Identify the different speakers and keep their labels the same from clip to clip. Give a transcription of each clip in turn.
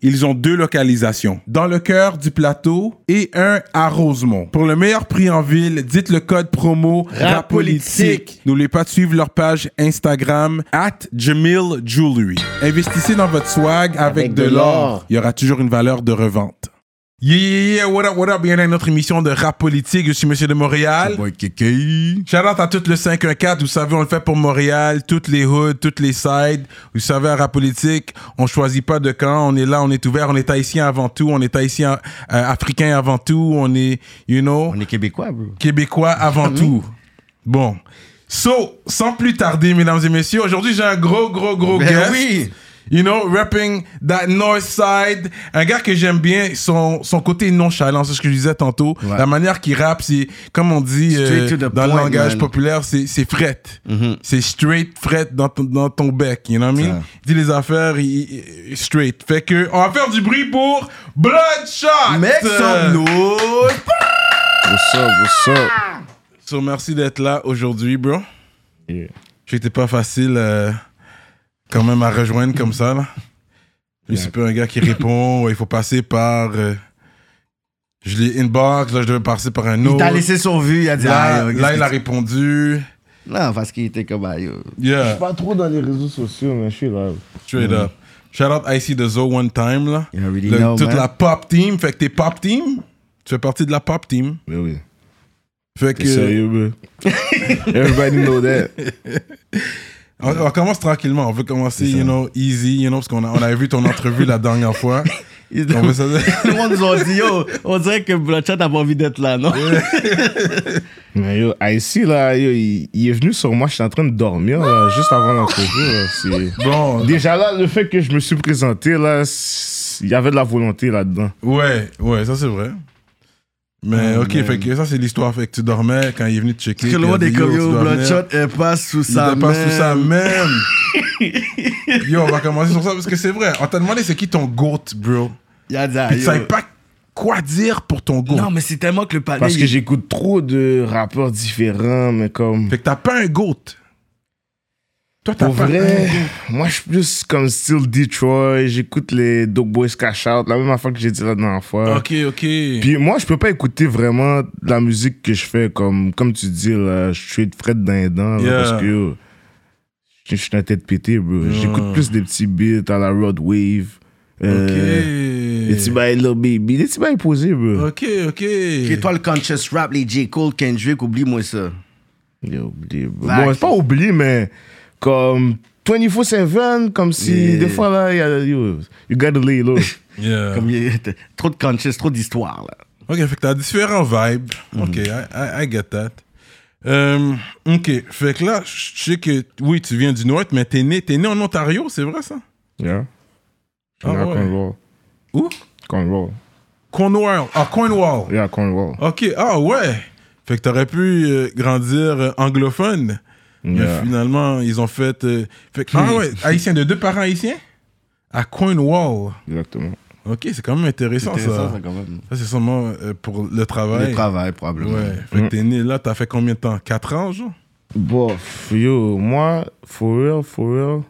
Speaker 1: ils ont deux localisations, dans le cœur du plateau et un à Rosemont. Pour le meilleur prix en ville, dites le code promo RAPOLITIQUE. N'oubliez pas de suivre leur page Instagram at Jamil Jewelry. Investissez dans votre swag avec,
Speaker 2: Avec
Speaker 1: de
Speaker 2: de
Speaker 1: l'or
Speaker 2: l'or.
Speaker 1: il y aura toujours une valeur de revente. Yeah, yeah, yeah, what up, what up, bienvenue à notre émission de rap politique, je suis Monsieur de Montréal. Shout out à tout le 514, vous savez, on le fait pour Montréal, toutes les hoods, toutes les sides. Vous savez, à rap politique, on choisit pas de camp, on est là, on est ouvert, on est haïtien avant tout, on est haïtien euh, africain avant tout, on est, you know,
Speaker 2: On est québécois, bro.
Speaker 1: québécois avant tout. Bon. So, sans plus tarder, mesdames et messieurs, aujourd'hui j'ai un gros, gros, gros
Speaker 2: Ben
Speaker 1: guest.
Speaker 2: oui.
Speaker 1: You know, rapping that north side. Un gars que j'aime bien, son, son côté nonchalant, c'est ce que je disais tantôt.
Speaker 2: Ouais.
Speaker 1: La manière qu'il rappe, c'est, comme on dit euh,
Speaker 2: Straight to the
Speaker 1: dans le
Speaker 2: point,
Speaker 1: langage
Speaker 2: man. Mm-hmm.
Speaker 1: populaire, c'est, c'est fret. C'est straight fret dans ton, dans ton bec, you know what I mean?
Speaker 2: Ça.
Speaker 1: Il dit les affaires il- il- straight. Fait que, on va faire du bruit pour Bloodshot!
Speaker 2: Mec,
Speaker 1: Euh,
Speaker 2: some noise. What's up, what's up?
Speaker 1: So, merci d'être là aujourd'hui, bro. Je sais que t'es pas facile euh, quand même à rejoindre comme ça, là. Je suis pas un gars qui répond, il faut passer par... euh, je l'ai inbox, là, je devais passer par un
Speaker 2: Il
Speaker 1: autre.
Speaker 2: t'a laissé sur vue, il a dit. ah,
Speaker 1: Là,
Speaker 2: yo, qu'est-ce
Speaker 1: là,
Speaker 2: que
Speaker 1: il a
Speaker 2: tu-
Speaker 1: répondu.
Speaker 2: Non, parce qu'il était comme. ah, yo.
Speaker 1: Yeah,
Speaker 3: Pas trop dans les réseaux sociaux, mais je suis là.
Speaker 1: straight up. Mm. Shout out IC de Zo One Time, là.
Speaker 2: You already
Speaker 1: Le-
Speaker 2: know,
Speaker 1: toute
Speaker 2: man.
Speaker 1: la pop team. Fait que t'es pop team. Tu fais partie de la pop team.
Speaker 3: Oui, oui.
Speaker 1: Fait que...
Speaker 3: Sérieux, bro. Everybody know that.
Speaker 1: On, on commence tranquillement. On veut commencer, you know, easy, you know, parce qu'on a- on avait vu ton entrevue la dernière fois.
Speaker 2: Ils-
Speaker 1: On veut ça-
Speaker 2: Tout le monde nous a dit, yo, on dirait que Bloodshot n'a pas envie d'être là, non?
Speaker 3: Mais yo, Icy, là, yo, il, il est venu sur moi, j'étais en train de dormir, là, juste avant l'entrevue, là. c'est-
Speaker 1: Bon,
Speaker 3: Déjà là, le fait que je me suis présenté, là, c'est- il y avait de la volonté là-dedans.
Speaker 1: ouais, ouais, ça c'est vrai. Mais
Speaker 3: Oh,
Speaker 1: ok,
Speaker 3: man.
Speaker 1: fait que ça c'est l'histoire. Fait que tu dormais quand il est venu te checker.
Speaker 2: Ah, Parce que le
Speaker 1: puis
Speaker 2: monde
Speaker 1: il a
Speaker 2: est
Speaker 1: dit,
Speaker 2: comme,
Speaker 1: tu
Speaker 2: yo,
Speaker 1: dois venir.
Speaker 2: Bloodshot, elle passe sous
Speaker 1: Il
Speaker 2: sa
Speaker 1: te passe tout ça
Speaker 2: main.
Speaker 1: même. Yo, on va commencer sur ça parce que c'est vrai. On t'a demandé c'est qui ton goat, bro.
Speaker 2: Il a dit, ah,
Speaker 1: Puis tu
Speaker 2: yo.
Speaker 1: savais pas quoi dire pour ton goat.
Speaker 2: Non, mais c'est tellement que le palais.
Speaker 3: Parce
Speaker 2: il-
Speaker 3: que j'écoute trop de rappeurs différents, mais comme.
Speaker 1: Fait que t'as pas un goat. Toi t'as
Speaker 3: Pour
Speaker 1: pas un
Speaker 3: vrai,
Speaker 1: goat.
Speaker 3: moi je suis plus comme style Detroit, j'écoute les Dope Boys Cash Out, la même affaire que j'ai dit la dernière fois.
Speaker 1: Ok, ok.
Speaker 3: Puis moi, je peux pas écouter vraiment la musique que je fais, comme, comme tu dis, là, je suis de Fred dans les dents, là,
Speaker 1: Yeah. Mm.
Speaker 3: parce que yo, je je suis la tête pétée, bro. J'écoute plus des petits beats à la Rod Wave, euh, des petits bails Lil Baby, des petits bails posés, bro.
Speaker 1: Ok, ok.
Speaker 2: Et toi, le conscious rap, les J. Cole, Kendrick, oublie-moi ça.
Speaker 3: J'ai oublié, bro.
Speaker 2: Vague.
Speaker 3: Bon, c'est pas oublié, mais comme 24-7, comme si
Speaker 2: Yeah.
Speaker 3: des fois, là, y a- yo, you gotta lay low.
Speaker 1: Yeah.
Speaker 2: Comme il y a- t'as trop de conscious, trop d'histoire, là.
Speaker 1: Ok, fait que t'as différents vibes. Ok, I, I- I get that. Euh, ok, fait que là, je sais que, oui, tu viens du Nord, mais t'es né, t'es né en Ontario, c'est vrai ça?
Speaker 3: yeah.
Speaker 1: Ah
Speaker 3: Yeah,
Speaker 1: ouais.
Speaker 3: Cornwall.
Speaker 1: Où?
Speaker 3: Cornwall.
Speaker 1: Cornwall. Ah, Cornwall.
Speaker 3: Yeah, Cornwall.
Speaker 1: Ok, ah ouais. Fait que t'aurais pu euh, grandir euh, anglophone. Mais
Speaker 3: Yeah.
Speaker 1: finalement, ils ont fait. euh, fait que, ah ouais, haïtien, de deux parents haïtiens? À Cornwall.
Speaker 3: Exactement.
Speaker 1: Ok, c'est quand même intéressant,
Speaker 2: Intéressant,
Speaker 1: ça.
Speaker 2: ça, quand même.
Speaker 1: Ça, c'est sûrement euh, pour le travail.
Speaker 2: Le travail, probablement.
Speaker 1: Ouais. Fait que t'es né là, t'as fait combien de temps? 4 ans, genre?
Speaker 3: Bof, yo, moi, for real, for real,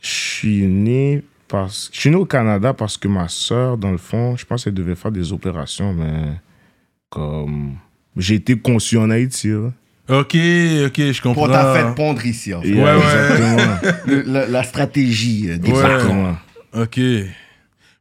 Speaker 3: je suis né parce je suis né au Canada parce que ma soeur, dans le fond, je pense qu'elle devait faire des opérations, mais comme j'ai été conçu en Haïti. hein. là.
Speaker 1: Ok, ok, je comprends.
Speaker 2: Pour t'a fait pondre ici, en fait.
Speaker 3: Yeah,
Speaker 1: ouais.
Speaker 3: Exactement.
Speaker 2: Le- la, la stratégie euh, des
Speaker 1: Ouais. bah,
Speaker 3: exactement.
Speaker 1: Ok.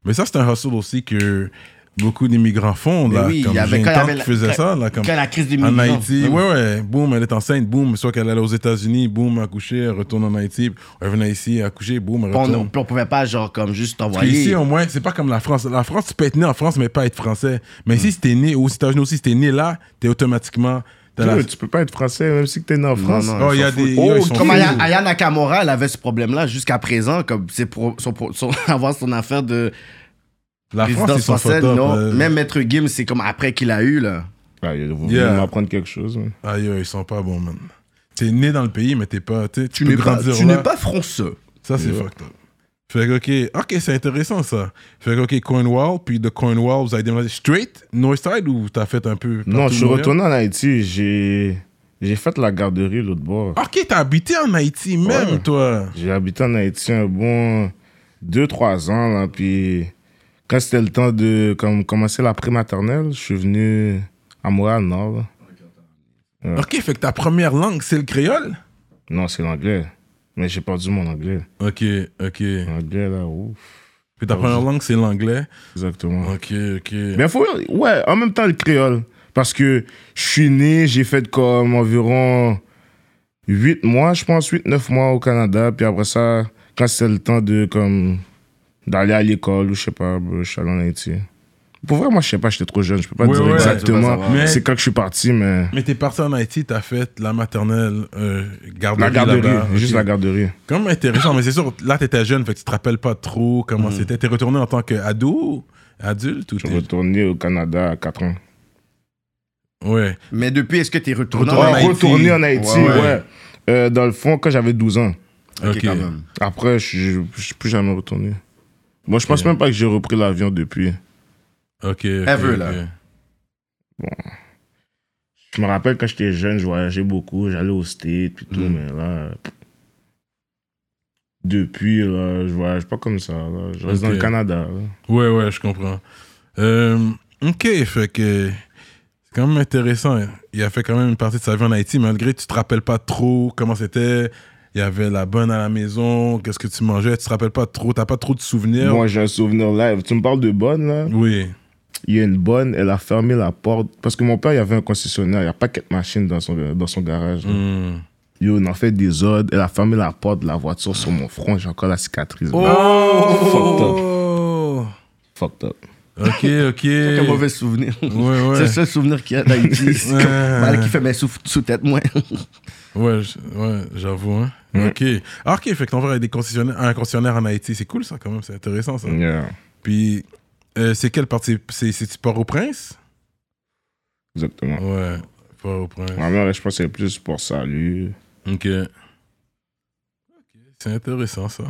Speaker 1: Mais ça, c'est un hustle aussi que beaucoup d'immigrants font.
Speaker 2: Mais
Speaker 1: Là,
Speaker 2: oui,
Speaker 1: comme
Speaker 2: il y avait-
Speaker 1: j'ai une
Speaker 2: quand il y
Speaker 1: tante
Speaker 2: avait
Speaker 1: qui
Speaker 2: la-
Speaker 1: faisait
Speaker 2: quand-
Speaker 1: ça, là, comme
Speaker 2: Quand la crise des
Speaker 1: en
Speaker 2: migrants.
Speaker 1: Haïti. Ouais, ouais. Boum, elle est enceinte, boum. Soit qu'elle allait aux États-Unis, boum, accoucher, elle retourne en Haïti. Elle venait ici, accoucher, boum, elle
Speaker 2: On,
Speaker 1: retourne.
Speaker 2: on pouvait pas, genre, comme juste
Speaker 1: Parce que
Speaker 2: t'envoyer.
Speaker 1: ici, au moins, c'est pas comme la France. La France, tu peux être né en France, mais pas être français. Mais
Speaker 2: Mm.
Speaker 1: ici, si t'es né aux États-Unis aussi, si t'es né là, t'es automatiquement. t'as
Speaker 3: Tu
Speaker 1: la-
Speaker 3: vois, Tu peux pas être français même si tu es né en France.
Speaker 2: non,
Speaker 1: Oh, il y a
Speaker 2: ils s'en
Speaker 1: des.
Speaker 2: foutent.
Speaker 1: yo, ils
Speaker 3: Oh,
Speaker 1: sont
Speaker 2: Comme
Speaker 1: fous.
Speaker 2: Aya, Aya Nakamura, elle avait ce problème-là jusqu'à présent, comme c'est pour son, pro- son- avoir son affaire de
Speaker 1: La France,
Speaker 2: Présidence
Speaker 1: ils sont
Speaker 2: française,
Speaker 1: fucked up,
Speaker 2: non.
Speaker 1: euh.
Speaker 2: Même Maître Gims, c'est comme après qu'il a eu, là.
Speaker 3: Ah, vous
Speaker 1: Yeah.
Speaker 3: voulez m'apprendre quelque chose, hein. man.
Speaker 1: Ah, yo, ils sont pas bons, man. T'es né dans le pays, mais t'es pas. Tu, sais, tu
Speaker 2: Tu
Speaker 1: peux
Speaker 2: n'es pas,
Speaker 1: grandir
Speaker 2: tu
Speaker 1: là.
Speaker 2: n'es pas français.
Speaker 1: Ça, c'est
Speaker 3: Yeah.
Speaker 1: fucked up. Fait que, ok, ok, c'est intéressant ça. Fait que, ok, Coinwall, puis de Coinwall, vous avez déménagé straight Northside ou t'as fait un peu.
Speaker 3: Non,
Speaker 1: partout
Speaker 3: je suis
Speaker 1: Montréal?
Speaker 3: retourné en Haïti. J'ai j'ai fait la garderie l'autre bord.
Speaker 1: Ok, t'as habité en Haïti même,
Speaker 3: Ouais.
Speaker 1: toi.
Speaker 3: J'ai habité en Haïti un bon 2-3 ans, là, puis quand c'était le temps de comme, commencer la prématernelle, je suis venu à Montréal-Nord. là.
Speaker 1: Ok, fait que ta première langue, c'est le créole
Speaker 3: Non, c'est l'anglais. Mais j'ai perdu mon anglais.
Speaker 1: Ok, ok.
Speaker 3: L'anglais, là, ouf.
Speaker 1: Puis ta première langue, c'est l'anglais
Speaker 3: Exactement.
Speaker 1: Ok, ok.
Speaker 3: Mais faut, ouais, en même temps, le créole. Parce que je suis né, j'ai fait comme environ 8 mois, je pense, 8-9 mois au Canada. Puis après ça, quand c'était le temps de, comme, d'aller à l'école ou je sais pas, ben, je suis allé en Haïti. Pour vrai, moi, je sais pas, j'étais trop jeune, je peux pas
Speaker 1: Ouais,
Speaker 3: dire
Speaker 1: ouais.
Speaker 2: Tu peux pas
Speaker 3: exactement.
Speaker 2: savoir.
Speaker 1: Mais-
Speaker 3: C'est quand que je suis parti, mais.
Speaker 1: Mais t'es parti en Haïti, t'as fait la maternelle, euh, garderie.
Speaker 3: La garderie,
Speaker 1: là-bas.
Speaker 3: juste
Speaker 1: Ok.
Speaker 3: la garderie.
Speaker 1: Quand même intéressant, mais c'est sûr, là, t'étais jeune, fait que tu te rappelles pas trop comment
Speaker 2: Mm.
Speaker 1: c'était. T'es retourné en tant qu'ado, adulte ou
Speaker 3: Je
Speaker 1: t'es...
Speaker 3: suis retourné au Canada à 4 ans.
Speaker 1: Ouais.
Speaker 2: Mais depuis, est-ce que t'es retourné
Speaker 1: Retourné
Speaker 2: en
Speaker 1: en
Speaker 3: Ouais,
Speaker 2: Haïti?
Speaker 3: retourné en Haïti,
Speaker 2: Ouais, ouais.
Speaker 3: ouais. Euh, dans le fond, quand j'avais 12 ans.
Speaker 1: Ok.
Speaker 2: Ok, quand même.
Speaker 3: Après, je ne suis plus jamais retourné. Moi, je pense
Speaker 1: Ok.
Speaker 3: même pas que j'ai repris l'avion depuis.
Speaker 1: Ok. ok,
Speaker 2: Ever, là.
Speaker 1: ok.
Speaker 3: Je me rappelle quand j'étais jeune, je voyageais beaucoup, j'allais au States puis
Speaker 1: Mm.
Speaker 3: tout, mais là. pff. Depuis, là, je voyage pas comme ça. là. Je reste dans le
Speaker 1: Ok.
Speaker 3: Canada. là.
Speaker 1: Ouais, ouais, je comprends. Euh, ok, fait que c'est quand même intéressant. Il a fait quand même une partie de sa vie en Haïti, malgré que tu te rappelles pas trop comment c'était. Il y avait la bonne à la maison, qu'est-ce que tu mangeais, tu te rappelles pas trop, t'as pas trop de souvenirs.
Speaker 3: Moi, j'ai un souvenir live. Tu me parles de bonne, là
Speaker 1: Oui.
Speaker 3: Il y a une bonne, elle a fermé la porte. Parce que mon père, il avait un concessionnaire, il y a pas quatre machines dans son, dans son garage.
Speaker 2: Mm.
Speaker 3: là.
Speaker 1: Hmm.
Speaker 3: Yo, on en fait des ordres. Elle a fermé la porte de la voiture sur mon front, j'ai encore la cicatrice.
Speaker 1: Oh!
Speaker 3: Fucked up.
Speaker 1: Ok, ok.
Speaker 2: Quel mauvais souvenir.
Speaker 1: Ouais,
Speaker 2: C'est
Speaker 1: ouais.
Speaker 2: le seul souvenir qu'il y a d'Haïti. C'est comme,
Speaker 1: Ouais.
Speaker 2: mal qui fait mes sous- sous-têtes, moi.
Speaker 1: Ouais, j- ouais j'avoue. Hein.
Speaker 3: Mm.
Speaker 1: Ok. Ah, ok, fait que ton frère est des concessionnaires, un concessionnaire en Haïti. C'est cool ça, quand même. C'est intéressant
Speaker 2: Mm.
Speaker 1: ça.
Speaker 3: Yeah.
Speaker 1: Puis, euh, c'est quelle partie C'est c'est-tu Port-au-Prince
Speaker 3: Exactement.
Speaker 1: Ouais, Port-au-Prince.
Speaker 3: Ma mère, je pense que c'est plus pour salut.
Speaker 1: Ok. Ok, C'est intéressant ça.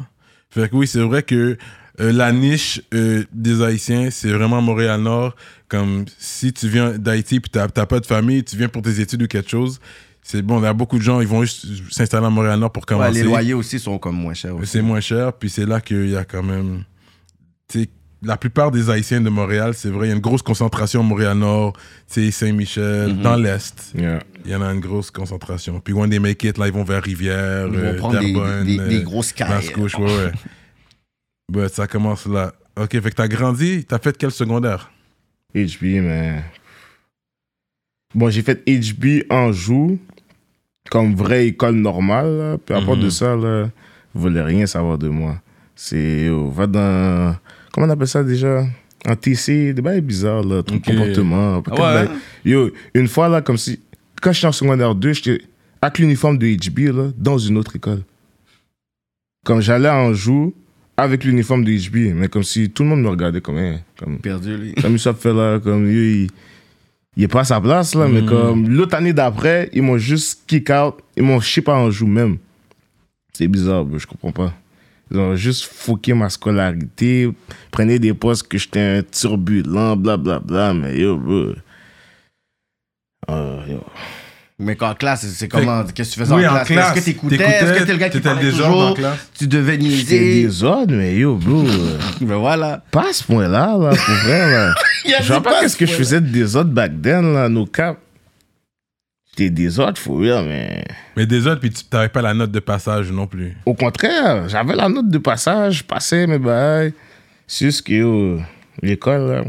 Speaker 1: Fait que oui, c'est vrai que euh, la niche euh, des Haïtiens, c'est vraiment Montréal-Nord. Comme si tu viens d'Haïti puis t'as t'as pas de famille, tu viens pour tes études ou quelque chose. C'est bon, il y a beaucoup de gens, ils vont juste s'installer à Montréal-Nord pour
Speaker 2: Ouais, les
Speaker 1: commencer.
Speaker 2: loyers aussi sont comme moins chers. aussi.
Speaker 1: c'est moins cher, puis c'est là qu'il y a quand même. tu sais, la plupart des Haïtiens de Montréal, c'est vrai, il y a une grosse concentration à Montréal-Nord, tu sais, Saint-Michel,
Speaker 2: Mhm.
Speaker 1: dans l'Est,
Speaker 3: Yeah.
Speaker 1: il y en a une grosse concentration. Puis when they make it, là, ils vont vers Rivière,
Speaker 2: Ils vont
Speaker 1: euh,
Speaker 2: prendre des,
Speaker 1: Terrebonne,
Speaker 2: des- des
Speaker 1: euh,
Speaker 2: grosses carrières.
Speaker 1: Mascouche, ouais, ouais. But ça commence là. Ok, fait que t'as grandi, t'as fait quel secondaire
Speaker 3: HB, mais. Bon, j'ai fait HB en joue, comme vraie école normale. là. Puis à part
Speaker 1: Mhm.
Speaker 3: de ça, là, vous voulez rien savoir de moi. C'est. oh, va dans. Comment on appelle ça déjà En TC, des bails bizarres, là. Ton
Speaker 1: Ok.
Speaker 3: comportement. peut-être
Speaker 2: Ah ouais,
Speaker 3: bail- Yo, une fois, là, comme si. Quand j'étais en secondaire 2, j'étais avec l'uniforme de HB, là, dans une autre école. Comme j'allais en joue avec l'uniforme de HB, mais comme si tout le monde me regardait comme. hein, comme
Speaker 2: Perdu, lui.
Speaker 3: comme ils savent faire là, comme lui, il, il est pas à sa place là,
Speaker 2: Mm.
Speaker 3: mais comme l'autre année d'après, ils m'ont juste kick out, ils m'ont chip pas en joue même. C'est bizarre, bro, je comprends pas. Ils ont juste fouqué ma scolarité, prenaient des postes que j'étais un turbulent, blablabla, bla, bla, mais yo, bro. Euh, yo.
Speaker 2: Mais qu'en classe, c'est comment Qu'est-ce que tu faisais
Speaker 1: Oui,
Speaker 2: en
Speaker 1: en
Speaker 2: classe,
Speaker 1: classe.
Speaker 2: Est-ce que t'écoutais
Speaker 1: T'écoutais,
Speaker 2: Est-ce que t'es le gars qui
Speaker 1: t'étais
Speaker 2: parlait
Speaker 1: désordre en
Speaker 2: toujours
Speaker 1: classe.
Speaker 2: Tu devais
Speaker 3: J'étais
Speaker 2: niaiser.
Speaker 3: désordre, mais yo, bro.
Speaker 2: Mais voilà.
Speaker 3: pas à ce point-là, là, pour vrai, là.
Speaker 2: Il a
Speaker 3: Je vois
Speaker 2: dit
Speaker 3: pas
Speaker 2: pas
Speaker 3: qu'est-ce que je faisais de désordre back then, là, nos caps. J'étais désordre, faut rire, mais.
Speaker 1: Mais des autres, puis tu t'avais pas la note de passage non plus.
Speaker 3: Au contraire, j'avais la note de passage, je passais mes bails. C'est juste que yo, l'école, là,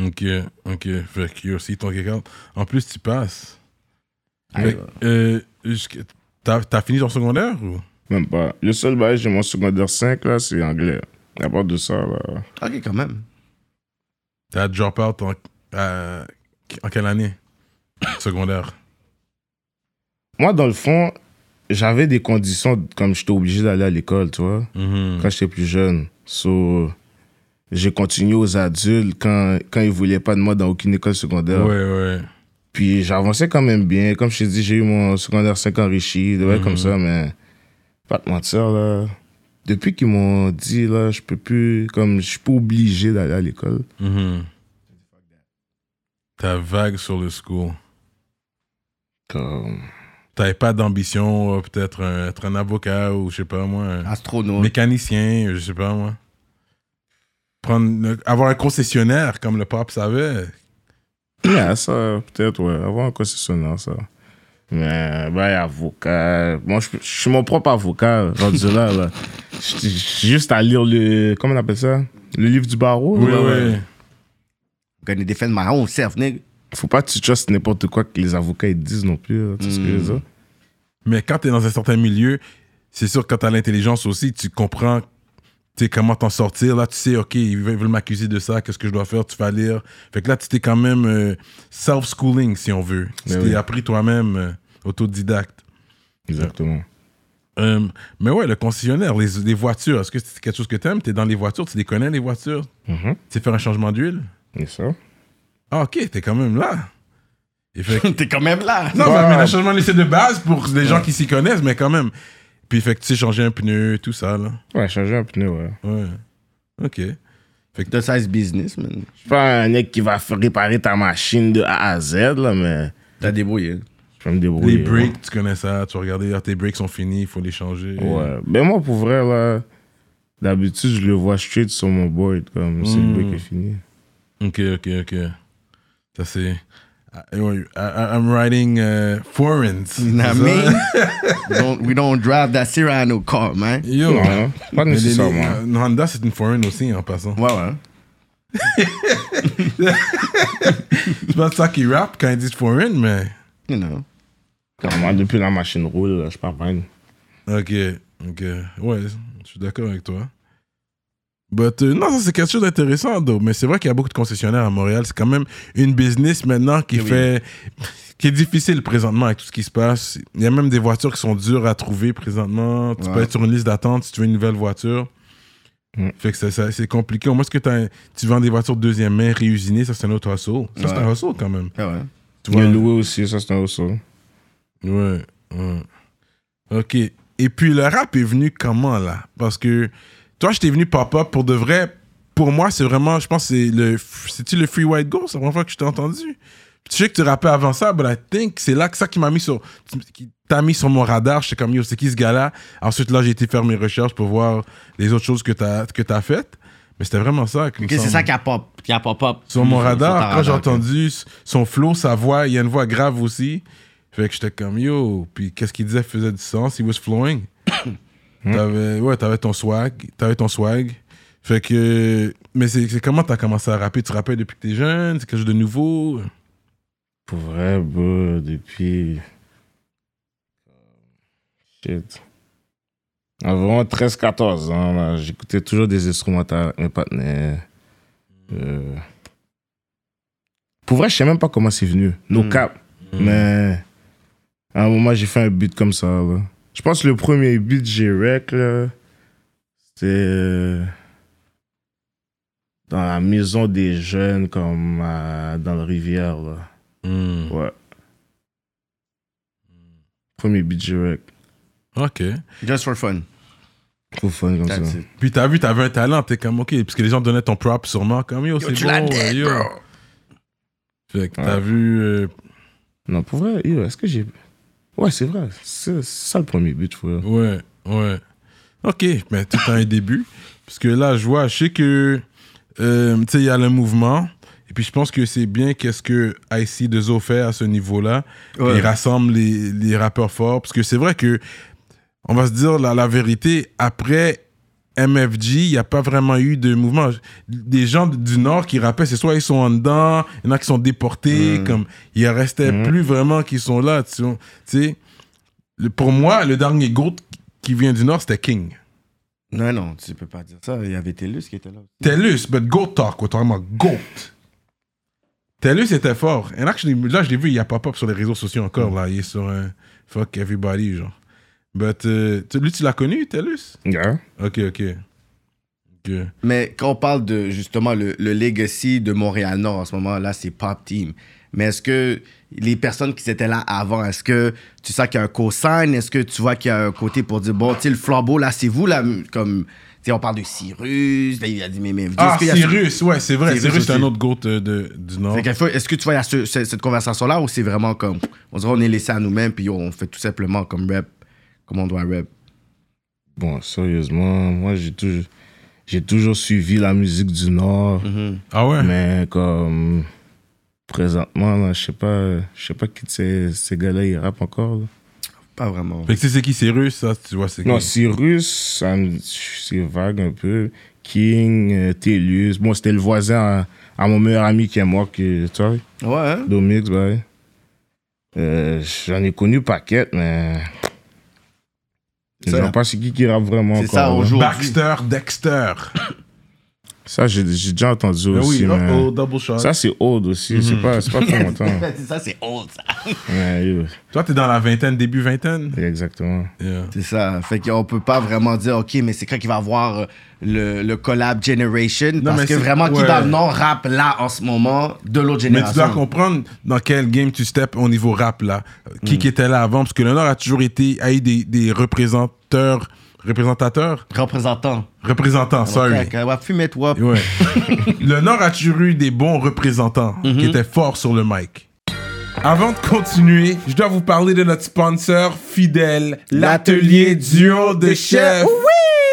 Speaker 1: Ok, ok. Fait que yo, si ton kick-out. En plus, tu passes. Fait que, euh, jusqu'- t'as t'as fini ton secondaire ou
Speaker 3: même pas. Le seul bail, j'ai mon secondaire 5, là, c'est anglais. À part de ça, là,
Speaker 2: Ok, quand même.
Speaker 1: T'as drop out en, à- en quelle année Secondaire.
Speaker 3: Moi, dans le fond, j'avais des
Speaker 1: Mm.
Speaker 3: conditions, comme j'étais obligé d'aller à l'école, tu vois,
Speaker 1: Mhm.
Speaker 3: quand j'étais plus jeune. So, J'ai continué aux adultes quand, quand ils voulaient pas de moi dans aucune école secondaire.
Speaker 1: ouais.
Speaker 3: Puis j'avançais quand même bien. Comme je t'ai dit, j'ai eu mon secondaire 5 enrichi, des trucs comme ça, mais pas te mentir, là. Depuis qu'ils m'ont dit, là, je peux plus, comme, je suis pas obligé d'aller à l'école. Mm-hmm.
Speaker 1: Mhm. T'as vague sur le school.
Speaker 3: Comme,
Speaker 1: T'avais pas d'ambition, euh, peut-être euh, être un avocat ou je sais pas moi,
Speaker 3: Ah,
Speaker 1: un
Speaker 2: Astronaute.
Speaker 1: mécanicien, euh, je sais pas moi. Prendre, le- avoir un concessionnaire comme le pape savait.
Speaker 3: yeah, ça, peut-être, ouais, avoir un concessionnaire, ça. Mais, ben, avocat. Moi, je je suis mon propre avocat, rendu là, là. J'ai j'ai juste à lire le, comment on appelle ça? Le livre du barreau? là, ouais.
Speaker 2: Gonna defend my own self, nigga.
Speaker 3: Faut pas que tu trustes n'importe quoi que les avocats ils disent non plus, là, tu sais ce que je veux dire?
Speaker 1: Mais quand t'es dans un certain milieu, c'est sûr que quand t'as l'intelligence aussi, tu comprends tu sais, comment t'en sortir. Là, tu sais, OK, ils veulent ils veulent m'accuser de ça, qu'est-ce que je dois faire, tu vas lire. Fait que là, tu t'es quand même euh, self-schooling, si on veut. Tu
Speaker 3: Mais
Speaker 1: t'es
Speaker 3: oui.
Speaker 1: appris toi-même, euh, autodidacte.
Speaker 3: Exactement.
Speaker 1: Euh, mais ouais, le concessionnaire, les, les voitures, est-ce que c'est quelque chose que t'aimes? T'es dans les voitures, tu les connais, les voitures?
Speaker 3: Mhm.
Speaker 1: Tu sais faire un changement d'huile?
Speaker 3: Et ça?
Speaker 1: Ah, OK, t'es quand même là. Et fait que-
Speaker 2: T'es quand même là.
Speaker 1: Non,
Speaker 3: Ouais.
Speaker 1: ça mais un changement de lycée de base pour les gens qui s'y connaissent, mais quand même. Puis fait que tu sais changer un pneu, tout ça, là.
Speaker 3: Ouais, changer un pneu, ouais.
Speaker 1: Ouais. OK.
Speaker 2: De size business, man.
Speaker 3: Je suis pas un mec qui va f- réparer ta machine de A à Z, là, mais
Speaker 2: T'as débrouillé.
Speaker 3: je vais me
Speaker 1: les
Speaker 3: débrouiller.
Speaker 1: breaks, tu connais ça. Tu regardes, ah, tes breaks sont finis, il faut les changer.
Speaker 3: Ouais. Ouais. Ben moi, pour vrai, là, d'habitude, je le vois straight sur mon board, comme c'est le
Speaker 1: Hmm.
Speaker 3: break est fini.
Speaker 1: OK, OK, OK. Ça, c'est... ah, I- I- I'm writing euh, foreigns.
Speaker 2: You know what I mean? Don't- we don't drive that Cyrano car, man.
Speaker 1: Yo.
Speaker 3: Non, hein, pas
Speaker 1: Mais les- les-
Speaker 3: nécessairement.
Speaker 1: euh, Honda, c'est une foreign aussi, en passant.
Speaker 2: Ouais, ouais.
Speaker 1: C'est pas ça qui rappe quand ils disent foreign, mais...
Speaker 2: You know.
Speaker 3: Normalement, depuis la machine roule, là, je parle pas.
Speaker 1: Ok, ok. Ouais, je suis d'accord avec toi. But, euh, non, ça c'est quelque chose d'intéressant, though. mais c'est vrai qu'il y a beaucoup de concessionnaires à Montréal. C'est quand même une business maintenant
Speaker 2: Eh
Speaker 1: qui fait. qui est difficile présentement avec tout ce qui se passe. Il y a même des voitures qui sont dures à trouver présentement. Tu peux
Speaker 2: Ouais.
Speaker 1: être sur une liste d'attente si tu veux une nouvelle voiture.
Speaker 3: Mm.
Speaker 1: Fait que ça- ça- c'est compliqué. Au moins, est-ce que t'as- tu vends des voitures deuxième main réusinées Ça, c'est un autre hustle. Ça, c'est
Speaker 2: Ouais.
Speaker 1: un hustle quand même.
Speaker 2: Ouais, ouais.
Speaker 1: Tu
Speaker 3: Il y a
Speaker 1: vois?
Speaker 3: loué aussi, ça, c'est un hustle.
Speaker 1: Ouais, ouais. Ok. Et puis le rap est venu comment là Parce que toi, je t'ai venu papa pour de vrai. Pour moi, c'est vraiment, je pense, que c'est le, c'est-tu le Free White Go C'est la première fois que je t'ai entendu. Tu sais que tu rappais avant ça, but I think c'est là que ça qui m'a mis sur, qui t'a mis sur mon radar. J'étais comme yo, c'est qui ce gars-là Ensuite là, j'ai été faire mes recherches pour voir les autres choses que t'as que t'as faites. Mais c'était vraiment ça. qui me
Speaker 2: Ok, c'est
Speaker 1: semble.
Speaker 2: ça qui a pop, qui a pop up.
Speaker 1: Sur mon radar,
Speaker 2: ta
Speaker 1: quand j'ai
Speaker 2: ok.
Speaker 1: entendu s- son flow, sa voix, il y a une voix grave aussi. Fait que j'étais comme yo. Puis qu'est-ce qu'il disait faisait du sens. He was flowing. t'avais, ouais, t'avais ton swag. T'avais ton swag. Fait que. Mais c'est, c'est comment t'as commencé à rapper Tu rappais depuis que t'es jeune C'est quelque chose de nouveau
Speaker 3: Pour vrai, bro, depuis. euh, Shit. Environ 13-14 ans, là, j'écoutais toujours des instrumentales avec mes partenaires. Euh, Pour vrai, je sais même pas comment c'est venu. Nos cap. Mais à un moment, j'ai fait un beat comme ça. là. Je pense que le premier beat que j'ai rec, là, c'était euh, dans la maison des jeunes, comme à- dans la rivière. Là. Ouais. Premier beat direct.
Speaker 1: Ok.
Speaker 2: Just for fun.
Speaker 4: Oh,
Speaker 3: Trop fun comme
Speaker 2: That's
Speaker 3: ça.
Speaker 2: it.
Speaker 1: Puis t'as vu, t'avais un talent. T'es comme ok. Parce que les gens te donnaient ton prop sûrement. Comme yo, c'est
Speaker 2: tu
Speaker 1: bon.
Speaker 2: l'as dead,
Speaker 1: yo.
Speaker 2: bro.
Speaker 1: Fait que t'as
Speaker 3: Ouais.
Speaker 1: vu. euh,
Speaker 3: Non, pour vrai, yo, est-ce que j'ai. Ouais, c'est vrai. C'est c'est ça le premier but, frère.
Speaker 1: Ouais, ouais. Ok, mais tout un début. Parce que là, je vois, je sais que, euh, tu sais, il y a le mouvement. Et puis, je pense que c'est bien qu'est-ce que IC de Zo fait à ce niveau-là.
Speaker 2: Ouais.
Speaker 1: Il rassemble les, les rappeurs forts. Parce que c'est vrai que, on va se dire la, la vérité, après MFG, il n'y a pas vraiment eu de mouvement. Des gens du Nord qui rappellent, c'est soit ils sont en dedans, il y en a qui sont déportés, comme il en restait
Speaker 4: Mhm.
Speaker 1: plus vraiment qui sont là. Tu vois. Tu sais, le- pour moi, le dernier GOAT qui vient du Nord, c'était King.
Speaker 2: Non, non, tu peux pas dire ça. Il y avait Tellus qui était là.
Speaker 1: TELUS, but GOAT talk, autrement, GOAT. TELUS était fort. And actually, là, je l'ai vu, il y a pop-up sur les réseaux sociaux encore, là. Il est sur un fuck everybody, genre. But, euh, tu- lui, tu l'as connu, TELUS?
Speaker 3: Yeah.
Speaker 1: Ok, ok. que.
Speaker 4: Mais quand on parle de justement le, le legacy de Montréal-Nord en ce moment, là, c'est Pop Team. Mais est-ce que les personnes qui étaient là avant, est-ce que tu sens qu'il y a un co-sign? Est-ce que tu vois qu'il y a un côté pour dire, bon, tu sais, le flambeau, là, c'est vous, là, comme, tu sais, on parle de Cyrus, là, il a dit, mais, mais,
Speaker 1: Ah,
Speaker 4: est-ce qu'il y a ce-
Speaker 1: Cyrus, ouais, c'est vrai.
Speaker 4: Cyrus
Speaker 1: Cyrus, c'est un
Speaker 4: aussi.
Speaker 1: autre goat euh, de- du Nord.
Speaker 4: Fait qu'à la fois, Est-ce que tu vois, il y a ce- ce- cette conversation-là ou c'est vraiment comme, on dirait, on est laissé à nous-mêmes, puis on fait tout simplement comme rep, comme on doit rep?
Speaker 3: Bon, sérieusement, moi, j'ai toujours, j'ai toujours suivi la musique du Nord,
Speaker 1: Ah ouais?
Speaker 3: mais comme présentement, là, je sais pas, je sais pas qui de ces, ces gars-là ils rappent encore. là.
Speaker 4: Pas vraiment.
Speaker 1: Fait que tu sais c'est qui Cyrus, ça, tu vois, c'est
Speaker 3: Non,
Speaker 1: qui?
Speaker 3: Cyrus, ça me- c'est vague un peu. King, euh, Telus. Bon, c'était le voisin à, à mon meilleur ami qui est mort, que, tu vois,
Speaker 4: Ouais, hein?
Speaker 3: Domix, ouais. Euh, J'en ai connu paquet, mais. Je
Speaker 4: Ça,
Speaker 3: sais pas c'est qui qui rappe vraiment
Speaker 4: C'est
Speaker 3: encore. hein.
Speaker 4: ça,
Speaker 3: là.
Speaker 4: aujourd'hui.
Speaker 1: Baxter, Dexter.
Speaker 3: Ça, j'ai j'ai déjà entendu
Speaker 1: Ben
Speaker 3: aussi,
Speaker 1: oui, Mhm.
Speaker 3: mais.
Speaker 1: oh, oh, double shot.
Speaker 3: Ça, c'est old aussi. C'est pas, c'est pas pour longtemps.
Speaker 4: ça, c'est old, ça.
Speaker 3: Ouais, yo,
Speaker 1: Toi, t'es dans la vingtaine, début vingtaine?
Speaker 3: exactement.
Speaker 1: Yeah.
Speaker 4: C'est ça. Fait qu'on peut pas vraiment dire, OK, mais c'est quand qu'il va avoir euh, le, le collab Generation.
Speaker 1: mais
Speaker 4: parce que
Speaker 1: c'est-
Speaker 4: vraiment, qui
Speaker 1: ouais.
Speaker 4: dans le non-rap là en ce moment de l'autre
Speaker 1: Mais tu dois
Speaker 4: génération?
Speaker 1: comprendre dans quel game tu steps au niveau rap là. Qui, qui était là avant? Parce que le Nord a toujours été, a eu des, des représenteurs, représentateurs?
Speaker 4: Représentant.
Speaker 1: Représentants, sorry.
Speaker 4: Fait qu'on va fumer toi.
Speaker 1: Ouais. le Nord a toujours eu des bons représentants qui étaient forts sur le mic. Avant de continuer, je dois vous parler de notre sponsor fidèle, l'atelier duo de chef.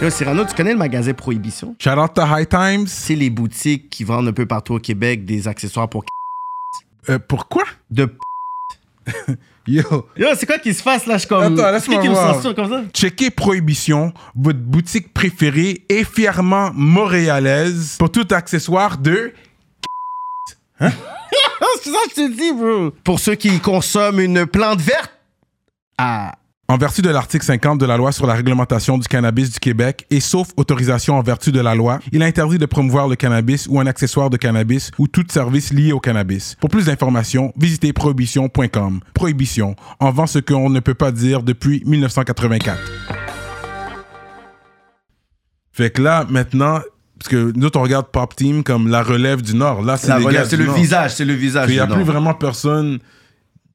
Speaker 4: Yo, Cyrano, tu connais le magasin Prohibition?
Speaker 1: Shout out to High Times.
Speaker 4: C'est les boutiques qui vendent un peu partout au Québec des accessoires pour.
Speaker 1: Euh, pourquoi?
Speaker 4: de p-
Speaker 1: Yo.
Speaker 2: Yo, c'est quoi qui se passe là? Je suis comme.
Speaker 1: Attends,
Speaker 2: C'est qui
Speaker 1: laisse-moi
Speaker 2: qui me
Speaker 1: voir.
Speaker 2: censure comme ça?
Speaker 1: Checkez Prohibition, votre boutique préférée et fièrement montréalaise pour tout accessoire de
Speaker 4: C'est ça que je te dis, bro. Pour ceux qui consomment une plante verte. Ah.
Speaker 1: En vertu de l'article 50 de la loi sur la réglementation du cannabis du Québec et sauf autorisation en vertu de la loi, il est interdit de promouvoir le cannabis ou un accessoire de cannabis ou tout service lié au cannabis. Pour plus d'informations, visitez prohibition.com. Prohibition, en vend ce qu'on ne peut pas dire depuis 1984. Fait que là, maintenant, parce que nous, on regarde Pop Team comme la relève du Nord. Là, c'est
Speaker 4: La
Speaker 1: les
Speaker 4: relève,
Speaker 1: gars
Speaker 4: C'est
Speaker 1: du
Speaker 4: le
Speaker 1: Nord.
Speaker 4: visage, c'est le visage.
Speaker 1: Il n'y a
Speaker 4: du
Speaker 1: plus
Speaker 4: Nord.
Speaker 1: vraiment personne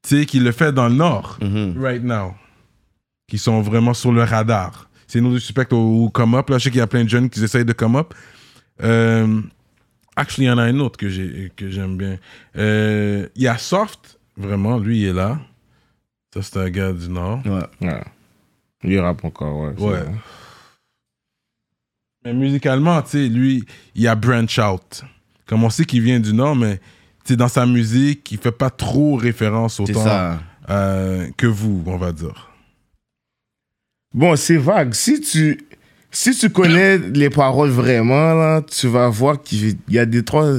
Speaker 1: tu sais, qui le fait dans le Nord,
Speaker 4: Mhm.
Speaker 1: right now, qui sont vraiment sur le radar. C'est nos suspects au, au come up. Là, je sais qu'il y a plein de jeunes qui essayent de come up. Euh, actually, il y en a un autre que j'ai- que j'aime bien. Euh, Il y a Soft, vraiment, lui, il est là. Ça, c'est un gars du Nord.
Speaker 3: Ouais. Ah, Il rappe encore, ouais. c'est
Speaker 1: Ouais.
Speaker 3: vrai.
Speaker 1: Mais musicalement, tu sais, lui, il y a Branch Out. Comme on sait qu'il vient du Nord, mais tu sais, dans sa musique, il fait pas trop référence
Speaker 4: C'est
Speaker 1: autant
Speaker 4: ça.
Speaker 1: euh, que vous, on va dire.
Speaker 3: Bon, c'est vague. Si tu, si tu connais les paroles vraiment, là, tu vas voir qu'il y a des trois,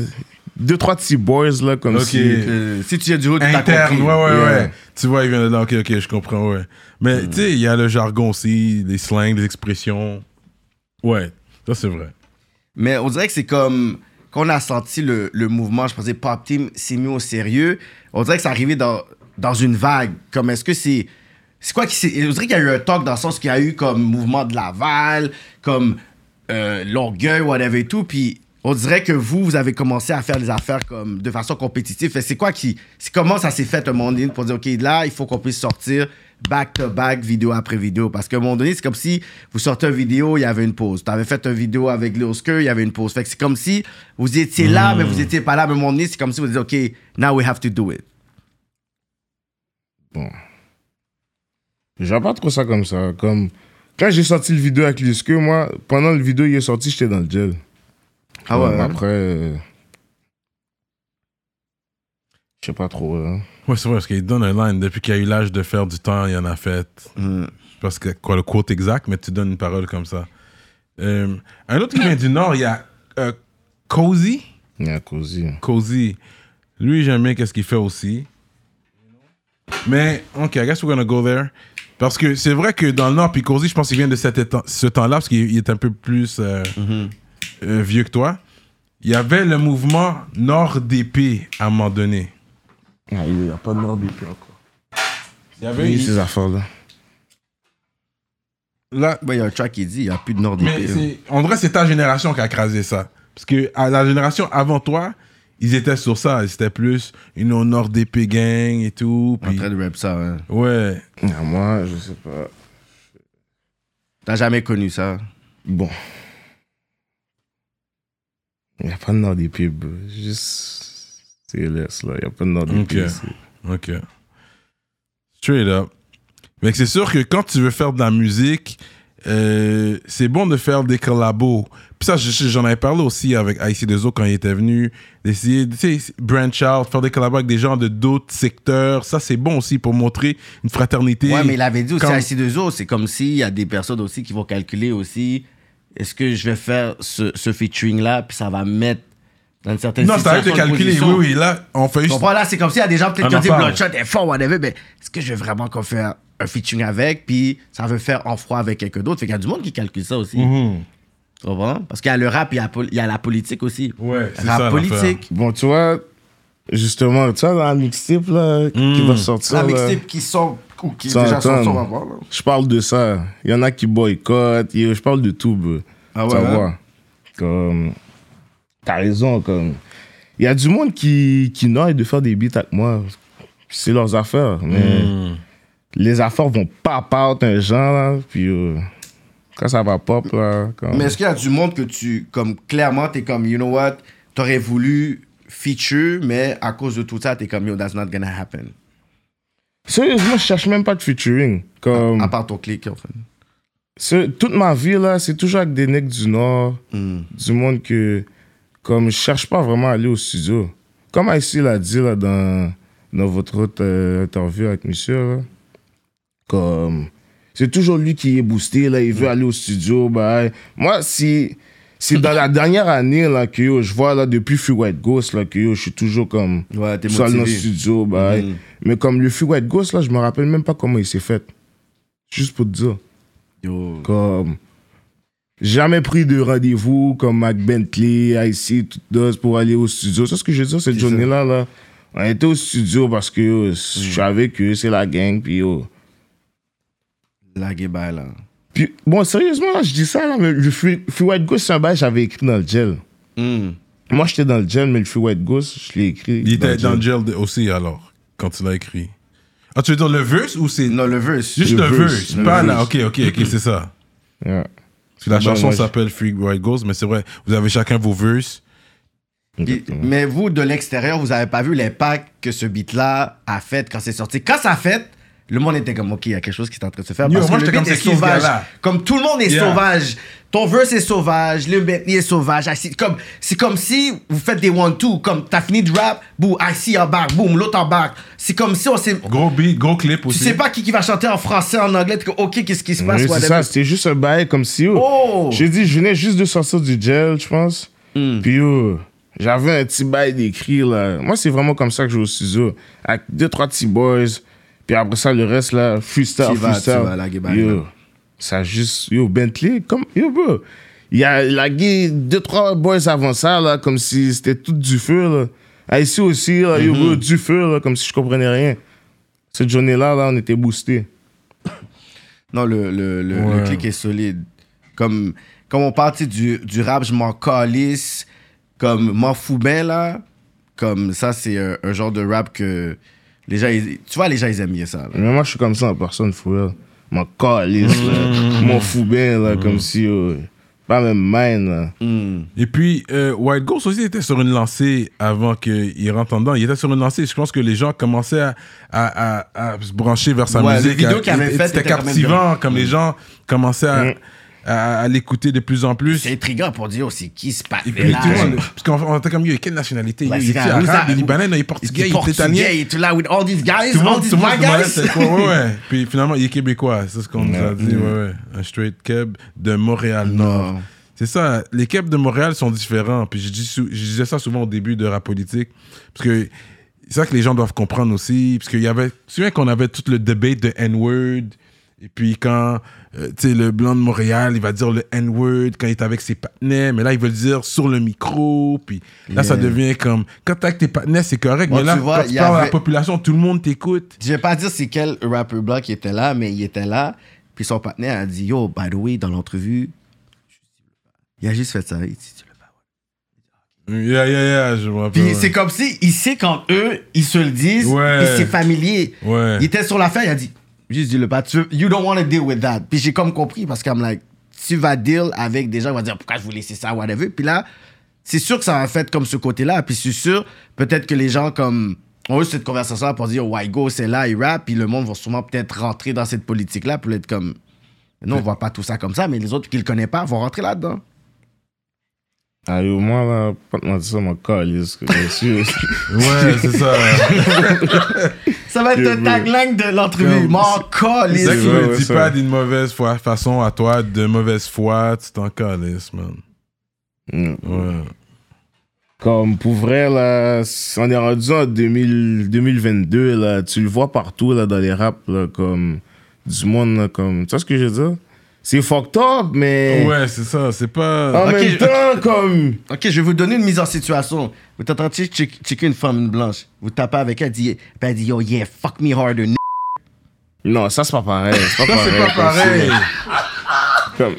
Speaker 3: deux, trois petits boys, là, comme
Speaker 1: Ok.
Speaker 3: si...
Speaker 4: Euh, si tu as du haut, t'as
Speaker 1: Interne,
Speaker 4: compris.
Speaker 1: ouais, ouais,
Speaker 3: Yeah.
Speaker 1: ouais. Tu vois, il vient de là, ok, ok, je comprends, ouais. Mais
Speaker 4: Mm.
Speaker 1: tu sais, il y a le jargon aussi, les slangs, les expressions. Ouais, ça c'est vrai.
Speaker 4: Mais on dirait que c'est comme. Quand on a senti le, le mouvement, je pensais Pop Team s'est mis au sérieux. On dirait que c'est arrivé dans, dans une vague. Comme est-ce que c'est. C'est quoi qui s'est. On dirait qu'il y a eu un talk dans le sens qu'il y a eu comme mouvement de Laval, comme euh, Longueuil, whatever et tout. Puis on dirait que vous, vous avez commencé à faire des affaires comme de façon compétitive. Fait que C'est quoi qui. C'est comment ça s'est fait un moment donné pour dire, OK, là, il faut qu'on puisse sortir back to back, vidéo après vidéo. Parce qu'à un moment donné, c'est comme si vous sortez une vidéo, il y avait une pause. Tu avais fait une vidéo avec Lil Skur, il y avait une pause. Fait que c'est comme si vous étiez là, mais vous étiez pas là. Mais à un moment donné, c'est comme si vous disiez, OK, now we have to do it.
Speaker 3: Je vois pas trop ça comme ça. Comme... Quand j'ai sorti le vidéo avec Lusque, moi, pendant le vidéo, il est sorti, j'étais dans le gel.
Speaker 4: Ah ouais,
Speaker 3: Bon,
Speaker 4: hein?
Speaker 3: Après... euh, Je sais pas trop, hein.
Speaker 1: Ouais, c'est vrai, parce qu'il donne un line. Depuis qu'il a eu l'âge de faire du temps, il en a fait.
Speaker 4: Mm.
Speaker 1: Je pense que quoi, le quote exact, mais tu donnes une parole comme ça. Euh, un autre qui vient du Nord, il y a euh, Cozy.
Speaker 3: Il y a Cozy.
Speaker 1: Cozy. Lui, j'aime bien qu'est-ce qu'il fait aussi. Mais, ok, I guess we're gonna go there. Parce que c'est vrai que dans le Nord, puis Cozy, je pense qu'il vient de cet éta- ce temps-là, parce qu'il il est un peu plus euh, euh, vieux que toi. Il y avait le mouvement Nord d'épée à un moment donné.
Speaker 3: Ah, Il n'y a pas de nord d'épée encore.
Speaker 1: Il y avait
Speaker 3: Oui, ces affaires-là.
Speaker 1: là,
Speaker 4: Ouais, il y a un track qui dit, il n'y a plus de Nord E.
Speaker 1: mais
Speaker 4: d'épée. là.
Speaker 1: c'est- en vrai, c'est ta génération qui a crasé ça. Parce que à la génération avant toi, ils étaient sur ça. C'était plus une Nord d'épée gang et tout.
Speaker 4: En
Speaker 1: Puis,
Speaker 4: train de rap ça, hein. ouais.
Speaker 1: ouais.
Speaker 3: Ah, moi, je sais pas.
Speaker 4: T'as jamais connu ça.
Speaker 3: Bon. Il n'y a pas de nord d'épée, bro. Juste. C'est l'Est, là. Il n'y a pas de nord d'épée.
Speaker 1: Ok.
Speaker 3: ici.
Speaker 1: Ok. Straight up. Mais c'est sûr que quand tu veux faire de la musique, euh, c'est bon de faire des collabos. Puis ça, je- je- j'en avais parlé aussi avec IC2O quand il était venu. D'essayer, tu sais, branch out, faire des collabos avec des gens de d'autres secteurs. Ça, c'est bon aussi pour montrer une fraternité.
Speaker 4: Ouais, mais il avait dit aussi
Speaker 1: quand-
Speaker 4: à ces deux autres, c'est comme s'il y a des personnes aussi qui vont calculer aussi, est-ce que je vais faire ce, ce featuring-là, puis ça va me mettre dans une certaine
Speaker 1: Non, ça arrête de
Speaker 4: situation
Speaker 1: calculer. Oui,
Speaker 4: position.
Speaker 1: oui, là, on fait
Speaker 4: Tu
Speaker 1: juste.
Speaker 4: comprends? Là, c'est comme s'il y a des gens peut-être
Speaker 1: Un
Speaker 4: qui ont dit
Speaker 1: affaire.
Speaker 4: Bloodshot est fort, whatever, mais est-ce que je vais vraiment qu'on faire un featuring avec, puis ça veut faire en froid avec quelqu'un d'autre? Fait qu'il y a du monde qui calcule ça aussi.
Speaker 1: Mm-hmm.
Speaker 4: Tu comprends? Parce qu'il y a le rap, il y a, la pol- il y a la politique aussi.
Speaker 1: Ouais, c'est
Speaker 4: rap
Speaker 1: ça,
Speaker 4: politique.
Speaker 3: Bon, tu vois, justement, tu vois, dans la mixtape, là, qui va sortir.
Speaker 4: La
Speaker 3: là,
Speaker 4: mixtape qui sort ou qui
Speaker 3: Ça,
Speaker 4: déjà sort,
Speaker 3: attends.
Speaker 4: on va voir. là.
Speaker 3: Je parle de ça. Il y en a qui boycottent. et Je parle de tout, bro.
Speaker 4: Ah ouais,
Speaker 3: Tu vas
Speaker 4: hein?
Speaker 3: voir. Comme. T'as raison, comme. Il y a du monde qui, qui noie de faire des beats avec moi. C'est leurs affaires. Mais
Speaker 4: Hmm.
Speaker 3: les affaires vont pas part un genre, là. Puis euh, quand ça va pop, là. Comme...
Speaker 4: Mais est-ce qu'il y a du monde que tu, comme clairement, t'es comme, you know what, t'aurais voulu feature, mais à cause de tout ça, t'es comme, yo, that's not gonna happen.
Speaker 3: Sérieusement, je cherche même pas de featuring. Comme.
Speaker 4: À part ton clic, en fait.
Speaker 3: Ce- toute ma vie, là, c'est toujours avec des necks du Nord, du monde que, comme, je cherche pas vraiment à aller au studio. Comme Aïssi l'a dit, là, dans, dans votre autre euh, interview avec monsieur, là, comme, c'est toujours lui qui est boosté, là, il veut aller au studio, bah, hey. moi, c'est, c'est dans la dernière année, là, que yo, je vois, là, depuis Free White Ghost, là, que yo, je suis toujours comme,
Speaker 4: Ouais, t'es
Speaker 3: seul dans le
Speaker 4: motivé. Mm.
Speaker 3: studio, bah, hey. mais comme le Free White Ghost, là, je me rappelle même pas comment il s'est fait. Juste pour te dire.
Speaker 4: Yo.
Speaker 3: Comme. Jamais pris de rendez-vous comme Mac Bentley, IC, tout d'autres pour aller au studio. C'est ce que je veux dire, cette journée-là. Là, on était au studio parce que yo, je suis avec eux, c'est la gang. Puis, oh. yo.
Speaker 4: Lagué by là.
Speaker 3: Puis, bon, sérieusement, là, je dis ça, là, mais le Free, Free White Ghost, c'est un bail que j'avais écrit dans le gel.
Speaker 4: Hmm.
Speaker 3: Mm. Moi, j'étais dans le gel, mais le Free White Ghost, je l'ai écrit.
Speaker 1: Il était
Speaker 3: gel.
Speaker 1: dans le gel de- aussi, alors, quand tu l'as écrit. Ah, tu veux dire le verse ou c'est.
Speaker 4: Non, le verse.
Speaker 1: Juste
Speaker 3: le
Speaker 1: le
Speaker 3: verse,
Speaker 1: verse.
Speaker 3: le
Speaker 1: Pas
Speaker 3: verse.
Speaker 1: là. Ok, ok, ok, c'est ça.
Speaker 3: Yeah.
Speaker 1: Parce que la
Speaker 3: Ben,
Speaker 1: chanson
Speaker 3: moi, je-
Speaker 1: s'appelle Free White Ghost, mais c'est vrai, vous avez chacun vos verses.
Speaker 4: Il- Mais vous, de l'extérieur, vous avez pas vu l'impact que ce beat-là a fait quand c'est sorti. Quand ça a fait, le monde était comme, OK, il y a quelque chose qui est en train de se faire.
Speaker 1: Yo,
Speaker 4: parce
Speaker 1: moi,
Speaker 4: que le
Speaker 1: j'étais
Speaker 4: beat
Speaker 1: comme,
Speaker 4: est
Speaker 1: c'est qui, ce
Speaker 4: sauvage.
Speaker 1: gars-là?
Speaker 4: Comme tout le monde est
Speaker 1: Yeah.
Speaker 4: sauvage. Ton verse est sauvage, le Bentley est sauvage. I see- Comme, c'est comme si vous faites des one-two. Comme, t'as fini de rap, boum, IC embarque, boum, l'autre embarque. C'est comme si on s'est.
Speaker 1: Gros beat, gros clip
Speaker 4: Tu
Speaker 1: aussi.
Speaker 4: sais pas qui, qui va chanter en français, en anglais, t'es comme, OK, qu'est-ce qui se passe,
Speaker 3: Oui, c'est
Speaker 4: whatever.
Speaker 3: ça, c'était juste un bail comme si. yo,
Speaker 4: Oh! Hmm.
Speaker 3: J'ai dit, je venais juste de sortir du gel, je pense. Puis yo, j'avais un petit bail d'écrit là. Moi, c'est vraiment comme ça que je joue au studio. Avec deux, trois petits boys. Puis après ça, le reste là, freestyle,
Speaker 4: Tu vas-
Speaker 3: freestyle.
Speaker 4: tu vas laguer bail, là.
Speaker 3: yo, ça juste. Yo, Bentley, comme. Yo, bro. Il a lagué deux, trois boys avant ça là, comme si c'était tout du feu là. Ah, ici aussi, là, yo,
Speaker 4: Mm-hmm.
Speaker 3: bro, du feu là, comme si je comprenais rien. Cette journée-là, là, on était boostés.
Speaker 4: Non, le, le, le, le clic est solide. Comme, comme on partit du, du rap, je m'en calisse. Comme, m'en fous bien, là. Comme, ça, c'est un, un genre de rap que les gens, ils- tu vois, les gens, ils aiment bien ça.
Speaker 1: Mm.
Speaker 4: là.
Speaker 3: Mais moi, je suis comme ça en personne, fou, là. Mon calice, là. Mon fou bien, là, comme si, euh, pas même mine, là.
Speaker 1: Et puis, euh, White Ghost aussi était sur une lancée avant qu'il rentre en dedans. Il était sur une lancée. Je pense que les gens commençaient à, à- à- à se brancher vers sa
Speaker 4: Ouais, les
Speaker 1: musique.
Speaker 4: vidéos
Speaker 1: à-
Speaker 4: qu'il avait
Speaker 1: et- et
Speaker 4: faites
Speaker 1: C'était
Speaker 4: étaient quand même
Speaker 1: captivant,
Speaker 4: bien. Mm.
Speaker 1: comme les gens commençaient à, à- à l'écouter de plus en plus.
Speaker 4: C'est intriguant pour dire, oh, c'est qui ce patin
Speaker 1: Et puis,
Speaker 4: là
Speaker 1: tout le monde- parce qu'on on était comme, yo, quelle nationalité? Yo,
Speaker 4: Ouais,
Speaker 1: il
Speaker 4: c'est
Speaker 1: est
Speaker 4: ça. Who's
Speaker 1: arabe,
Speaker 4: that?
Speaker 1: il est libanais, non, il est portugais, il est italien.
Speaker 4: portugais, et tout là, with all these guys,
Speaker 1: Tout le
Speaker 4: all
Speaker 1: monde,
Speaker 4: these
Speaker 1: tout le monde se
Speaker 4: black
Speaker 1: demandait
Speaker 4: guys.
Speaker 1: c'était quoi. Ouais, ouais. Puis finalement, il est québécois. C'est ce qu'on nous a dit. Ouais, ouais. Un straight keb de Montréal-Nord.
Speaker 4: Non.
Speaker 1: C'est ça. Les kebs de Montréal sont différents. Puis je, dis sou- je disais ça souvent au début de Rap Politique. Parce que C'est ça que les gens doivent comprendre aussi, parce qu'il y avait, tu te souviens qu'on avait tout le debate de N-word, et puis quand, euh, tu sais, le blanc de Montréal, il va dire le N-word quand il est avec ses partenaires, mais là, il veut le dire sur le micro, puis là, ça devient comme, quand t'es avec tes partenaires, c'est correct,
Speaker 4: Moi,
Speaker 1: mais là,
Speaker 4: tu vois,
Speaker 1: quand tu
Speaker 4: il y
Speaker 1: parles à la
Speaker 4: avait-
Speaker 1: population, tout le monde t'écoute.
Speaker 4: Je vais pas dire c'est quel rapper blanc qui était là, mais il était là. Puis son partenaire a dit Yo, by the way, dans l'entrevue, il a juste fait ça. Il dit, Tu le fais, ouais.
Speaker 1: Yeah, yeah, yeah, je me rappelle,
Speaker 4: Puis
Speaker 1: ouais.
Speaker 4: c'est comme si il sait quand eux, ils se le disent,
Speaker 1: Ouais.
Speaker 4: puis c'est familier.
Speaker 1: Ouais.
Speaker 4: Il était sur l'affaire, il a dit Juste dis le pas, tu, you don't want to deal with that. Puis j'ai comme compris parce qu'I'm like, tu vas deal avec des gens qui vont dire pourquoi je vous laissais ça, whatever. Puis là, c'est sûr que ça va fait comme ce côté-là. Puis c'est sûr, peut-être que les gens comme ont eu cette conversation pour dire why go, c'est là, il rap. Puis le monde va sûrement peut-être rentrer dans cette politique-là pour être comme. Non, on voit pas tout ça comme ça, mais les autres qui le connaissent pas vont rentrer là-dedans.
Speaker 3: Allô, Ah, moi, là, pas te mentir ça, mon calice. que je suis-
Speaker 1: Ouais, c'est ça.
Speaker 4: Ça va être
Speaker 3: Je
Speaker 4: le
Speaker 3: veux-
Speaker 4: tagline de l'entrevue.
Speaker 1: Comme-
Speaker 4: Mon
Speaker 1: C'est
Speaker 4: calice.
Speaker 1: ça que je
Speaker 3: Ouais,
Speaker 1: me
Speaker 3: ouais,
Speaker 1: dis
Speaker 3: ça.
Speaker 1: pas d'une mauvaise foi, façon à toi, de mauvaise foi, tu t'en calisses, man.
Speaker 3: Mm.
Speaker 1: Ouais.
Speaker 3: Comme pour vrai, là, on est rendu en 2000 2022, là, tu le vois partout là, dans les raps, là, comme du monde, là, comme. Tu vois ce que je veux dire? C'est fucked up, mais
Speaker 1: Ouais, c'est ça, c'est pas.
Speaker 3: en
Speaker 4: Ok,
Speaker 3: même
Speaker 4: je-
Speaker 3: temps, comme.
Speaker 4: Ok, je vais vous donner une mise en situation. Vous êtes en train de check- checker une femme une blanche. Vous tapez avec elle, dit, puis elle dit Yo, yeah, fuck me harder. n***.
Speaker 3: Non, ça c'est pas pareil. C'est pas
Speaker 1: Ça, c'est
Speaker 3: pareil.
Speaker 1: pas
Speaker 3: comme ça,
Speaker 1: pareil.
Speaker 3: là. Comme...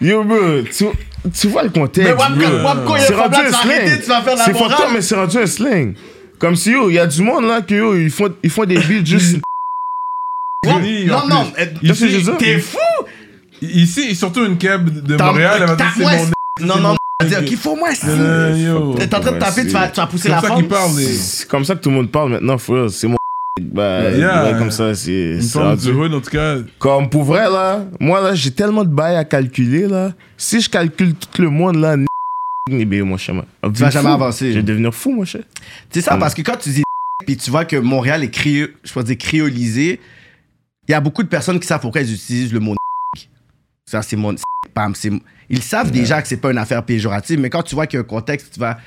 Speaker 3: Yo, bro, tu, tu vois le contexte. bro.
Speaker 4: Wapko, il y a
Speaker 3: C'est
Speaker 4: un
Speaker 3: rendu
Speaker 4: problème,
Speaker 3: un
Speaker 4: ça
Speaker 3: slang.
Speaker 4: arrête, tu vas faire la
Speaker 3: C'est fucked up,
Speaker 4: morale.
Speaker 3: mais c'est rendu un slang. Comme si, yo, il y a du monde là, que yo, ils font, ils font des beats juste.
Speaker 1: Génie, en
Speaker 4: Non, non,
Speaker 1: plus.
Speaker 4: euh,
Speaker 3: Tu sais ce que je
Speaker 1: Ici,
Speaker 3: veux
Speaker 4: T'es
Speaker 3: dire?
Speaker 4: fou
Speaker 1: ici, surtout une cab de
Speaker 4: T'as-
Speaker 1: Montréal, elle va dire
Speaker 4: t'as-
Speaker 1: c'est
Speaker 4: ouais,
Speaker 1: mon.
Speaker 4: c'est- Non, non, elle dit
Speaker 1: nigga.
Speaker 4: Ok, il faut moi, si.
Speaker 1: Non, non, non, Euh, yo.
Speaker 4: T'es en train de taper, tu vas, tu vas pousser
Speaker 1: C'est
Speaker 4: la
Speaker 1: comme ça
Speaker 4: femme.
Speaker 1: qu'ils parlent, les-
Speaker 3: C'est comme ça que tout le monde parle maintenant, frère. C'est mon. Bah,
Speaker 1: Yeah.
Speaker 3: ouais, comme ça, c'est.
Speaker 1: Une
Speaker 3: c'est
Speaker 1: forme
Speaker 3: rendu.
Speaker 1: du hood, en tout cas.
Speaker 3: Comme pour vrai, là, moi, là, j'ai tellement de bails à calculer, là. Si je calcule tout le monde, là, n- eh ben, mon chien, Tu
Speaker 4: vas jamais avancer.
Speaker 3: Je vais devenir fou, mon chien.
Speaker 4: C'est
Speaker 3: Ah.
Speaker 4: ça, parce que quand tu dis n***, puis tu vois que Montréal est cryo, je peux dire créolisé, il y a beaucoup de personnes qui savent pourquoi ils utilisent le mot n***. Ça, c'est mon n***, pam, c'est mon- Ils savent déjà que c'est pas une affaire péjorative, mais quand tu vois qu'il y a un contexte, tu vas.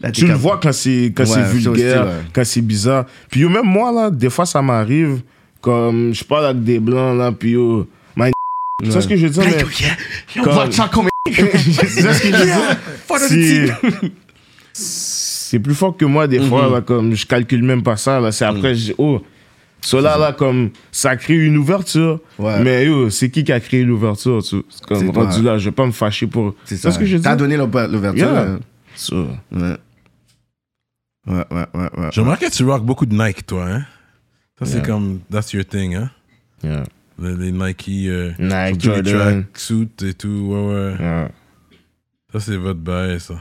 Speaker 4: Là, t'es
Speaker 3: Tu le
Speaker 4: comme-
Speaker 3: vois quand c'est quand
Speaker 4: Ouais,
Speaker 3: c'est
Speaker 4: ça aussi,
Speaker 3: vulgaire,
Speaker 4: ouais.
Speaker 3: quand c'est bizarre. Puis yo, même moi, là, des fois, ça m'arrive, comme je parle avec des blancs, là, puis yo, my Tu sais ce que je veux dire, mais...
Speaker 4: Yo,
Speaker 3: Comme-
Speaker 4: watch out, comme-
Speaker 3: tu sais ce que je veux dire?
Speaker 4: Fuck the
Speaker 3: C'est- C'est plus fort que moi, des
Speaker 4: Mhm.
Speaker 3: fois, là, comme je calcule même pas ça, là, c'est après, je dis, oh, cela, là, comme, ça crée une ouverture.
Speaker 4: Ouais.
Speaker 3: Mais yo, c'est qui qui a créé l'ouverture, tu c'est Comme,
Speaker 4: C'est toi.
Speaker 3: rendu là, je vais pas me fâcher pour...
Speaker 4: C'est
Speaker 3: Tu sais
Speaker 4: ça.
Speaker 3: ce que je veux
Speaker 4: T'as
Speaker 3: dire?
Speaker 4: donné l'ouver- l'ouverture.
Speaker 3: Yeah.
Speaker 4: là.
Speaker 3: Ça.
Speaker 4: Ouais. Ouais, ouais, ouais, ouais.
Speaker 1: J'ai remarqué que tu rock beaucoup de Nike, toi, hein. Ça, c'est
Speaker 3: Yeah.
Speaker 1: comme. That's your thing, hein.
Speaker 3: Yeah.
Speaker 1: Les, les Nike. euh,
Speaker 3: Nike,
Speaker 1: surtout les
Speaker 3: Mm. Jordan.
Speaker 1: tracksuits et tout. Ouais, ouais.
Speaker 3: Yeah.
Speaker 1: Ça, c'est votre bail, ça.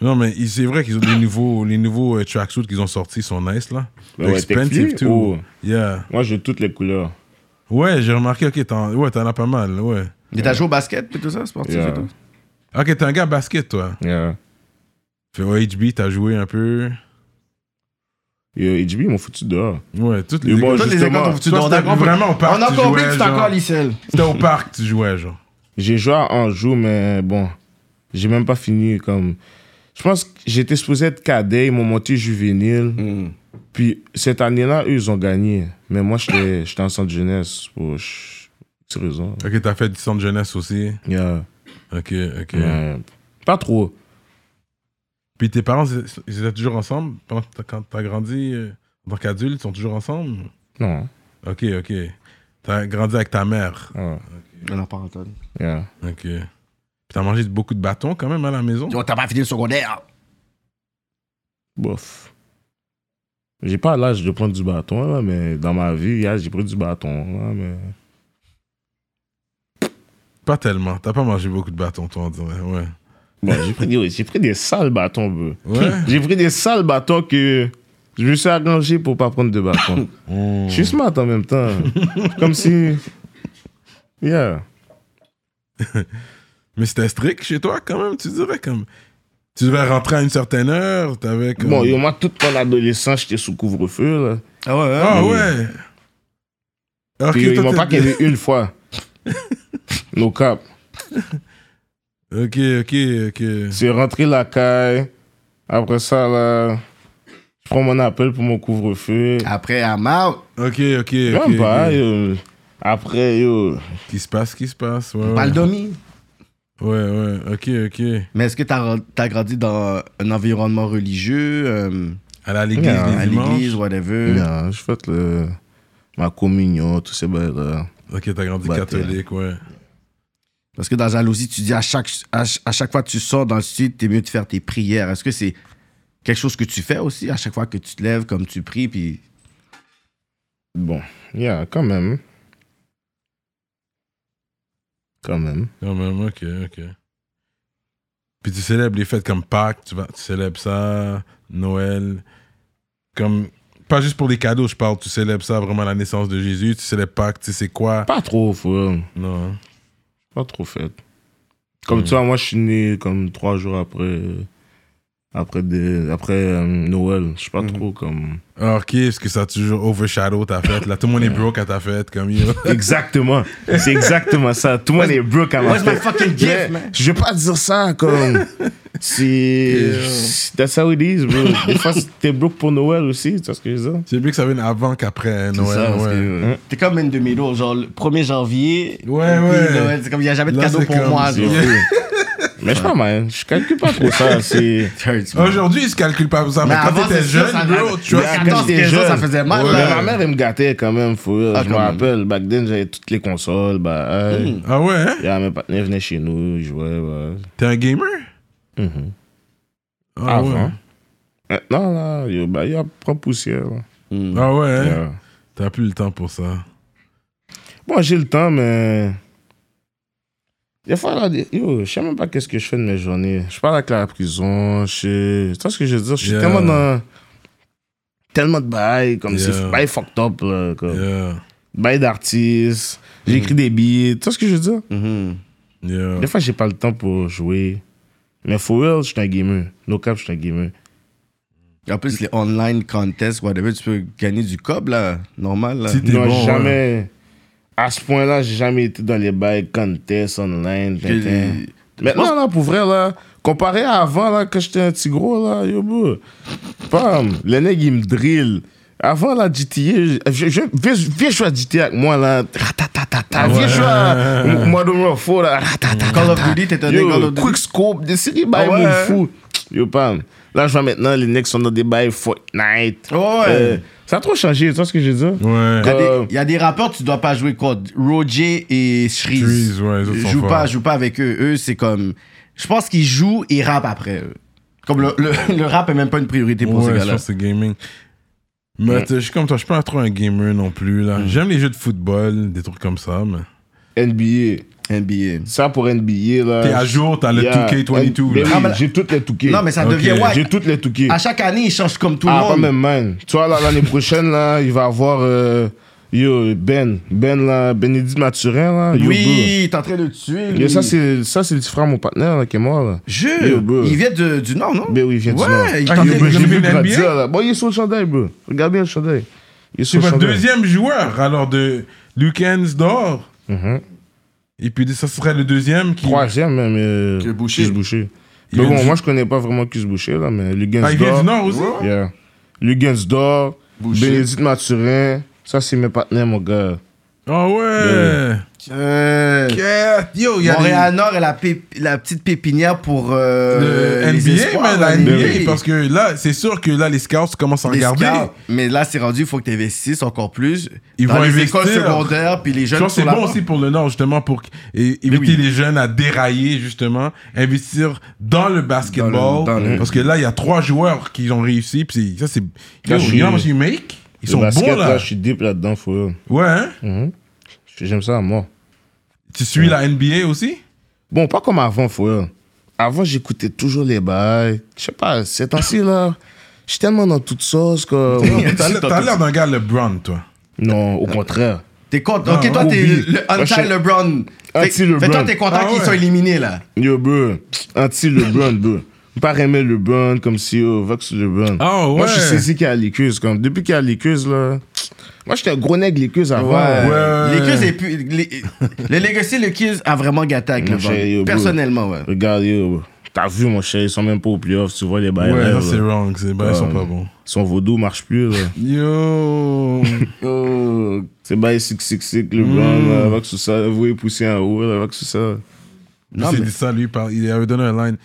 Speaker 1: Non, mais il- c'est vrai qu'ils ont des nouveaux, les nouveaux euh, tracksuits qu'ils ont sortis sont nice, là.
Speaker 3: Ben ouais,
Speaker 1: Expensive,
Speaker 3: t'es
Speaker 1: too.
Speaker 3: clean ou-
Speaker 1: Yeah.
Speaker 3: Moi, j'ai toutes les couleurs.
Speaker 1: Ouais, j'ai remarqué, ok, t'en ouais, t'en as pas mal, ouais.
Speaker 4: Mais t'as joué au basket puis tout ça, sportif
Speaker 3: Yeah.
Speaker 4: et tout?
Speaker 1: Ok, t'es un gars basket, toi.
Speaker 3: Yeah.
Speaker 1: Fait OHB, t'as joué un peu.
Speaker 3: Yo, HB, euh, ils m'ont foutu dehors.
Speaker 1: Ouais, toutes les
Speaker 3: Mais bon,
Speaker 1: écoles.
Speaker 4: Toutes les
Speaker 3: Justement,
Speaker 4: écoles t'ont foutu
Speaker 1: toi,
Speaker 4: dans
Speaker 1: c'était
Speaker 4: la-
Speaker 1: vraiment au parc,
Speaker 4: On a
Speaker 1: tu
Speaker 4: compris
Speaker 1: jouais,
Speaker 4: que t'es encore
Speaker 1: genre.
Speaker 4: lycéen.
Speaker 1: C'était au parc, tu jouais, genre.
Speaker 3: J'ai joué à Anjou, mais bon, j'ai même pas fini. Comme, je pense que j'étais supposé être cadet, ils m'ont monté juvénile. Puis cette année-là, eux, ils ont gagné. Mais moi, j'étais j'étais en centre jeunesse pour ch- X raison.
Speaker 1: Ok, t'as fait du centre jeunesse aussi.
Speaker 3: Yeah.
Speaker 1: Ok, ok.
Speaker 3: Mais Pas trop.
Speaker 1: Puis tes parents, c'est- ils étaient toujours ensemble pendant que t'as- quand t'as grandi euh, en tant qu'adulte, ils sont toujours ensemble.
Speaker 3: Non.
Speaker 1: Ok, ok. T'as grandi avec ta mère.
Speaker 3: Ouais. Hmm.
Speaker 4: Non, pas Antoine.
Speaker 3: ah, Yeah.
Speaker 1: Ok. Puis t'as mangé beaucoup de bâtons quand même à la maison.
Speaker 4: Yo, t'as pas fini le secondaire.
Speaker 3: Bof. J'ai pas l'âge de prendre du bâton, là, mais dans ma vie, yeah, j'ai pris du bâton. là, mais...
Speaker 1: Pas tellement. T'as pas mangé beaucoup de bâtons, toi, on dirait. Ouais.
Speaker 3: Bon, j'ai pris, yo, j'ai pris des sales bâtons, bro.
Speaker 1: Ouais.
Speaker 3: J'ai pris des sales bâtons que je me suis arrangé pour pas prendre de bâtons.
Speaker 4: Hmm.
Speaker 3: Je suis smart en même temps. Comme si. Yeah.
Speaker 1: Mais c'était strict chez toi quand même, tu dirais comme. Tu devais rentrer à une certaine heure, t'avais comme.
Speaker 3: Bon, yo, moi, toute mon adolescence, j'étais sous couvre-feu, là.
Speaker 4: Ah ouais, hein?
Speaker 1: Ah ouais! Ah, Ok,
Speaker 3: Puis, yo, ils
Speaker 1: toi,
Speaker 3: m'ont
Speaker 1: t'es-
Speaker 3: pas qu'il y avait une fois. No cap.
Speaker 1: Ok, ok, ok.
Speaker 3: C'est rentré la caille. Après ça, là. Je prends mon appel pour mon couvre-feu.
Speaker 4: Ah. Après, I'm out.
Speaker 1: Ok, ok, ok.
Speaker 3: Même pas,
Speaker 1: ok.
Speaker 3: yo. Après, yo.
Speaker 1: Qui se passe, qui se passe. Ouais,
Speaker 4: Pas le
Speaker 1: ouais,
Speaker 4: domi.
Speaker 1: ouais, ouais. ok, ok.
Speaker 4: Mais est-ce que t'as as grandi dans un environnement religieux, euh,
Speaker 1: À la l'église,
Speaker 3: Yeah,
Speaker 1: les
Speaker 4: à
Speaker 1: dimanches.
Speaker 4: l'église, whatever?
Speaker 3: Non, je fais le, ma communion, tout ces bails-là.
Speaker 1: Ok, t'as grandi
Speaker 3: Bah,
Speaker 1: catholique, ouais.
Speaker 4: Parce que dans Jalousie, tu dis à chaque, à, ch- à chaque fois que tu sors dans le sud, t'es mieux de faire tes prières. Est-ce que c'est quelque chose que tu fais aussi à chaque fois que tu te lèves, comme tu pries, puis
Speaker 3: Bon, yeah, quand même. Quand même.
Speaker 1: Quand même, ok, ok. Puis tu célèbres les fêtes comme Pâques, tu, vas, tu célèbres ça, Noël. Comme, pas juste pour les cadeaux, je parle, tu célèbres ça vraiment la naissance de Jésus, tu célèbres Pâques, tu sais c'est quoi.
Speaker 3: Pas trop, frère.
Speaker 1: Non. hein.
Speaker 3: Pas trop fait. Comme
Speaker 1: Mm.
Speaker 3: tu vois, moi, je suis né comme trois jours après, euh, après, des, après euh, Noël. Je suis
Speaker 1: Mm.
Speaker 3: pas trop comme.
Speaker 1: Ah, ok, parce que ça a toujours overshadow ta fête. Là, tout le monde est broke à ta fête, comme yo.
Speaker 3: Exactement. C'est exactement ça. Tout le monde est broke à ma
Speaker 4: Where's my
Speaker 3: fête.
Speaker 4: fucking gift,
Speaker 3: Mais
Speaker 4: man?
Speaker 3: Je vais pas dire ça comme. C'est. That's how it is, bro. Des fois, t'es broke pour Noël aussi. Tu vois ce que je veux dire?
Speaker 1: C'est bien que ça vienne avant qu'après hein,
Speaker 4: C'est
Speaker 1: Noël.
Speaker 4: ça, parce
Speaker 1: ouais.
Speaker 4: que, euh, T'es comme une demi-low, genre le 1er janvier.
Speaker 1: Ouais,
Speaker 4: puis
Speaker 1: ouais.
Speaker 4: Noël, c'est comme il n'y a jamais de
Speaker 1: Là,
Speaker 4: cadeau
Speaker 1: c'est
Speaker 4: pour
Speaker 1: comme-
Speaker 4: moi.
Speaker 3: C'est
Speaker 4: genre.
Speaker 3: fou. Mais je suis pas mal. Je calcule pas trop ça. C'est.
Speaker 4: It hurts, man.
Speaker 1: Aujourd'hui, ils se calculent pas pour ça, mais,
Speaker 4: Mais
Speaker 1: quand
Speaker 4: avant,
Speaker 1: t'étais
Speaker 4: c'est sûr,
Speaker 1: jeune,
Speaker 4: ça-
Speaker 1: bro, tu vois.
Speaker 3: Mais
Speaker 4: quand
Speaker 3: quand
Speaker 4: t'es
Speaker 3: t'es
Speaker 4: jeune, ça
Speaker 3: jeune.
Speaker 4: faisait mal.
Speaker 3: Mais
Speaker 4: là.
Speaker 3: ma mère, elle me gâtait quand même. Faut,
Speaker 4: Ah,
Speaker 3: je
Speaker 4: quand
Speaker 3: me
Speaker 4: même. Hmm.
Speaker 3: rappelle, back then, j'avais toutes les consoles. Bah, hey.
Speaker 1: Ah ouais, hein?
Speaker 3: Yeah, mes partenaires venaient chez nous, ils jouaient. ouais.
Speaker 1: T'es un gamer?
Speaker 4: Mm-hmm.
Speaker 3: Mhm.
Speaker 1: Ah ouais.
Speaker 3: Avant. Maintenant, là, il bah, y a prend poussière. là.
Speaker 4: Mm.
Speaker 1: Ah ouais, hein?
Speaker 3: Yeah.
Speaker 1: T'as plus le temps pour ça.
Speaker 3: Bon, j'ai le temps, mais. Des fois, là, des- yo, je sais même pas qu'est-ce que je fais de mes journées. Je parle avec la prison, je sais. Tu vois ce que je veux dire? Je suis
Speaker 1: Yeah.
Speaker 3: tellement dans. Tellement de bails, comme
Speaker 1: Yeah.
Speaker 3: c'est bail fucked up, là. Comme.
Speaker 1: Yeah.
Speaker 3: Bail d'artiste, j'écris des billets, tu vois ce que je veux dire?
Speaker 4: Mhm.
Speaker 1: Yeah.
Speaker 3: Des fois, j'ai pas le temps pour jouer. Mais for real, je suis un gamer. No cap, je suis un gamer.
Speaker 4: En plus, les online contests, whatever, tu peux gagner du cob, là. Normal, là.
Speaker 1: Si t'es
Speaker 3: Non,
Speaker 1: bon,
Speaker 3: jamais.
Speaker 1: ouais.
Speaker 3: À ce point-là, j'ai jamais été dans les bails contests online. tintin. Maintenant, là, pour vrai, là, comparé à avant, là, quand j'étais un petit gros, là, yo, bro. Pam, les nègres, ils me drillent. Avant, là, GTA, je- je- viens, viens jouer à GTA avec moi, là.
Speaker 4: Ah
Speaker 3: Ratatatata. Viens jouer à M- Modern Warfare, là. Ratatatata.
Speaker 4: Call of Duty, t'es un
Speaker 3: Yo,
Speaker 4: des Call of Duty.
Speaker 3: Quick Scope, des séries bails,
Speaker 4: Ah ouais,
Speaker 3: mon
Speaker 4: hein?
Speaker 3: fou. Yo, pam. Là, je vois maintenant, les nègres sont dans des bails Fortnite.
Speaker 4: Ouais, ouais.
Speaker 3: Euh, ça a trop changé, tu vois ce que je veux dire?
Speaker 1: Ouais.
Speaker 4: Il y a des-
Speaker 3: Euh,
Speaker 4: Il y a des rappeurs, tu dois pas jouer contre Roger et Shreeze.
Speaker 1: Shreeze, ouais, les autres sont
Speaker 4: joue pas,
Speaker 1: forts.
Speaker 4: joue pas avec eux. Eux, c'est comme. Je pense qu'ils jouent et rappent après eux. Comme le, le- le rap est même pas une priorité pour
Speaker 1: ouais,
Speaker 4: ces
Speaker 1: je
Speaker 4: gars-là. Mm.
Speaker 1: pense que c'est gaming. Mais t'sais, je suis comme toi, je suis pas trop un gamer non plus. là. J'aime les jeux de football, des trucs comme ça. Mais...
Speaker 3: NBA.
Speaker 4: NBA.
Speaker 3: Ça pour NBA, là.
Speaker 1: T'es à jour, t'as le 2K22. là.
Speaker 3: Ben oui,
Speaker 4: Ah, mais-
Speaker 3: j'ai toutes les 2K.
Speaker 4: Non, mais ça
Speaker 1: Ok.
Speaker 4: devient wack.
Speaker 3: J'ai toutes les 2K.
Speaker 4: À chaque année, ils changent comme tout
Speaker 3: Ah,
Speaker 4: le
Speaker 3: pas
Speaker 4: monde.
Speaker 3: même, man. Tu vois, là, l'année prochaine, là, il va avoir. euh, yo, Ben. Ben, là. Bénédicte Mathurin, là. Yo,
Speaker 4: oui, t'es en train de le tuer.
Speaker 3: bro.
Speaker 4: lui.
Speaker 3: Yo, ça, c'est ça, c'est le petit frère, de mon partenaire, là, qui est mort, là. Yo,
Speaker 4: Jure.
Speaker 3: bro.
Speaker 4: Il vient de- du Nord, non?
Speaker 3: Ben oui, il vient du
Speaker 4: ouais,
Speaker 3: Nord.
Speaker 4: il
Speaker 1: Ah,
Speaker 4: est en
Speaker 1: yo,
Speaker 4: train
Speaker 1: bro,
Speaker 4: de-
Speaker 1: j'ai
Speaker 3: J'ai
Speaker 1: vu
Speaker 3: vu
Speaker 1: le
Speaker 3: Gradia,
Speaker 1: NBA.
Speaker 3: là. Bon, il est sur le chandail, bro. Regarde bien le chandail. Il est
Speaker 1: C'est
Speaker 3: sur le
Speaker 1: votre
Speaker 3: chandail.
Speaker 1: deuxième joueur alors de Lucas d'or.
Speaker 3: Mhm.
Speaker 4: Mm-hmm.
Speaker 1: Et puis ça serait le deuxième qui.
Speaker 3: Troisième, même. euh,
Speaker 4: Cus Boucher.
Speaker 3: Cus Boucher.
Speaker 1: Il
Speaker 3: Mais
Speaker 1: vient
Speaker 3: bon,
Speaker 1: du-
Speaker 3: moi, je connais pas vraiment Cus Boucher, là, mais Lugens
Speaker 1: Ah, il vient du Nord aussi
Speaker 3: Yeah. Lugensdor,
Speaker 4: Boucher.
Speaker 3: Bénédicte Mathurin. Ça, c'est mes partenaires, mon gars.
Speaker 1: Ah ouais!
Speaker 4: Euh,
Speaker 1: Yeah. Yo, il y a
Speaker 4: Montréal Nord est la, pép- la petite pépinière pour euh,
Speaker 1: des- le
Speaker 4: les
Speaker 1: NBA,
Speaker 4: espoirs,
Speaker 1: mais la
Speaker 4: là, les-
Speaker 1: NBA, parce que là, c'est sûr que là, les scouts commencent à
Speaker 4: les
Speaker 1: regarder.
Speaker 4: scouts. Mais là, c'est rendu, il faut que tu investisses encore plus.
Speaker 1: Ils
Speaker 4: dans
Speaker 1: vont
Speaker 4: les
Speaker 1: investir.
Speaker 4: écoles secondaires, puis les
Speaker 1: Je
Speaker 4: jeunes
Speaker 1: pense que
Speaker 4: sont
Speaker 1: c'est
Speaker 4: là
Speaker 1: bon aussi pour le Nord, justement, pour qu- é- éviter
Speaker 4: oui.
Speaker 1: les jeunes à dérailler, justement, investir dans le basketball.
Speaker 4: dans le-
Speaker 1: Parce que là, il y a trois joueurs qui ont réussi. Puis c'est- ça, c'est.
Speaker 3: Là,
Speaker 1: Yo,
Speaker 3: je
Speaker 1: you
Speaker 3: suis-
Speaker 1: know how much you make? Ils
Speaker 3: Le
Speaker 1: sont
Speaker 3: basket,
Speaker 1: bons, là.
Speaker 3: Je suis deep là-dedans, faut. eux.
Speaker 1: Ouais, hein?
Speaker 3: J'aime ça à mort.
Speaker 1: Tu suis la NBA aussi?
Speaker 3: Bon, pas comme avant, faut. eux. Avant, j'écoutais toujours les bails. Je sais pas, ces temps-ci, là, je suis tellement dans toute sauce que.
Speaker 1: T'as l'air- T'as l'air d'un gars LeBron, toi.
Speaker 3: non, au contraire.
Speaker 4: T'es content.
Speaker 1: Non,
Speaker 4: ok, toi,
Speaker 3: non,
Speaker 4: t'es
Speaker 3: oublie.
Speaker 4: le
Speaker 3: Moi, je
Speaker 4: anti
Speaker 3: suis-
Speaker 4: LeBron. Fait-
Speaker 3: Anti-LeBron.
Speaker 4: Fait toi, t'es content
Speaker 1: Ah
Speaker 4: qu'ils
Speaker 1: ouais.
Speaker 4: soient éliminés, là.
Speaker 3: Yo, bro, anti-LeBron, bro. Pas aimer LeBron comme si, yo, Vox LeBron.
Speaker 1: Ah, ouais.
Speaker 3: Moi, je suis saisi qu'il y a l'écuse, comme. Depuis qu'il y a l'écuse, là. Moi, j'étais un gros nègre l'écuse avant. là.
Speaker 1: Ouais.
Speaker 4: Les Cuse est plus. les- le Legacy, le Cuse a vraiment gâté avec
Speaker 3: Mon cher,
Speaker 4: LeBron.
Speaker 3: yo, bro.
Speaker 4: Personnellement, ouais.
Speaker 3: Regarde, yo, T'as vu, mon cher, ils sont même pas au playoff. Tu vois les
Speaker 1: Ouais,
Speaker 3: Bayern. là,
Speaker 1: ça, c'est
Speaker 3: là.
Speaker 1: wrong. C'est bah, ils sont pas bons.
Speaker 3: Son vaudou marche plus. là.
Speaker 1: Yo.
Speaker 3: Oh, c'est bail 666, le blanc, avec tout ça, vous est poussé en haut, là, avec tout ça.
Speaker 1: Je sais dit ça, lui, par- il avait donné un line.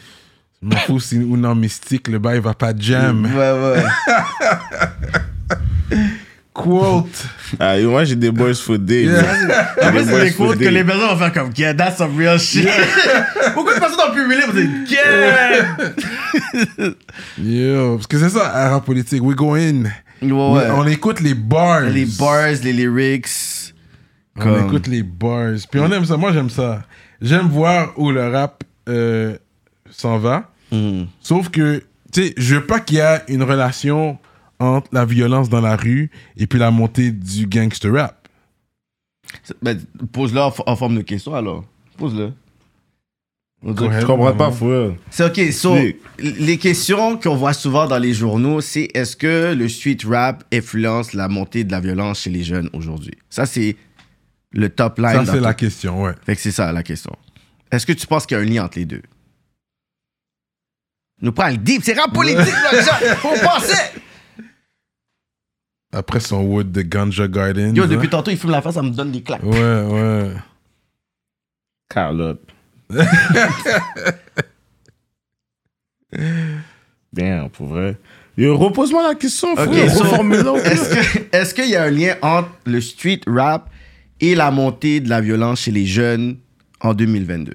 Speaker 1: Je m'en fous si ou non mystique, le bail va pas jam.
Speaker 4: ouais.
Speaker 1: Quote.
Speaker 3: Ah, yo, moi, j'ai des boys for day.
Speaker 2: En plus, c'est des quotes que les personnes vont faire comme Yeah, that's some real shit. Beaucoup de personnes ont publié pour dire Yeah!
Speaker 1: Yo. Parce que c'est ça, Ara politique. We go in.
Speaker 4: Ouais,
Speaker 1: We-
Speaker 4: ouais.
Speaker 1: On écoute les bars.
Speaker 4: Les bars, les lyrics.
Speaker 1: On
Speaker 4: comme-
Speaker 1: écoute les bars. Puis on aime ça. Moi, j'aime ça. J'aime voir où le rap euh, s'en va.
Speaker 4: Mm.
Speaker 1: Sauf que, tu sais, je veux pas qu'il y ait une relation entre la violence dans la rue et puis la montée du gangster rap.
Speaker 4: Ben, pose-le en, en forme de question, alors. Pose-le.
Speaker 3: Je comprends pas, frère.
Speaker 4: C'est OK. So,
Speaker 3: Oui.
Speaker 4: les questions qu'on voit souvent dans les journaux, c'est est-ce que le street rap influence la montée de la violence chez les jeunes aujourd'hui? Ça, c'est le top line.
Speaker 1: Ça,
Speaker 4: dans
Speaker 1: c'est
Speaker 4: tout.
Speaker 1: la question, ouais.
Speaker 4: Fait que c'est ça, la question. Est-ce que tu penses qu'il y a un lien entre les deux? Nous prend le deep, c'est rap politique, là, déjà! Faut penser!
Speaker 1: Après son Wood de Ganja Garden.
Speaker 4: Yo, depuis tantôt, il fume la face, ça me donne des claques.
Speaker 1: Ouais, ouais.
Speaker 3: Carlotte. Damn, pour vrai. Yo, repose-moi la question, frère.
Speaker 4: so-
Speaker 3: Reformule-la. au pire.
Speaker 4: Est-ce que- est-ce qu'il y a un lien entre le street rap et la montée de la violence chez les jeunes en 2022?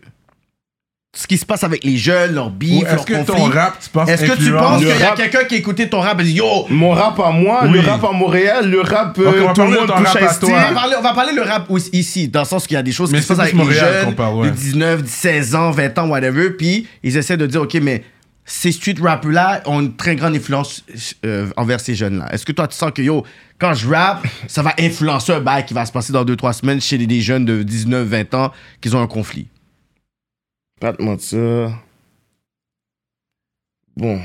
Speaker 4: Ce qui se passe avec les jeunes, leurs
Speaker 1: Ou
Speaker 4: bifs,
Speaker 1: est-ce
Speaker 4: leurs
Speaker 1: que ton
Speaker 4: conflits.
Speaker 1: rap, tu penses
Speaker 4: Est-ce que tu
Speaker 1: influence-
Speaker 4: penses
Speaker 3: Le
Speaker 4: qu'il y a
Speaker 3: rap-
Speaker 4: quelqu'un qui a écouté ton rap et dit Yo,
Speaker 3: Mon rap à moi, le
Speaker 1: Oui.
Speaker 3: rap à Montréal, le rap euh,
Speaker 1: Ok, on va
Speaker 3: tout le
Speaker 1: parler de
Speaker 3: monde
Speaker 1: ton
Speaker 3: touche
Speaker 1: rap
Speaker 3: à
Speaker 1: à
Speaker 3: Steve.
Speaker 4: on
Speaker 1: toi.
Speaker 4: va, parler, on va parler le rap aussi- ici, dans le sens qu'il y a des choses
Speaker 1: Mais
Speaker 4: qui se
Speaker 1: c'est
Speaker 4: passent avec
Speaker 1: plus
Speaker 4: les
Speaker 1: Montréal
Speaker 4: jeunes
Speaker 1: qu'on parle, ouais.
Speaker 4: de 19, 16 ans, 20 ans, whatever, puis ils essaient de dire, OK, mais ces street rappers-là ont une très grande influence euh, envers ces jeunes-là. Est-ce que toi, tu sens que, yo, quand je rappe, ça va influencer un bail qui va se passer dans 2-3 semaines chez des- des jeunes de 19, 20 ans qui ont un conflit?
Speaker 3: Pas te mentir. Bon.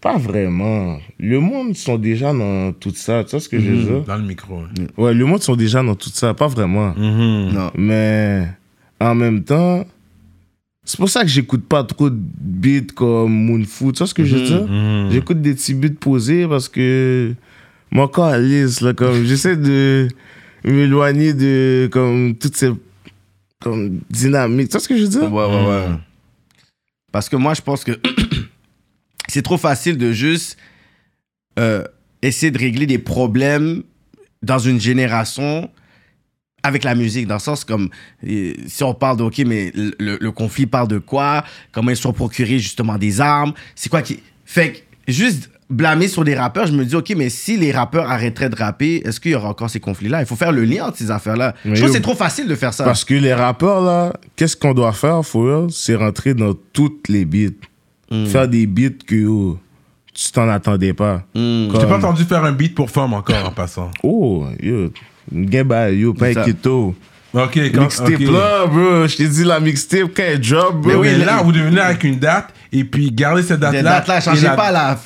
Speaker 3: Pas vraiment. Le monde sont déjà dans tout ça. Tu sais ce que je veux dire?
Speaker 1: Dans le micro. hein. Mm-hmm.
Speaker 3: Ouais, le monde sont déjà dans tout ça. Pas vraiment.
Speaker 4: Non.
Speaker 3: Mais en même temps, c'est pour ça que j'écoute pas trop de beats comme Moonfoot. Tu sais ce que je veux dire?
Speaker 1: Mm-hmm.
Speaker 3: J'écoute des petits beats posés parce que mon corps est lisse, là, comme j'essaie de m'éloigner de comme toutes ces comme dynamiques. Tu sais ce que je veux dire? Hmm.
Speaker 4: Ouais, ouais, ouais. Parce que moi, je pense que c'est trop facile de juste euh, essayer de régler des problèmes dans une génération avec la musique, dans le sens comme euh, si on parle de, OK, mais le, le- le conflit parle de quoi, comment ils se sont procurés justement des armes, c'est quoi qui... Fait que juste blâmer sur des rappeurs, je me dis, OK, mais si les rappeurs arrêteraient de rapper, est-ce qu'il y aura encore ces conflits-là? Il faut faire le lien entre ces affaires-là. Je
Speaker 3: Mais
Speaker 4: trouve que
Speaker 3: yo-
Speaker 4: c'est trop facile de faire ça.
Speaker 3: Parce que les rappeurs, là, qu'est-ce qu'on doit faire, Fourier? C'est rentrer dans toutes les beats. Faire des beats que oh, tu t'en attendais pas.
Speaker 1: Je t'ai pas
Speaker 3: Comme-
Speaker 1: entendu faire un beat pour femme encore en passant.
Speaker 3: Oh, yo. Gaba, yo, pas
Speaker 4: C'est ça.
Speaker 3: inquiéto.
Speaker 1: Ok, quand
Speaker 3: Mixtape
Speaker 1: ok.
Speaker 3: là, bro. Je t'ai dit la mixtape quand elle drop, bro.
Speaker 1: Mais oui,
Speaker 4: mais-
Speaker 1: là, vous devenez avec une date et puis gardez cette date-là.
Speaker 4: Cette date-là, changez
Speaker 1: Et la-
Speaker 4: pas la.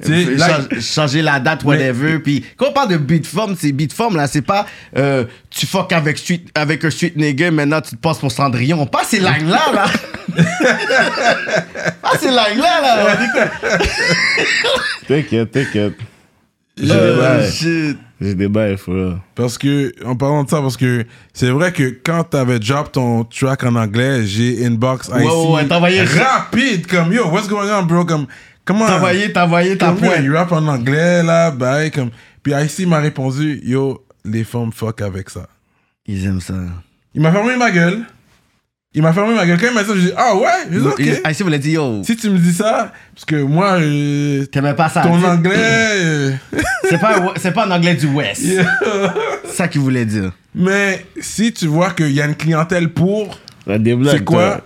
Speaker 1: sais, là,
Speaker 4: Change- Changez la date, whatever. Puis quand on parle de beat form, c'est beat form, là, c'est pas euh, tu fuck avec, street, avec un street nigga, maintenant tu te passes pour Cendrillon. Pas ces lines-là, là. pas ces lines-là, là.
Speaker 3: T'inquiète, t'inquiète. J'ai des
Speaker 4: Euh,
Speaker 3: bails.
Speaker 4: shit.
Speaker 3: J'ai des bails, frère.
Speaker 1: Parce que, en parlant de ça, parce que c'est vrai que quand t'avais drop ton track en anglais, j'ai inbox
Speaker 4: Ouais,
Speaker 1: IC.
Speaker 4: ouais, ouais, t'as envoyé-
Speaker 1: rapide, comme yo, what's going on, bro? Comme, comment.
Speaker 4: T'as envoyé, t'as envoyé ta
Speaker 1: Comme, yo,
Speaker 4: pointe.
Speaker 1: il rappe en anglais, là, bye. Comme... Puis IC m'a répondu, yo, les femmes fuck avec ça.
Speaker 4: Ils aiment ça.
Speaker 1: Il m'a fermé ma gueule. Il m'a fermé ma gueule. Quand il m'a dit ça, j'ai dit, ah ouais? J'ai dit, ok.
Speaker 4: Ils- Ah, si vous l'avez dit, yo,
Speaker 1: Si tu me dis ça, parce que moi, euh,
Speaker 4: t'aimais pas ça.
Speaker 1: ton
Speaker 4: Ah, Dis-
Speaker 1: anglais. euh,
Speaker 4: C'est pas, un- c'est pas en anglais du West. C'est ça qu'il voulait dire.
Speaker 1: Mais si tu vois qu'il y a une clientèle pour,
Speaker 3: T'as des blagues.
Speaker 1: c'est quoi?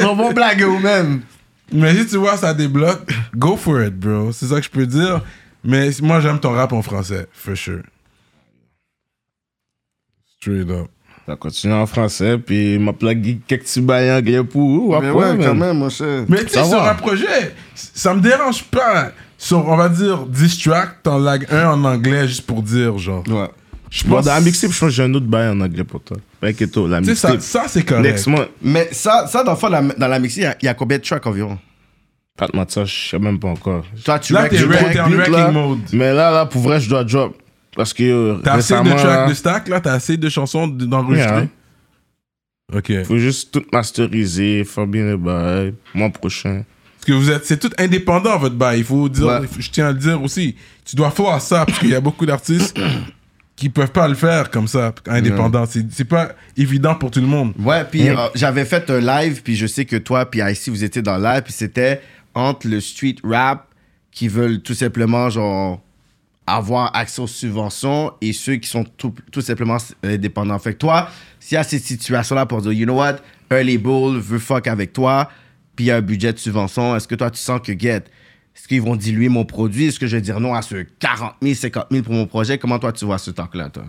Speaker 4: Son bon blague ou même.
Speaker 1: Mais si tu vois ça débloque, go for it, bro. C'est ça que je peux dire. Mais moi, j'aime ton rap en français, for sure. Straight up.
Speaker 3: toi. Ça continue en français, puis m'a plagué quelques petits bails anglais pour ou après, man.
Speaker 4: même, mon cher.
Speaker 1: Mais tu sais,
Speaker 3: Ça
Speaker 1: sur
Speaker 3: va.
Speaker 1: un projet, ça me dérange pas. Sur, on va dire, 10 tracks, t'en lag un en anglais juste pour dire, genre.
Speaker 4: Ouais.
Speaker 1: Je
Speaker 3: Bon,
Speaker 1: pense.
Speaker 3: dans la mixtape, je pense que j'ai un autre bail en anglais pour toi. Fait que toi, la
Speaker 1: Tu sais, ça,
Speaker 3: mixtape.
Speaker 1: ça c'est correct.
Speaker 3: Next month.
Speaker 4: Mais ça, ça dans, le fond, dans la- dans la mixie, il y a- il y, a combien de tracks environ
Speaker 3: Pas de matin, je sais même pas encore.
Speaker 4: Toi, tu
Speaker 1: Là,
Speaker 4: rec-
Speaker 1: t'es
Speaker 4: tu
Speaker 1: rec-
Speaker 4: rec-
Speaker 1: t'es en
Speaker 3: Là,
Speaker 1: wrecking mode.
Speaker 3: Mais là, là, pour vrai, je dois drop. Parce que euh,
Speaker 1: T'as assez de
Speaker 3: récemment, là,
Speaker 1: tracks de stack, là, t'as assez de chansons d- d'enregistrer. Ok. Parce
Speaker 3: faut juste tout masteriser, faire bien le bail. Mois prochain.
Speaker 1: que vous êtes, c'est tout indépendant votre bail. Il faut dire,
Speaker 4: Ouais.
Speaker 1: il faut- je tiens à le dire aussi. Tu dois faire ça parce qu'il y a beaucoup d'artistes qui peuvent pas le faire comme ça, indépendant. C'est c'est pas évident pour tout le monde.
Speaker 4: Ouais, puis euh, j'avais fait un live, puis je sais que toi, puis Icy, vous étiez dans le live, puis c'était entre le street rap qui veulent tout simplement, genre, avoir accès aux subventions et ceux qui sont tout, tout simplement euh, dépendants. Fait que toi, s'il y a cette situation-là pour dire, you know what, un label veut fuck avec toi, puis il y a un budget de subvention, est-ce que toi, tu sens que get, est-ce qu'ils vont diluer mon produit? Est-ce que je vais dire non à ce 40 000, 50 000 pour mon projet? Comment toi, tu vois ce talk-là, toi?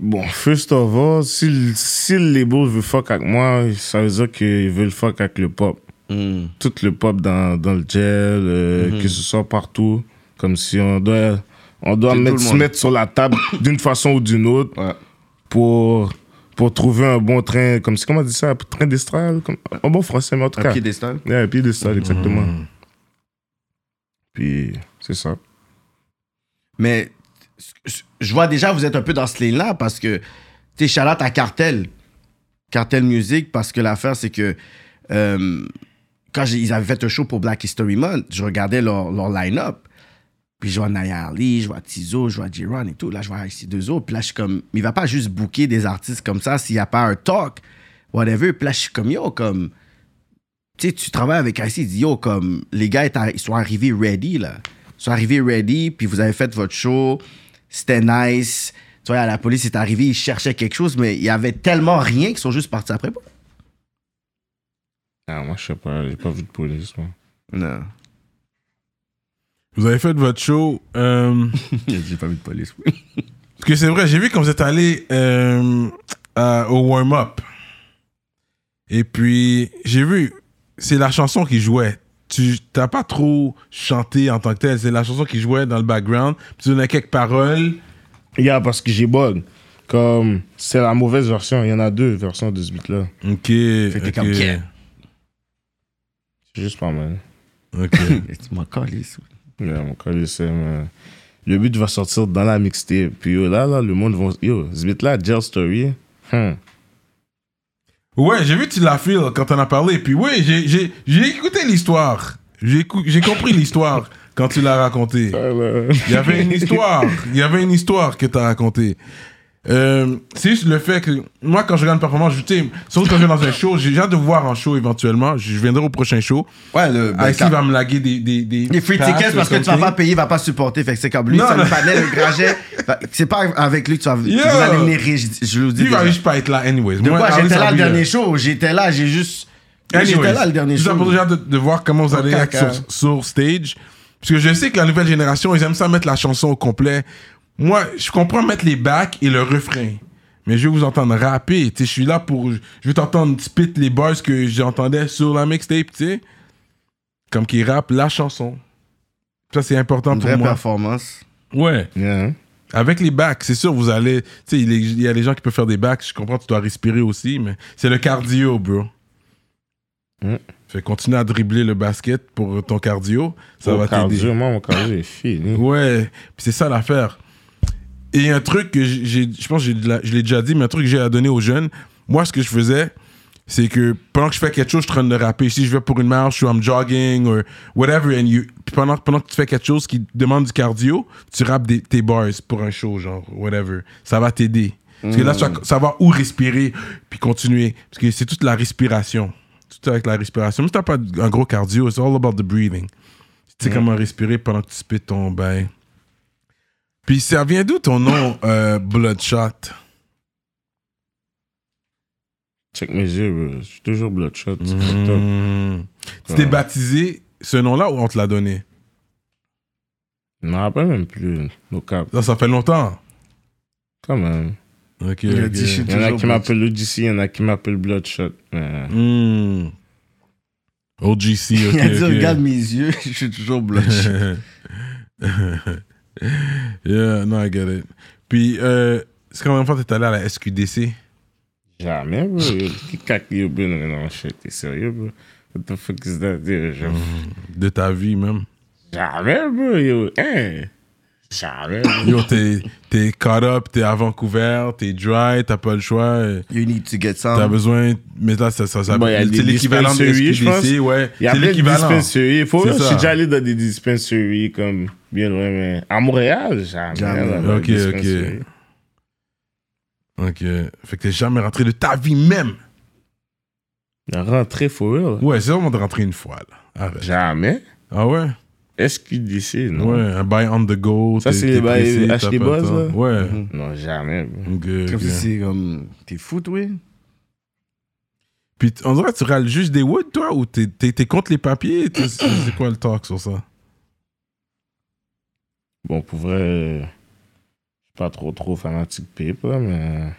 Speaker 3: Bon, first of all, si, le- si le label veut fuck avec moi, ça veut dire qu'ils veulent fuck avec le pop. Tout le pop dans, dans le gel, euh,
Speaker 4: Mm-hmm.
Speaker 3: que ce soit partout. Comme si on doit, on doit
Speaker 4: C'est tout
Speaker 3: mettre,
Speaker 4: le
Speaker 3: se
Speaker 4: monde.
Speaker 3: mettre sur la table d'une façon ou d'une autre
Speaker 4: Ouais.
Speaker 3: pour, pour trouver un bon train, comme si, comment on dit ça, un train d'estral, comme, un bon français, mais en tout
Speaker 4: Un Mm-hmm.
Speaker 3: cas.
Speaker 4: piédestal?
Speaker 3: Ouais, un piédestal, exactement. Puis, c'est ça.
Speaker 4: Mais je- je vois déjà, vous êtes un peu dans ce lien-là parce que, tu sais, à Cartel, Cartel Music, parce que l'affaire, c'est que euh, quand j'ai- ils avaient fait un show pour Black History Month, je regardais leur, leur line-up. Puis je vois Naya Ali, je vois Tizo, je vois J-Ron et tout. Là, je vois ici deux autres. Puis là, je suis comme, il va pas juste booker des artistes comme ça s'il n'y a pas un talk, whatever. Puis là, je suis comme, yo, comme, tu sais, tu travailles avec IC, il dit, yo, comme, les gars, est arri- ils sont arrivés ready, là. Ils sont arrivés ready, puis vous avez fait votre show, c'était nice. Tu vois, la police est arrivée, ils cherchaient quelque chose, mais il y avait tellement rien qu'ils sont juste partis après.
Speaker 3: Ah, moi, je sais pas, j'ai pas vu de police, moi.
Speaker 4: Non,
Speaker 1: Vous avez fait votre show. euh,
Speaker 4: j'ai pas vu de police.
Speaker 1: Parce que c'est vrai, j'ai vu quand vous êtes allé euh, à- au warm-up. Et puis, j'ai vu, c'est la chanson qui jouait. Tu t'as pas trop chanté en tant que tel, c'est la chanson qui jouait dans le background. Puis tu donnais quelques paroles.
Speaker 3: Yeah, parce que j'ai bug. Comme, c'est la mauvaise version. Il y en a deux versions de ce beat-là.
Speaker 1: Ok. ok,
Speaker 4: comme, Yeah.
Speaker 3: C'est juste pas mal.
Speaker 1: ok.
Speaker 4: tu m'en calisse.
Speaker 3: Yeah, mon col, il sait, mais Le beat va sortir dans la mixtape. Puis yo, là, là, le monde va. Yo, ce beat-là, Jail Story. hmm.
Speaker 1: Ouais, j'ai vu tu la feel quand on a parlé. Puis oui, j'ai- j'ai j'ai écouté l'histoire. J'ai écou- j'ai compris l'histoire quand tu l'as racontée. Il y avait une histoire. Il y avait une histoire que t'as racontée. Euh, c'est juste le fait que moi, quand je regarde une performance, je, tu sais, surtout quand je vais dans un show, j'ai j'ai hâte de vous voir en show éventuellement. Je je viendrai au prochain show.
Speaker 4: Ouais, le. ben,
Speaker 1: Icy
Speaker 4: quand-
Speaker 1: va me laguer des. des, des
Speaker 4: Les free
Speaker 1: passes
Speaker 4: tickets
Speaker 1: ou
Speaker 4: parce que tu vas
Speaker 1: something.
Speaker 4: pas payer, il va pas supporter. Fait que c'est comme lui,
Speaker 1: Non,
Speaker 4: ça
Speaker 1: non.
Speaker 4: le panel, le graget. Fait que C'est pas avec lui que tu vas.
Speaker 1: Yo.
Speaker 4: Vous allez venir riche, je vous dis.
Speaker 1: Lui va
Speaker 4: déjà.
Speaker 1: juste pas être là, anyways.
Speaker 4: De quoi, j'étais là
Speaker 1: le
Speaker 4: le dernier show. J'étais là, j'ai juste. J'étais là le dernier
Speaker 1: Tout ça
Speaker 4: show.
Speaker 1: pour déjà de, de voir comment vous allez
Speaker 4: Caca.
Speaker 1: être sur, sur stage. Parce que je sais que la nouvelle génération, ils aiment ça mettre la chanson au complet. Moi, je comprends mettre les bacs et le refrain. Mais je veux vous entendre rapper. Tu sais, je suis là pour. Je veux t'entendre spit les bars que j'entendais sur la mixtape, tu sais. Comme qui rappe la chanson. Ça, c'est important
Speaker 4: Une
Speaker 1: pour
Speaker 4: vraie
Speaker 1: moi.
Speaker 4: performance.
Speaker 1: Ouais.
Speaker 3: Yeah. hein.
Speaker 1: Avec les bacs, c'est sûr, vous allez. Tu sais, il est- il y a des gens qui peuvent faire des bacs. Je comprends, tu dois respirer aussi, mais c'est le cardio, bro.
Speaker 3: Mm.
Speaker 1: Fait continuer à dribbler le basket pour ton cardio. Ça
Speaker 3: Mon
Speaker 1: va t'aider.
Speaker 3: cardio, moi, mon cardio est fini.
Speaker 1: Ouais, puis c'est ça l'affaire. Et un truc que j'ai- j'ai- je pense que j'ai de la- je l'ai déjà dit, mais un truc que j'ai à donner aux jeunes, moi, ce que je faisais, c'est que pendant que je fais quelque chose, je suis en train de rapper. Si je vais pour une marche ou I'm jogging ou whatever, and you, puis pendant, pendant que tu fais quelque chose qui demande du cardio, tu rappes des- tes bars pour un show, genre whatever. Ça va t'aider. Parce que là, tu vas savoir où respirer puis continuer. Parce que c'est toute la respiration. Tout avec la respiration. Même si t'as pas un gros cardio, it's all about the breathing. Tu sais
Speaker 4: Mm.
Speaker 1: comment respirer pendant que tu spites ton bain. Puis ça vient d'où ton nom, euh, Bloodshot?
Speaker 3: Check mes yeux, bro. Je suis toujours
Speaker 4: Mm-hmm.
Speaker 3: bloodshot. c'est fucked up.
Speaker 1: Mm. Tu t'es
Speaker 3: Ouais.
Speaker 1: baptisé ce nom-là ou on te l'a donné?
Speaker 3: Je me rappelle même plus. No cap.
Speaker 1: Ça, ça fait longtemps.
Speaker 3: Quand même.
Speaker 1: Ok.
Speaker 4: Il a
Speaker 1: ok.
Speaker 4: dit, je suis
Speaker 3: Il y en a
Speaker 4: toujours
Speaker 3: qui m'appellent ODC, il y en a qui m'appellent Bloodshot. mais-
Speaker 1: Mm. OGC, ok.
Speaker 4: Il a dit,
Speaker 1: ok.
Speaker 4: regarde mes yeux, je suis toujours blush.
Speaker 1: yeah, no, I get it. Puis, euh, c'est quand même fois que t'es allé à la SQDC.
Speaker 3: Jamais, bro. Qui cac, yo, bro? Non, non, non, shit, t'es sérieux, bro? What the fuck is that? Yo, je-
Speaker 1: De ta vie, même.
Speaker 3: Jamais, bro, yo. Hein? Jamais, bro.
Speaker 1: Yo, t'es t'es caught up, t'es à Vancouver, t'es dry, t'as pas le choix. euh,
Speaker 4: You need to get
Speaker 1: T'as
Speaker 4: some.
Speaker 1: besoin. Mais là, ça, ça, ça-
Speaker 3: Hein? Bon, il y a
Speaker 1: c'est
Speaker 3: des
Speaker 1: l'équivalent de
Speaker 3: dispensaries, je pense.
Speaker 1: SQDC, ouais.
Speaker 3: Il y E a
Speaker 1: C'est
Speaker 3: plein de
Speaker 1: l'équivalent.
Speaker 3: dispensaries. Faut
Speaker 1: C'est
Speaker 3: je
Speaker 1: ça.
Speaker 3: suis déjà allé dans des dispensaries comme bien loin, mais à Montréal, jamais.
Speaker 4: Jamais.
Speaker 3: dans des
Speaker 1: Ok, ok.
Speaker 3: dispensaries.
Speaker 1: Ok. Fait que t'es jamais rentré de ta vie même.
Speaker 3: Rentrer for real.
Speaker 1: Ouais, c'est vraiment de rentrer une fois, là. Arrête.
Speaker 3: Jamais.
Speaker 1: Ah ouais?
Speaker 3: SQDC, non.
Speaker 1: Ouais, un buy on the go.
Speaker 3: Ça,
Speaker 1: t'es-
Speaker 3: c'est
Speaker 1: t'es
Speaker 3: les bails
Speaker 1: pressé, t'as
Speaker 3: acheter
Speaker 1: pas le
Speaker 3: buzz,
Speaker 1: temps.
Speaker 3: là. Mhm.
Speaker 1: Ouais.
Speaker 3: Non, jamais. bro.
Speaker 1: Ok,
Speaker 4: Comme
Speaker 1: ok.
Speaker 4: si c'est comme. T'es fou, toi?
Speaker 1: Puis on dirait que tu râles juste des woods, toi, ou t'es- t'es t'es contre les papiers? T'es- C'est c'est quoi le talk sur ça?
Speaker 3: Bon, pour vrai, euh, je suis pas trop, trop fanatique pipe, là,
Speaker 1: Hum.
Speaker 3: mais.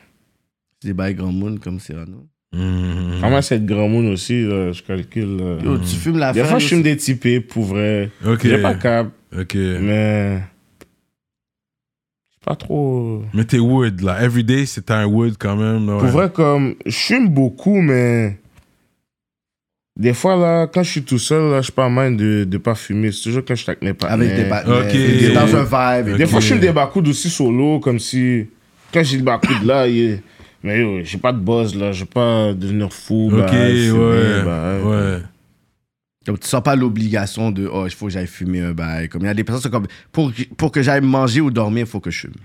Speaker 4: C'est by Grand Moon comme Cyrano.
Speaker 1: Ah,
Speaker 3: Comment Comment c'est de grand monde aussi, là, je calcule. là.
Speaker 4: Yo, tu fumes la
Speaker 3: Des fois,
Speaker 4: fin,
Speaker 3: je
Speaker 4: là,
Speaker 3: fume des petits pipes, pour vrai.
Speaker 1: Ok.
Speaker 3: J'ai pas cap,
Speaker 1: Ok.
Speaker 3: mais. Je suis pas trop.
Speaker 1: Mais t'es wood, là. Everyday, c'est un wood quand même. là, ouais.
Speaker 3: Pour vrai, comme, je fume beaucoup, mais des fois, là, quand je suis tout seul, là, je suis pas mal de, de pas fumer. C'est toujours quand je suis avec mes
Speaker 4: c'est-
Speaker 3: partenaires.
Speaker 4: Avec des bacs.
Speaker 1: Ok.
Speaker 4: T'es dans un vibe.
Speaker 3: Des fois,
Speaker 1: Ok.
Speaker 3: je fume des bacoudes aussi solo, comme si, quand j'ai le bacoud là, il- mais yo, j'ai pas de buzz, là, je vais pas devenir fou.
Speaker 1: Ok,
Speaker 3: bah, fumer,
Speaker 1: ouais.
Speaker 3: bah,
Speaker 1: ouais.
Speaker 4: Comme tu sens pas l'obligation de oh, il faut que j'aille fumer un bail. Comme il y a des personnes qui sont comme pour, pour que j'aille manger ou dormir, il faut que je fume.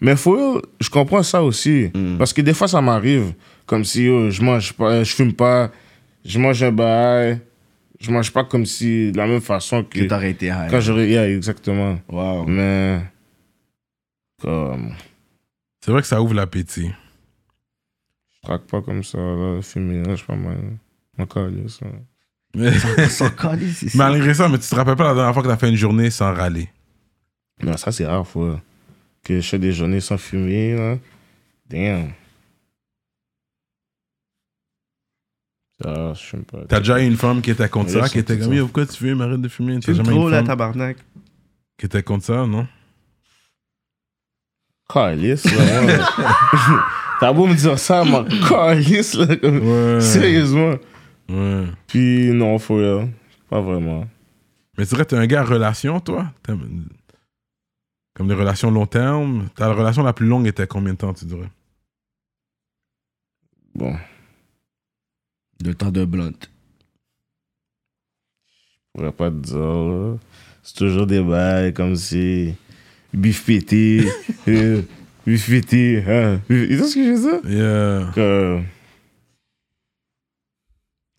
Speaker 3: Mais faut, je comprends ça aussi. Parce que des fois, ça m'arrive. Comme si yo, je mange pas, je fume pas, je mange un bail, je mange pas comme si, de la même façon que.
Speaker 4: Que t'aurais été high.
Speaker 3: Quand j'aurais. Yeah, exactement.
Speaker 4: Wow.
Speaker 3: Mais. Comme.
Speaker 1: C'est vrai que ça ouvre l'appétit.
Speaker 3: Je traque pas comme ça, là, fumer, là, je suis pas mal. Encore, là, ça.
Speaker 1: Mais-
Speaker 4: Sans coller, c'est ça.
Speaker 1: Malgré ça, mais tu te rappelles pas la dernière fois que t'as fait une journée sans râler.
Speaker 3: Non, ça, c'est rare, faut. Que je fais des journées sans fumer, là. Damn. Ça, je fume pas.
Speaker 1: T'as déjà eu une femme qui était contre
Speaker 3: Ouais,
Speaker 1: ça,
Speaker 3: je
Speaker 1: qui était
Speaker 3: sens
Speaker 1: comme,
Speaker 3: ça.
Speaker 1: Yo, pourquoi tu fumes, arrête de fumer. T'as
Speaker 4: Fume
Speaker 1: jamais eu
Speaker 4: trop,
Speaker 1: une
Speaker 4: là,
Speaker 1: femme
Speaker 4: tabarnak.
Speaker 1: qui était contre ça, non?
Speaker 3: Calice, là. moi, là. T'as beau me dire ça, mon calice, là. comme-
Speaker 1: Ouais.
Speaker 3: Sérieusement.
Speaker 1: Ouais.
Speaker 3: Puis, non, faut, là. Pas vraiment.
Speaker 1: Mais tu dirais, t'es un gars relation, toi? T'as- Comme des relations long terme. Ta relation la plus longue était combien de temps, tu dirais?
Speaker 3: Bon.
Speaker 4: Le temps de blunt.
Speaker 3: Je pourrais pas te dire. là. C'est toujours des bails comme si. Bif pété. euh, bif pété. Hein. bif- Tu sais ce que je veux dire?
Speaker 1: Yeah.
Speaker 3: Que-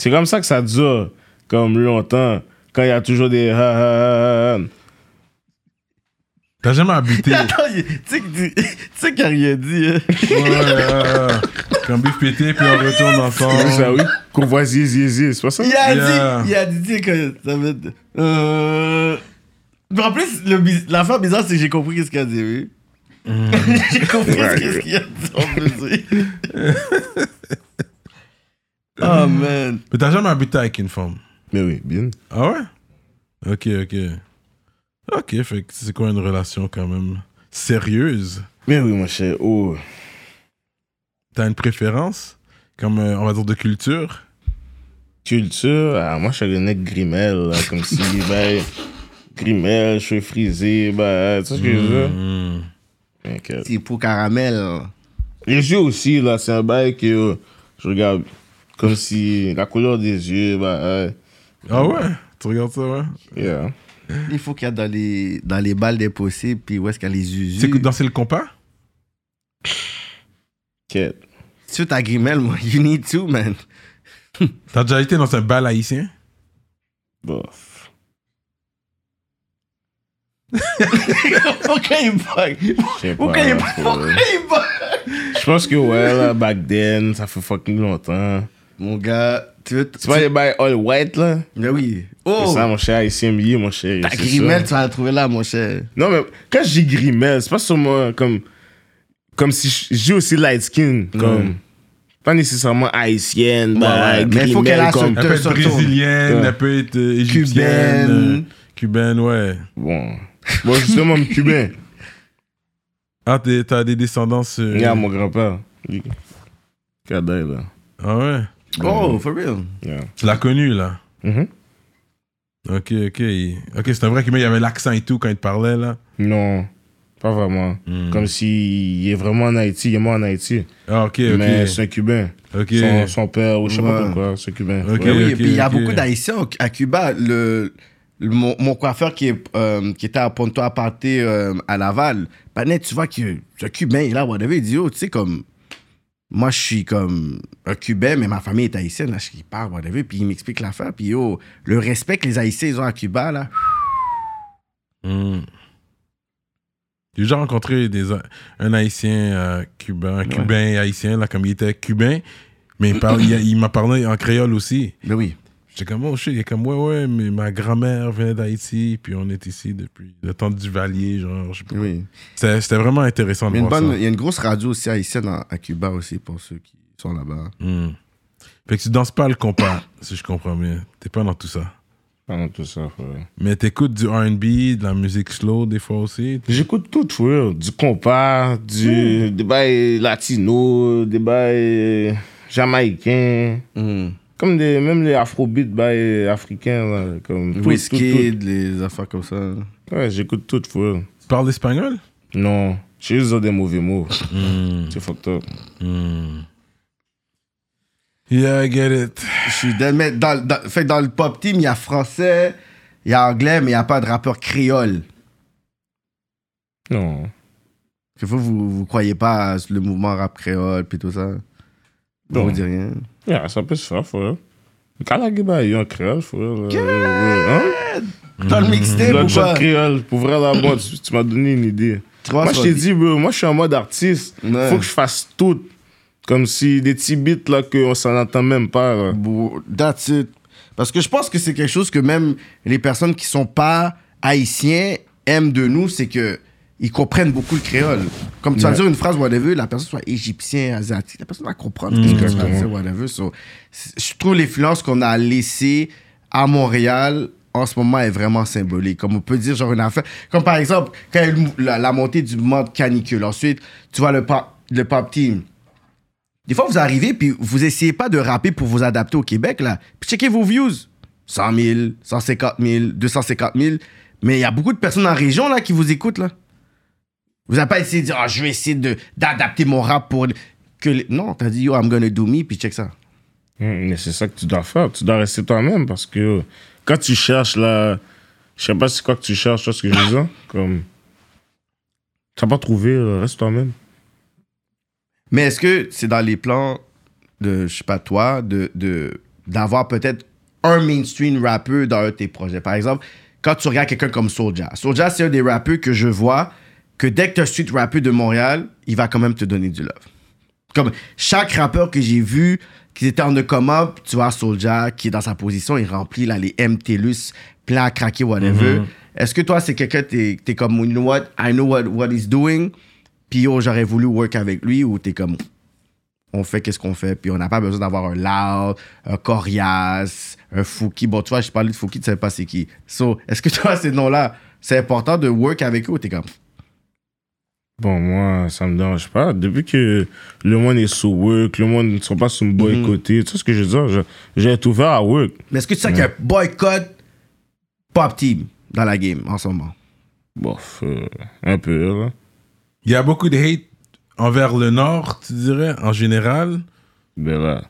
Speaker 3: C'est comme ça que ça dure. Comme longtemps. Quand il y a toujours des. ha, ha, ha, ha.
Speaker 1: T'as jamais habité.
Speaker 4: Attends, il- tu sais que- tu sais qu'il a rien dit. hein.
Speaker 1: ouais, euh, comme bif pété, puis on retourne ensemble.
Speaker 3: Ça, oui. Courvoisier, zier, zier. C'est pas ça?
Speaker 4: Il a
Speaker 1: Yeah.
Speaker 4: dit, il a dit que ça veut dire- euh... Mais en plus, le bis- l'affaire bizarre, c'est que j'ai compris qu'est-ce qu'il a dit, oui.
Speaker 3: Euh.
Speaker 4: j'ai compris qu'est-ce qu'il a dit en plus, oui. Oh man.
Speaker 1: Mais t'as jamais habité avec une femme.
Speaker 3: Mais oui, bien.
Speaker 1: Ah ouais? Ok, ok. Ok, fait que c'est quoi une relation quand même sérieuse?
Speaker 3: Mais oui, mon cher. Oh.
Speaker 1: T'as une préférence? Comme, euh, on va dire, de culture?
Speaker 3: culture, ah, moi je suis le nec grimel, là, comme si, ben, grimel, cheveux frisés, ben, tu sais ce que je veux
Speaker 4: Mm.
Speaker 3: dire?
Speaker 1: Hmm.
Speaker 3: T'inquiète.
Speaker 4: C'est pour caramel.
Speaker 3: Les yeux aussi, là, c'est un bail que euh, je regarde comme si la couleur des yeux, ben, euh,
Speaker 1: Ah ouais? Tu regardes ça, ouais?
Speaker 3: yeah.
Speaker 4: Il faut qu'il y a dans les, dans les balles des possibles, puis où est-ce qu'il y a les
Speaker 1: C'est que
Speaker 4: usus.
Speaker 1: danser le compas?
Speaker 3: Quête.
Speaker 4: Tu ta grimelle, moi, you need to, man.
Speaker 1: T'as déjà été dans un bal haïtien?
Speaker 3: Bof.
Speaker 4: Pourquoi il bug?
Speaker 3: Je sais
Speaker 4: Pourquoi
Speaker 3: pas,
Speaker 4: il
Speaker 3: faut-
Speaker 4: Pourquoi il bug?
Speaker 3: Je pense que ouais, là, back then, ça fait fucking longtemps.
Speaker 4: Mon gars, tu veux.
Speaker 3: C'est pas les bails all white, là?
Speaker 4: Mais oui.
Speaker 3: C'est
Speaker 4: Oh!
Speaker 3: ça, mon cher, ici, mon cher.
Speaker 4: Ta
Speaker 3: c'est ça.
Speaker 4: grimelle, tu vas la trouver là, mon cher.
Speaker 3: Non, mais quand je dis grimelle, c'est pas sur moi comme. Comme si je- j'ai aussi light skin. Comme. Pas nécessairement haïtienne, bah,
Speaker 4: ouais, mais faut
Speaker 3: grimelle,
Speaker 4: qu'elle a
Speaker 3: comme.
Speaker 4: ce-
Speaker 1: Elle peut être
Speaker 4: Te-
Speaker 1: brésilienne,
Speaker 3: Ouais.
Speaker 1: elle peut être euh, égyptienne.
Speaker 4: Cubaine.
Speaker 1: euh, Cubaine, ouais.
Speaker 3: Bon. Bon, justement, me cubain.
Speaker 1: Ah, t'es- t'as des descendants. euh,
Speaker 3: Yeah, mon grand-père. Lui. Cadet, là.
Speaker 1: Ah ouais.
Speaker 4: Oh, for real.
Speaker 3: Yeah.
Speaker 1: Tu l'as connu, là.
Speaker 4: Mm-hmm.
Speaker 3: Mhm.
Speaker 1: Ok, ok. il- Ok, c'est un vrai qu'il y avait l'accent et tout quand il te parlait, là.
Speaker 3: Non, pas vraiment.
Speaker 4: Mm.
Speaker 3: Comme s'il est vraiment en Haïti, il est mort en Haïti.
Speaker 1: Ah, ok,
Speaker 3: Mais
Speaker 1: ok.
Speaker 3: c'est un Cubain.
Speaker 1: Ok.
Speaker 3: Son, son père, ou je sais pas
Speaker 4: Ouais.
Speaker 3: pourquoi, c'est un Cubain.
Speaker 1: Ok.
Speaker 3: Ouais.
Speaker 4: Ben oui, et puis il y a
Speaker 1: ok.
Speaker 4: beaucoup d'Haïtiens au- à Cuba. Le, le- mon, mon coiffeur qui, est, euh, qui était à Ponto Aparte euh, à Laval, Panet, tu vois que ce Cubain, il est là, whatever, il dit, oh, tu sais, comme. Moi, je suis comme un Cubain, mais ma famille est haïtienne. Là, je dis, parle, whatever. Puis il m'explique l'affaire. Puis yo, le respect que les Haïtiens, ils ont à Cuba, là.
Speaker 1: Hmm. J'ai déjà rencontré des, Ha- un Haïtien euh, cubain, un Cubain et Haïtien, là, comme il était cubain, mais il, parle- il a- il m'a parlé en créole aussi.
Speaker 4: Ben oui.
Speaker 1: J'étais comme, oh shit, il est comme, ouais, ouais, mais ma grand-mère venait d'Haïti, puis on est ici depuis le temps du Valier, genre, je sais pas.
Speaker 4: oui.
Speaker 1: C'était c'était vraiment intéressant
Speaker 4: Il
Speaker 1: de
Speaker 4: y, a une
Speaker 1: voir
Speaker 4: bonne-
Speaker 1: ça.
Speaker 4: il y a une grosse radio aussi haïtienne à, à Cuba aussi pour ceux qui sont là-bas.
Speaker 1: Hmm. Fait que tu danses pas le compas, si je comprends bien. T'es pas dans tout ça.
Speaker 3: Pendant tout ça, ouais.
Speaker 1: Mais t'écoutes du RB, de la musique slow des fois aussi.
Speaker 3: J'écoute tout, for real. Du compas, du, des bails latinos, des bails jamaïcains.
Speaker 1: Hmm.
Speaker 3: Comme des, même les afrobeats bails africains, là. Comme tout, tout,
Speaker 4: Whisky, les affaires comme ça.
Speaker 3: tout. Ouais, j'écoute tout, for real.
Speaker 1: Tu parles espagnol?
Speaker 3: Non, j'ai juste des mauvais mots.
Speaker 4: Hmm.
Speaker 3: C'est fucked up.
Speaker 1: Hmm. Yeah, I get it.
Speaker 4: Je suis dead, mais dans, dans- fait que dans le pop team, il y a français, il y a anglais, mais il n'y a pas de rappeur créole.
Speaker 3: Non.
Speaker 4: Que vous, vous, vous croyez pas à le mouvement rap créole puis tout ça. Vous
Speaker 3: Non.
Speaker 4: vous dit rien.
Speaker 3: Yeah, ça peut se faire, for real. Kalagi, bah, il y a un créole, for real. là. Ouais, ouais, hein?
Speaker 4: Dans le mixtape ou
Speaker 3: Bloodshot
Speaker 4: pas?
Speaker 3: créole. Pour vrai, là, moi, tu, tu m'as donné une idée.
Speaker 4: Trois
Speaker 3: moi, je
Speaker 4: sur
Speaker 3: t'ai
Speaker 4: dix.
Speaker 3: dit, bro, moi, je suis en mode artiste.
Speaker 4: Ouais.
Speaker 3: Faut que je fasse tout. Comme si des petits beats, là, qu'on s'en entend même pas. là.
Speaker 4: Bon, That's it. Parce que je pense que c'est quelque chose que même les personnes qui sont pas haïtiens aiment de nous, c'est que ils comprennent beaucoup le créole. Comme tu vas
Speaker 3: Ouais.
Speaker 4: dire une phrase, whatever, la personne soit égyptien, asiatique, la personne va comprendre ce que tu vas dire, whatever. So, c- je trouve l'influence qu'on a laissée à Montréal en ce moment est vraiment symbolique. Comme on peut dire, genre une affaire. Comme par exemple, quand il y a eu le mou- la, la montée du mode canicule, ensuite, tu vois le pop, le pop team. Des fois, vous arrivez, puis vous essayez pas de rapper pour vous adapter au Québec, là. Puis checkez vos views. 100 000, 150 000, 250 000. Mais il y a beaucoup de personnes en région, là, qui vous écoutent, là. Vous n'avez pas essayé de dire, ah, je vais essayer de- d'adapter mon rap pour... Que les- Non, t'as dit, yo, I'm gonna do me, puis check ça.
Speaker 3: Hum, Mais c'est ça que tu dois faire. Tu dois rester toi-même parce que euh, quand tu cherches, là, je sais pas c'est quoi que tu cherches, tu vois ce que je veux dire? Comme. T'as pas trouvé, euh, reste toi-même.
Speaker 4: Mais est-ce que c'est dans les plans de, je sais pas toi, de, de, d'avoir peut-être un mainstream rappeur dans un de tes projets? Par exemple, quand tu regardes quelqu'un comme Soulja. Soulja, c'est un des rappeurs que je vois que dès que tu un street rappeur de Montréal, il va quand même te donner du love. Comme chaque rappeur que j'ai vu qui était en de commun, tu vois Soulja qui est dans sa position, il remplit là, les MTLUS, plein à craquer, whatever. Est-ce que toi, c'est quelqu'un, t'es, t'es comme, you know what, I know what, what he's doing, puis yo, j'aurais voulu work avec lui, ou t'es comme, on fait qu'est-ce qu'on fait, puis on n'a pas besoin d'avoir un Loud, un Corias, un Fouki. Bon, tu vois, je parlais de Fouki, tu savais pas c'est qui. So, est-ce que toi, ces noms-là, c'est important de work avec eux ou t'es comme,
Speaker 3: Bon, moi, ça me dérange pas. Depuis que le monde est sous work, le monde ne sont pas sous me
Speaker 4: Mm-hmm.
Speaker 3: boycotter, tu sais ce que je veux dire? Je- J'ai tout ouvert à work.
Speaker 4: mais est-ce que tu sais qu'il y a un boycott pop team dans la game en ce moment?
Speaker 3: Bof, euh, un peu, là.
Speaker 1: Il y a beaucoup de hate envers le Nord, tu dirais, en général.
Speaker 3: Ben là,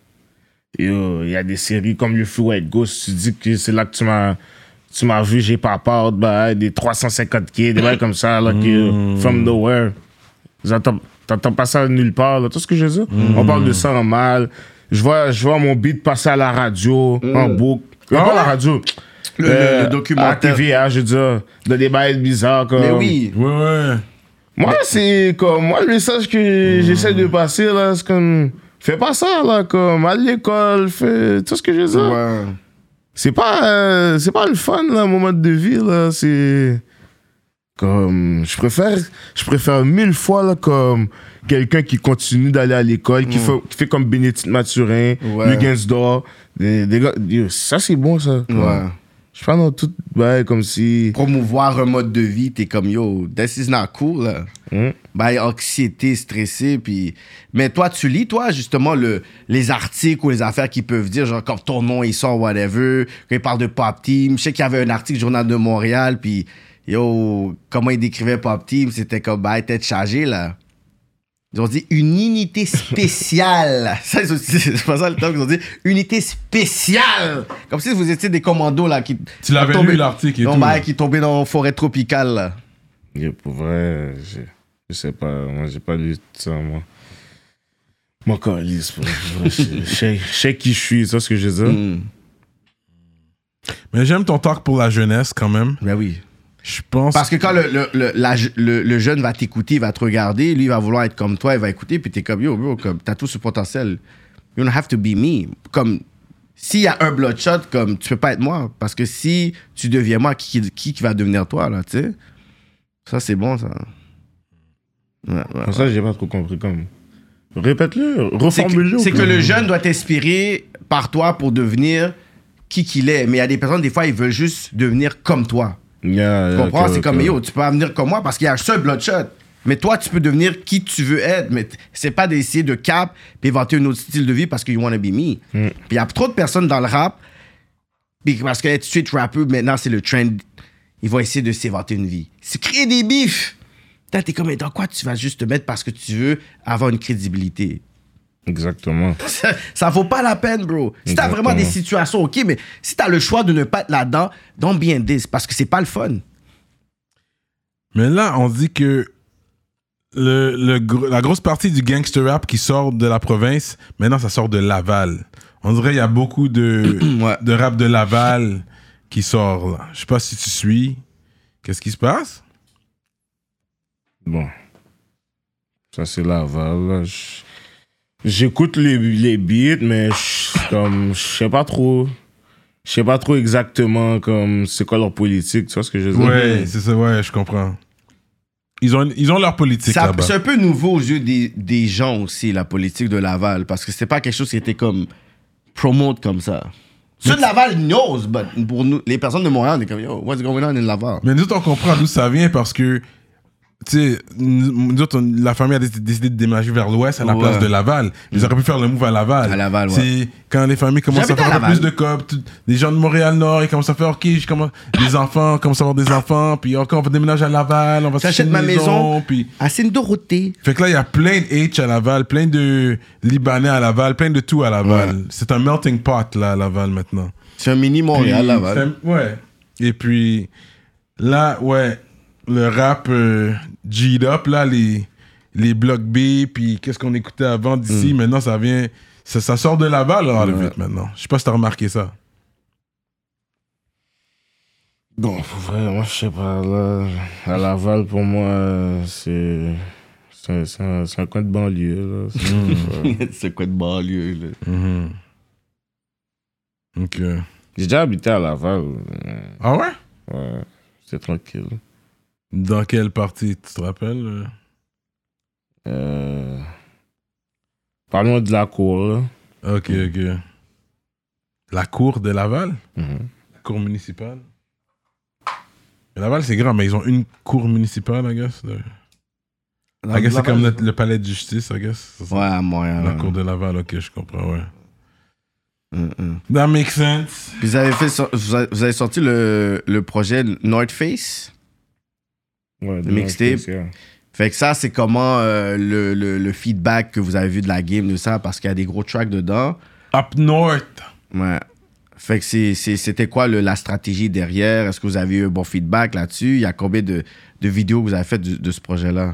Speaker 3: yo, il y a des séries comme le Fou White Ghost, tu dis que c'est là que tu m'as tu m'as vu, j'ai pas peur, bah, des 350 k des bails comme ça, là,
Speaker 4: Hmm.
Speaker 3: que, from nowhere. J'entends- T'entends pas ça nulle part, là, tout ce que je veux dire.
Speaker 4: Hmm.
Speaker 3: On parle de ça en mal. Je vois, je vois mon beat passer à la radio, en boucle. Non, pas à la radio.
Speaker 4: Hmm. Le- le-
Speaker 3: Euh,
Speaker 4: le documentaire.
Speaker 3: À TVA, je veux dire, dans des bails bizarres, comme.
Speaker 4: Mais oui,
Speaker 1: Ouais, ouais.
Speaker 3: Moi, c'est comme, moi, le message que j'essaie de passer, là, c'est comme, fais pas ça, là, comme, à l'école, fais tout ce que je veux dire.
Speaker 4: ouais.
Speaker 3: C'est pas, euh, c'est pas le fun, là, mon mode de vie, là, c'est. Comme, je préfère, je préfère mille fois, là, comme, quelqu'un qui continue d'aller à l'école, qui, fait, qui fait comme Bénédicte Mathurin,
Speaker 4: Mm. Ouais.
Speaker 3: Lugansdor, des, des gars, yo, ça, c'est bon, ça.
Speaker 4: Ouais.
Speaker 3: Je suis pas dans tout bail comme si.
Speaker 4: Promouvoir un mode de vie, t'es comme yo, this is not cool. là.
Speaker 3: Hmm.
Speaker 4: Ben, anxiété, stressé, puis. Mais toi, tu lis, toi, justement, le, les articles ou les affaires qu'ils peuvent dire, genre, quand ton nom, il sort, whatever, quand ils parlent de Pop Team. Je sais qu'il y avait un article du Journal de Montréal, puis, yo, comment ils décrivaient Pop Team, c'était comme, ben, tête chargée, là. Ils ont dit une unité spéciale. ça, ils ont- c'est pas ça le terme qu'ils ont dit. Unité spéciale. Comme si vous étiez des commandos, là, qui.
Speaker 1: Tu l'avais
Speaker 4: tombés-
Speaker 1: lu, l'article et
Speaker 4: Non,
Speaker 1: tout,
Speaker 4: ben,
Speaker 1: là.
Speaker 4: qui tombaient dans la forêt tropicale, là.
Speaker 3: Et pour vrai, je, je sais pas. Moi, j'ai pas lu ça, moi. Mon corps est lisse, pour vrai. Je je sais je sais qui je suis, c'est ce que je
Speaker 1: Hein?
Speaker 3: veux dire.
Speaker 4: Hmm.
Speaker 1: Mais j'aime ton talk pour la jeunesse quand même.
Speaker 4: Ben oui.
Speaker 1: Je pense.
Speaker 4: Parce que quand le, le, le, la- le- le jeune va t'écouter, il va te regarder, lui, il va vouloir être comme toi, il va écouter, puis t'es comme, yo, bro, comme, t'as tout ce potentiel. You don't have to be me. Comme, s'il y a un bloodshot, comme, tu peux pas être moi. Parce que si tu deviens moi, qui, qui, qui va devenir toi, là, tu sais? Ça, c'est bon, ça. Ouais, ouais.
Speaker 3: Comme ça, j'ai pas trop compris. Comme... Répète-le,
Speaker 4: C'est
Speaker 3: reformule-le.
Speaker 4: que, c'est que
Speaker 3: plus.
Speaker 4: le jeune doit t'inspirer par toi pour devenir qui qu'il est. Mais il y a des personnes, des fois, ils veulent juste devenir comme toi.
Speaker 3: Yeah,
Speaker 4: Tu
Speaker 3: yeah,
Speaker 4: comprends?
Speaker 3: ok,
Speaker 4: c'est
Speaker 3: ok.
Speaker 4: comme, yo, tu peux pas venir comme moi parce qu'il y a un seul bloodshot. Mais toi, tu peux devenir qui tu veux être. Mais t- c'est pas d'essayer de cap puis inventer un autre style de vie parce que you wanna be me.
Speaker 3: Hmm.
Speaker 4: Puis il y a trop de personnes dans le rap. Puis parce que être street rapper, maintenant, c'est le trend. Ils vont essayer de s'inventer une vie. C'est créer des bifs. Putain, T'es comme, mais dans quoi tu vas juste te mettre parce que tu veux avoir une crédibilité?
Speaker 3: Exactement.
Speaker 4: ça, ça vaut pas la peine, bro. Si t'as
Speaker 3: Exactement.
Speaker 4: vraiment des situations, ok, mais si t'as le choix de ne pas être là-dedans, don't be in this parce que c'est pas le fun.
Speaker 1: Mais là, on dit que le, le gro- la grosse partie du gangster rap qui sort de la province, maintenant, ça sort de Laval. On dirait qu'il y a beaucoup de,
Speaker 4: Ouais.
Speaker 1: de rap de Laval qui sort. là. Je sais pas si tu suis. Qu'est-ce qui se passe?
Speaker 3: Bon. Ça, c'est Laval. là. Je- J'écoute les, les beats, mais je comme, je sais pas trop. Je sais pas trop exactement comme c'est quoi leur politique, tu vois ce que je veux dire?
Speaker 1: Ouais, c'est ça, ouais, je comprends. Ils ont, une- ils ont leur politique
Speaker 4: Ça-
Speaker 1: là-bas.
Speaker 4: C'est un peu nouveau aux yeux des, des gens aussi, la politique de Laval, parce que c'était pas quelque chose qui était comme promote comme ça. Ceux de Laval knows, but pour nous, les personnes de Montréal, on est comme yo, what's going on in Laval?
Speaker 1: Mais nous, autres, on comprend d'où ça vient parce que, tu sais, nous nous autres, on- la famille a déc- décidé de déménager vers l'ouest à la
Speaker 4: Ouais. Mm.
Speaker 1: place de Laval. Ils auraient pu faire le move à Laval.
Speaker 4: À Laval, ouais.
Speaker 1: C'est quand les familles commencent à
Speaker 4: J'habite à
Speaker 1: faire un peu
Speaker 4: Laval.
Speaker 1: plus de cop, tout- les gens de Montréal-Nord, ils commencent à faire, ok, je commence, les enfants commencent à avoir des enfants, puis encore, on va déménager à Laval, on va s'acheter
Speaker 4: T'achètes
Speaker 1: une
Speaker 4: ma maison,
Speaker 1: puis...
Speaker 4: à Sainte-Dorothée.
Speaker 1: Fait que là, il y a plein de H à Laval, plein de Libanais à Laval, plein de tout à Laval. C'est un melting pot, là, à Laval, maintenant.
Speaker 4: C'est un mini
Speaker 1: Puis,
Speaker 4: Montréal, Laval.
Speaker 1: c'est un- Ouais. Et puis, là, ouais, le rap euh, G'd up, là, les, les blocs B, puis qu'est-ce qu'on écoutait avant d'ici, maintenant, ça vient. Ça, ça sort de Laval, là, le vite, maintenant. Je sais pas si t'as remarqué ça.
Speaker 3: Bon, pour vrai, moi, je sais pas. Là, à Laval, pour moi, euh, c'est. C'est un- c'est un, c'est un coin de banlieue. Là. C'est-
Speaker 1: Hmm. Mm.
Speaker 3: ouais.
Speaker 4: c'est quoi de banlieue, là?
Speaker 1: Mm-hmm. Ok.
Speaker 3: J'ai déjà habité à Laval. euh,
Speaker 1: Ah ouais?
Speaker 3: Ouais, c'était tranquille.
Speaker 1: Dans quelle partie, tu te rappelles? euh?
Speaker 3: Euh... Parlons de la cour. Là.
Speaker 1: euh? Ok, ok. Mm. La cour de Laval?
Speaker 3: Mhm.
Speaker 1: La cour municipale? Laval, c'est grand, mais ils ont une cour municipale, I guess. de- I guess c'est comme le, le palais de justice, I guess. Ça, c'est
Speaker 4: Ouais, à Montréal.
Speaker 1: La cour de Laval, ok, je comprends, ouais.
Speaker 4: Hum, hum.
Speaker 1: That makes sense.
Speaker 4: Puis vous avez, fait, so- vous avez- vous avez sorti le, le projet North Face.
Speaker 3: Ouais, de
Speaker 4: mixtape.
Speaker 3: l'Anse Spéciale.
Speaker 4: Fait que ça, c'est comment euh, le, le- le feedback que vous avez vu de la game, de ça, parce qu'il y a des gros tracks dedans.
Speaker 1: Up north.
Speaker 4: Ouais. Fait que c'est- c'est- c'était quoi le- la stratégie derrière? Est-ce que vous avez eu un bon feedback là-dessus? Il y a combien de, de vidéos que vous avez faites du- de ce projet-là?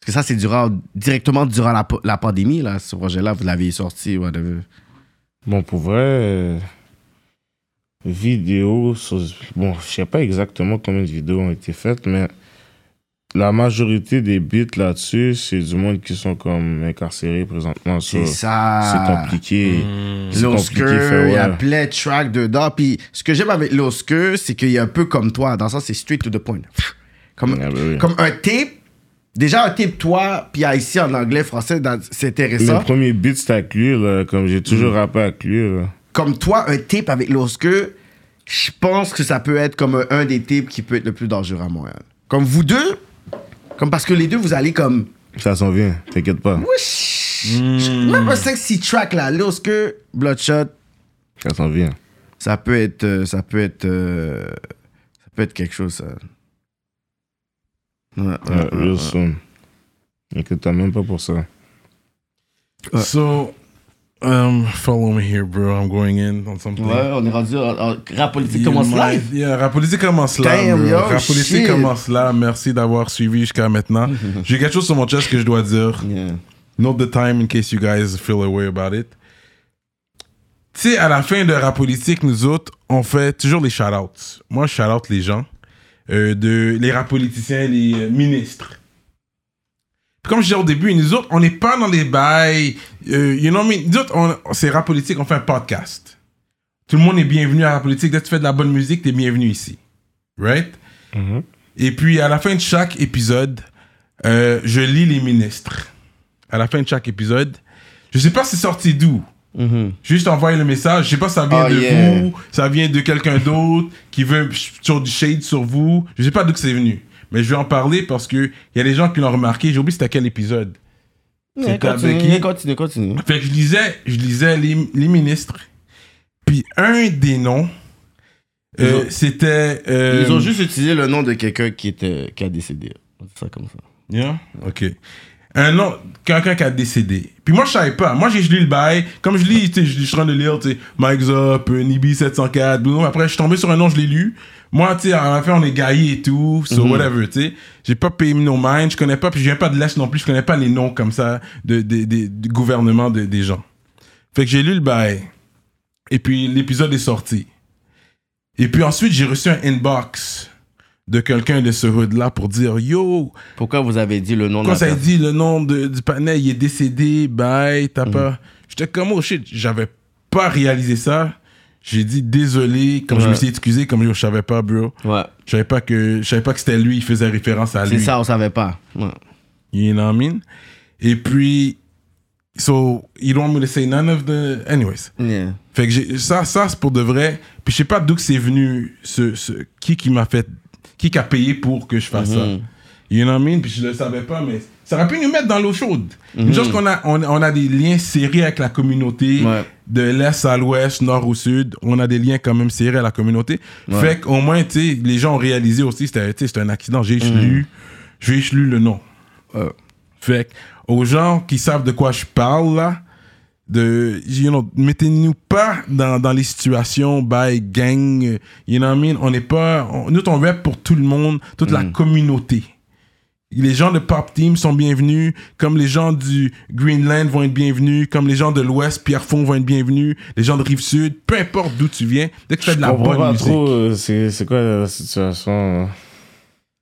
Speaker 4: Parce que ça, c'est durant, directement durant la, pa- la pandémie, là, ce projet-là, vous l'avez sorti, whatever.
Speaker 3: Bon, pour vrai, euh, vidéo, sur- bon, je sais pas exactement combien de vidéos ont été faites, mais la majorité des beats là-dessus, c'est du monde qui sont comme incarcérés présentement.
Speaker 4: C'est
Speaker 3: so
Speaker 4: ça.
Speaker 3: C'est compliqué. C'est
Speaker 4: Losker,
Speaker 3: compliqué, fait,
Speaker 4: il y a
Speaker 3: ouais.
Speaker 4: plein de tracks dedans. Puis ce que j'aime avec Losker, c'est qu'il est un peu comme toi. Dans le sens, c'est straight to the point. Comme,
Speaker 3: Ah, bah oui.
Speaker 4: comme un tape. Déjà, un tape, toi, puis ici en anglais, français, dans- c'est intéressant.
Speaker 3: Le premier beat,
Speaker 4: Hmm.
Speaker 3: c'était avec lui, là, comme j'ai toujours rappé avec lui. Là.
Speaker 4: Comme toi, un tape avec Losker, je pense que ça peut être comme un, un des types qui peut être le plus dangereux à Montréal. Comme vous deux, comme parce que les deux, vous allez comme.
Speaker 3: Ça s'en vient, t'inquiète pas.
Speaker 4: Wesh!
Speaker 1: Hmm.
Speaker 4: Même un 5-6 track là, lorsque Bloodshot,
Speaker 3: Ça s'en vient.
Speaker 4: ça peut être. euh, Ça peut être. euh, ça peut être quelque chose, ça. Ouais, ouais,
Speaker 3: Ouais,
Speaker 4: ouais,
Speaker 3: real
Speaker 4: ouais.
Speaker 3: soon. Inquiète-toi même pas pour ça.
Speaker 1: So, um, follow me here, bro. I'm going in on something.
Speaker 2: Ouais, on est rendu en, en rap politique commence
Speaker 1: You
Speaker 2: live.
Speaker 1: might- Yeah, Rapolitique commence là.
Speaker 4: Damn,
Speaker 1: bro.
Speaker 4: yo,
Speaker 1: Rapolitique
Speaker 4: shit.
Speaker 1: commence là. Merci d'avoir suivi jusqu'à maintenant. J'ai quelque chose sur mon chest que je dois dire.
Speaker 4: Yeah.
Speaker 1: Note the time in case you guys feel a way about it. Tu sais, à la fin de Rapolitique, nous autres, on fait toujours les shout-outs. Moi, je shout-out les gens, euh, de, les rapoliticiens, les euh, ministres. Puis comme je disais au début, nous autres, on n'est pas dans les bails. euh, you know what I mean? Nous autres, on- c'est Rapolitique, on fait un podcast. Tout le monde est bienvenu à Rapolitique. Dès que tu fais de la bonne musique, t'es bienvenu ici. Right? Et puis, à la fin de chaque épisode, euh, je lis les ministres. À la fin de chaque épisode. Je sais pas si c'est sorti d'où. Juste envoyer le message. Je sais pas si ça vient
Speaker 4: Oh,
Speaker 1: de
Speaker 4: yeah.
Speaker 1: vous, ça vient de quelqu'un d'autre qui veut ch- sur du shade sur vous. Je sais pas d'où que c'est venu. Mais je vais en parler parce que il y a des gens qui l'ont remarqué. J'ai oublié c'était à quel épisode.
Speaker 4: Yeah,
Speaker 1: C'était avec
Speaker 4: Continue,
Speaker 1: qui?
Speaker 4: continue, continue.
Speaker 1: Fait que je lisais, je lisais les, les ministres. Puis un des noms, euh, c'était. euh,
Speaker 4: Ils ont juste utilisé le nom de quelqu'un qui, était, qui a décédé. On dit ça comme ça.
Speaker 1: Yeah? OK. Un nom, quelqu'un qui a décédé. Puis moi, je savais pas. Moi, j'ai je lis le bail. Comme je lis, tu sais, je je suis en train de lire, tu sais, Mike Zop, euh, Nibi 704, Blue Note. Après, je suis tombé sur un nom, je l'ai lu. Moi, tu sais, à la fin, on est gaillé et tout, so whatever, tu sais. J'ai pas payé no mind, je connais pas, puis je viens pas de l'Est non plus, je connais pas les noms comme ça de, de, de- du gouvernement de- des gens. Fait que j'ai lu le bail. Et puis, l'épisode est sorti. Et puis ensuite, j'ai reçu un inbox de quelqu'un de ce hood-là pour dire « Yo,
Speaker 4: Pourquoi vous avez dit le nom de
Speaker 1: quand
Speaker 4: la
Speaker 1: ça a
Speaker 4: personne?
Speaker 1: dit le nom de- du panel, il est décédé, bye, t'as
Speaker 4: Mhm.
Speaker 1: pas. J'étais comme, oh shit, j'avais pas réalisé ça. J'ai dit désolé, comme je me
Speaker 4: Ouais.
Speaker 1: suis excusé, comme yo, je savais pas, bro.
Speaker 4: Ouais.
Speaker 1: Je savais pas que, je savais pas que c'était lui, il faisait référence à
Speaker 4: C'est
Speaker 1: lui.
Speaker 4: ça, on savait pas. Ouais.
Speaker 1: You know what I mean? Et puis, so, you don't want me to say none of the. Anyways.
Speaker 4: Yeah.
Speaker 1: Fait que j'ai- ça, ça c'est pour de vrai. Puis je sais pas d'où que c'est venu, ce, ce, qui qui m'a fait, qui qui a payé pour que je fasse ça. You know what I mean? Puis je le savais pas, mais ça aurait pu nous mettre dans l'eau chaude. Une chose qu'on a, on, on a des liens serrés avec la communauté,
Speaker 4: Ouais.
Speaker 1: de l'est à l'ouest, nord au sud. On a des liens quand même serrés à la communauté. Fait qu'au moins, tu sais, les gens ont réalisé aussi, c'était tu sais, c'était un accident. J'ai échelu, j'ai échelu le nom. Fait que, aux gens qui savent de quoi je parle, là, de, you know, mettez-nous pas dans, dans les situations by gang, euh, you know what I mean? On n'est pas, on- nous, on rap pour tout le monde, toute la
Speaker 3: Mm.
Speaker 1: communauté. Les gens de Pop Team sont bienvenus, comme les gens du Greenland vont être bienvenus, comme les gens de l'Ouest, Pierrefonds vont être bienvenus, les gens de Rive-Sud, peu importe d'où tu viens, dès que tu fais de
Speaker 3: Je
Speaker 1: la
Speaker 3: comprends
Speaker 1: bonne
Speaker 3: pas
Speaker 1: musique.
Speaker 3: trop, euh, c'est c'est quoi la situation. euh.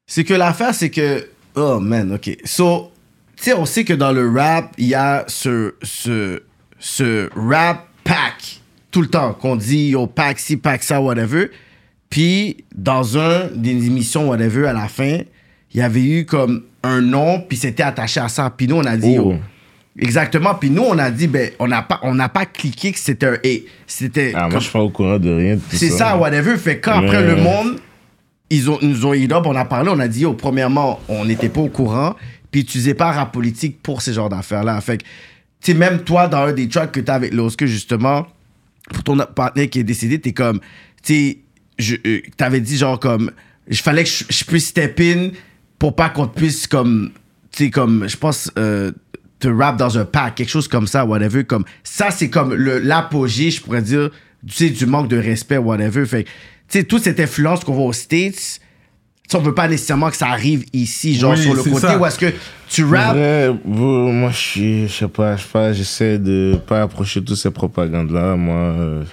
Speaker 4: C'est que l'affaire, c'est que. Oh man, ok. So, tu sais, on sait que dans le rap, il y a ce, ce, ce rap pack tout le temps qu'on dit yo pack ci, pack ça, whatever. Puis, dans un des émissions, whatever, à la fin, il y avait eu comme un nom, puis c'était attaché à ça. Puis nous, on a dit
Speaker 3: Oh.
Speaker 4: yo. Exactement. Puis nous, on a dit, ben, on n'a pas, on n'a pas cliqué que c'était un et C'était.
Speaker 3: Ah, moi,
Speaker 4: comme-
Speaker 3: je suis pas au courant de rien. de tout
Speaker 4: c'est ça, whatever. Fait quand après
Speaker 3: Mais-
Speaker 4: le monde, ils ont, nous ont hit up, on a parlé, on a dit, oh, premièrement, on n'était pas au courant, puis tu n'es pas rap politique pour ces genres d'affaires-là. Fait que, tu sais, même toi, dans un des tracks que tu as avec Loske, justement, pour ton partenaire qui est décédé, t'es comme, tu sais, je- euh, t'avais dit genre comme, il fallait que je, je puisse step in pour pas qu'on te puisse comme, tu sais, comme, je pense, euh, te rap dans un pack, quelque chose comme ça, whatever. Comme, ça, c'est comme le- l'apogée, je pourrais dire, tu sais, du manque de respect, whatever. Fait que, tu sais, toute cette influence qu'on voit aux States, tu sais, on veut pas nécessairement que ça arrive ici, genre
Speaker 1: Oui,
Speaker 4: sur le
Speaker 1: c'est
Speaker 4: côté
Speaker 1: ça.
Speaker 4: où est-ce que tu
Speaker 3: Pour
Speaker 4: rap.
Speaker 3: vrai, vous, moi, je suis, je sais pas, je sais pas, j'essaie de pas approcher toutes ces propagandes-là. Moi, euh,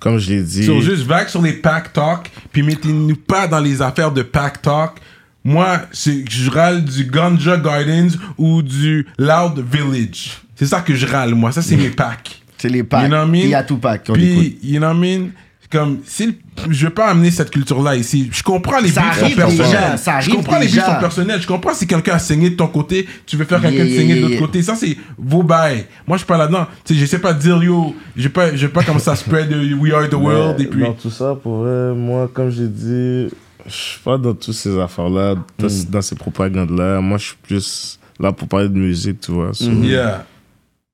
Speaker 3: comme je l'ai dit.
Speaker 1: Sur juste vague sur les pack talk, puis mettez-nous pas dans les affaires de pack talk. Moi, c'est je râle du Ganja Gardens ou du Loud Village. C'est ça que je râle, moi. Ça, c'est mes packs.
Speaker 4: C'est les packs.
Speaker 1: You know what I mean?
Speaker 4: Il y a tout pack qu'on écoute.
Speaker 1: Puis, you know what I mean? Comme, si le- je veux pas amener cette culture-là ici. Je comprends les buts
Speaker 4: Ça
Speaker 1: sont
Speaker 4: arrive déjà,
Speaker 1: personnels.
Speaker 4: ça
Speaker 1: Je
Speaker 4: arrive
Speaker 1: comprends les buts
Speaker 4: déjà.
Speaker 1: sont personnels. Je comprends si quelqu'un a saigné de ton côté, tu veux faire quelqu'un
Speaker 4: Yeah,
Speaker 1: de
Speaker 4: yeah,
Speaker 1: saigner de
Speaker 4: yeah,
Speaker 1: l'autre
Speaker 4: yeah.
Speaker 1: côté. Ça, c'est vos bails. Moi, je suis pas là-dedans. Tu sais, je sais pas dire, yo, je vais pas, je vais pas comme ça spread euh, we are the world
Speaker 3: Mais
Speaker 1: et puis.
Speaker 3: Dans tout ça, pour vrai, moi, comme j'ai dit, je suis pas dans toutes ces affaires-là, dans,
Speaker 4: Hmm.
Speaker 3: dans ces propagandes-là. Moi, je suis plus là pour parler de musique, tu vois. so-
Speaker 4: Hmm.
Speaker 1: Yeah.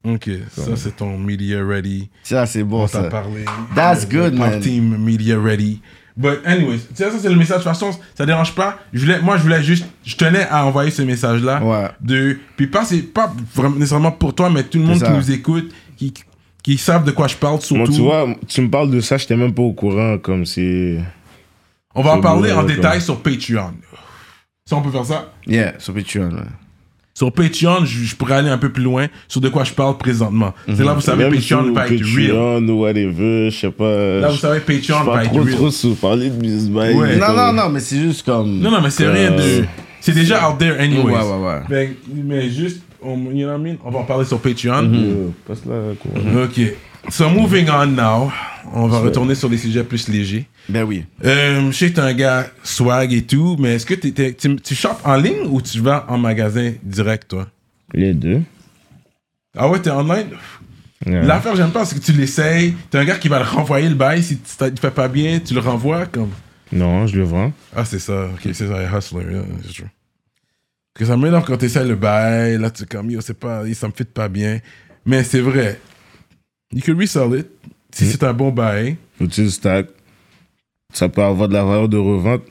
Speaker 1: Ok, ça, c'est ton media ready.
Speaker 4: Ça, c'est bon,
Speaker 1: On t'a
Speaker 4: ça.
Speaker 1: parlé.
Speaker 4: That's
Speaker 1: de-
Speaker 4: good,
Speaker 1: de
Speaker 4: man.
Speaker 1: Pop Team Media Ready. But anyways, tu sais, ça c'est le message. De toute façon, ça dérange pas. Je voulais, moi, je voulais juste, je tenais à envoyer ce message-là.
Speaker 4: Ouais.
Speaker 1: De, puis pas, c'est pas vraiment nécessairement pour toi, mais tout le monde
Speaker 4: C'est
Speaker 1: qui
Speaker 4: ça.
Speaker 1: nous écoute, qui, qui savent de quoi je parle surtout.
Speaker 3: Moi, tu vois, tu me parles de ça, je n'étais même pas au courant, comme si...
Speaker 1: On va en
Speaker 3: c'est
Speaker 1: parler
Speaker 3: bon,
Speaker 1: en
Speaker 3: ouais,
Speaker 1: détail
Speaker 3: comme-
Speaker 1: sur Patreon. Si on peut faire ça.
Speaker 4: Yeah, sur Patreon. ouais.
Speaker 1: Sur Patreon, je, je pourrais aller un peu plus loin sur de quoi je parle présentement. C'est là, vous savez,
Speaker 3: Mhm. Même
Speaker 1: Patreon
Speaker 3: sur
Speaker 1: va être real.
Speaker 3: Patreon ou whatever, je sais pas...
Speaker 1: Là,
Speaker 3: je-
Speaker 1: vous savez,
Speaker 3: je
Speaker 1: Patreon
Speaker 3: parle
Speaker 1: va être
Speaker 3: trop,
Speaker 1: real.
Speaker 3: trop sous parler de musique. bye.
Speaker 1: Ouais.
Speaker 4: Non, non, non, mais c'est juste comme.
Speaker 1: Non, non, mais c'est
Speaker 3: Euh,
Speaker 1: rien de. C'est déjà out there, anyways.
Speaker 4: Ouais, ouais, ouais.
Speaker 1: Ben, mais juste, on, you know what I mean? on va en parler sur Patreon.
Speaker 4: Mm-hmm.
Speaker 1: Mm-hmm.
Speaker 3: Euh, Passe là, quoi.
Speaker 1: Ok. So, moving on now. On va retourner sur des sujets plus légers.
Speaker 4: Ben oui.
Speaker 1: Euh, je sais que t'es un gars swag et tout, mais est-ce que t'es- t'es- tu, tu shoppes en ligne ou tu vas en magasin direct, toi?
Speaker 3: Les deux. Euh,
Speaker 1: Ah ouais, t'es online?
Speaker 3: Ouais.
Speaker 1: L'affaire, j'aime pas, c'est que tu l'essayes. T'es un gars qui va le renvoyer le bail. Si tu ne fais pas bien, tu le renvoies comme.
Speaker 3: Non, je le vends.
Speaker 1: Ah, c'est ça. Ok, c'est ça, les hustler. yeah, C'est true. Parce que ça m'énerve quand t'essaies le bail. Là, tu es comme, yo, c'est pas, ça me fit pas bien. Mais c'est vrai. You could resell it si
Speaker 4: Mm.
Speaker 1: c'est un bon bail.
Speaker 3: Au-dessus du stack. Ça peut avoir de la valeur de revente.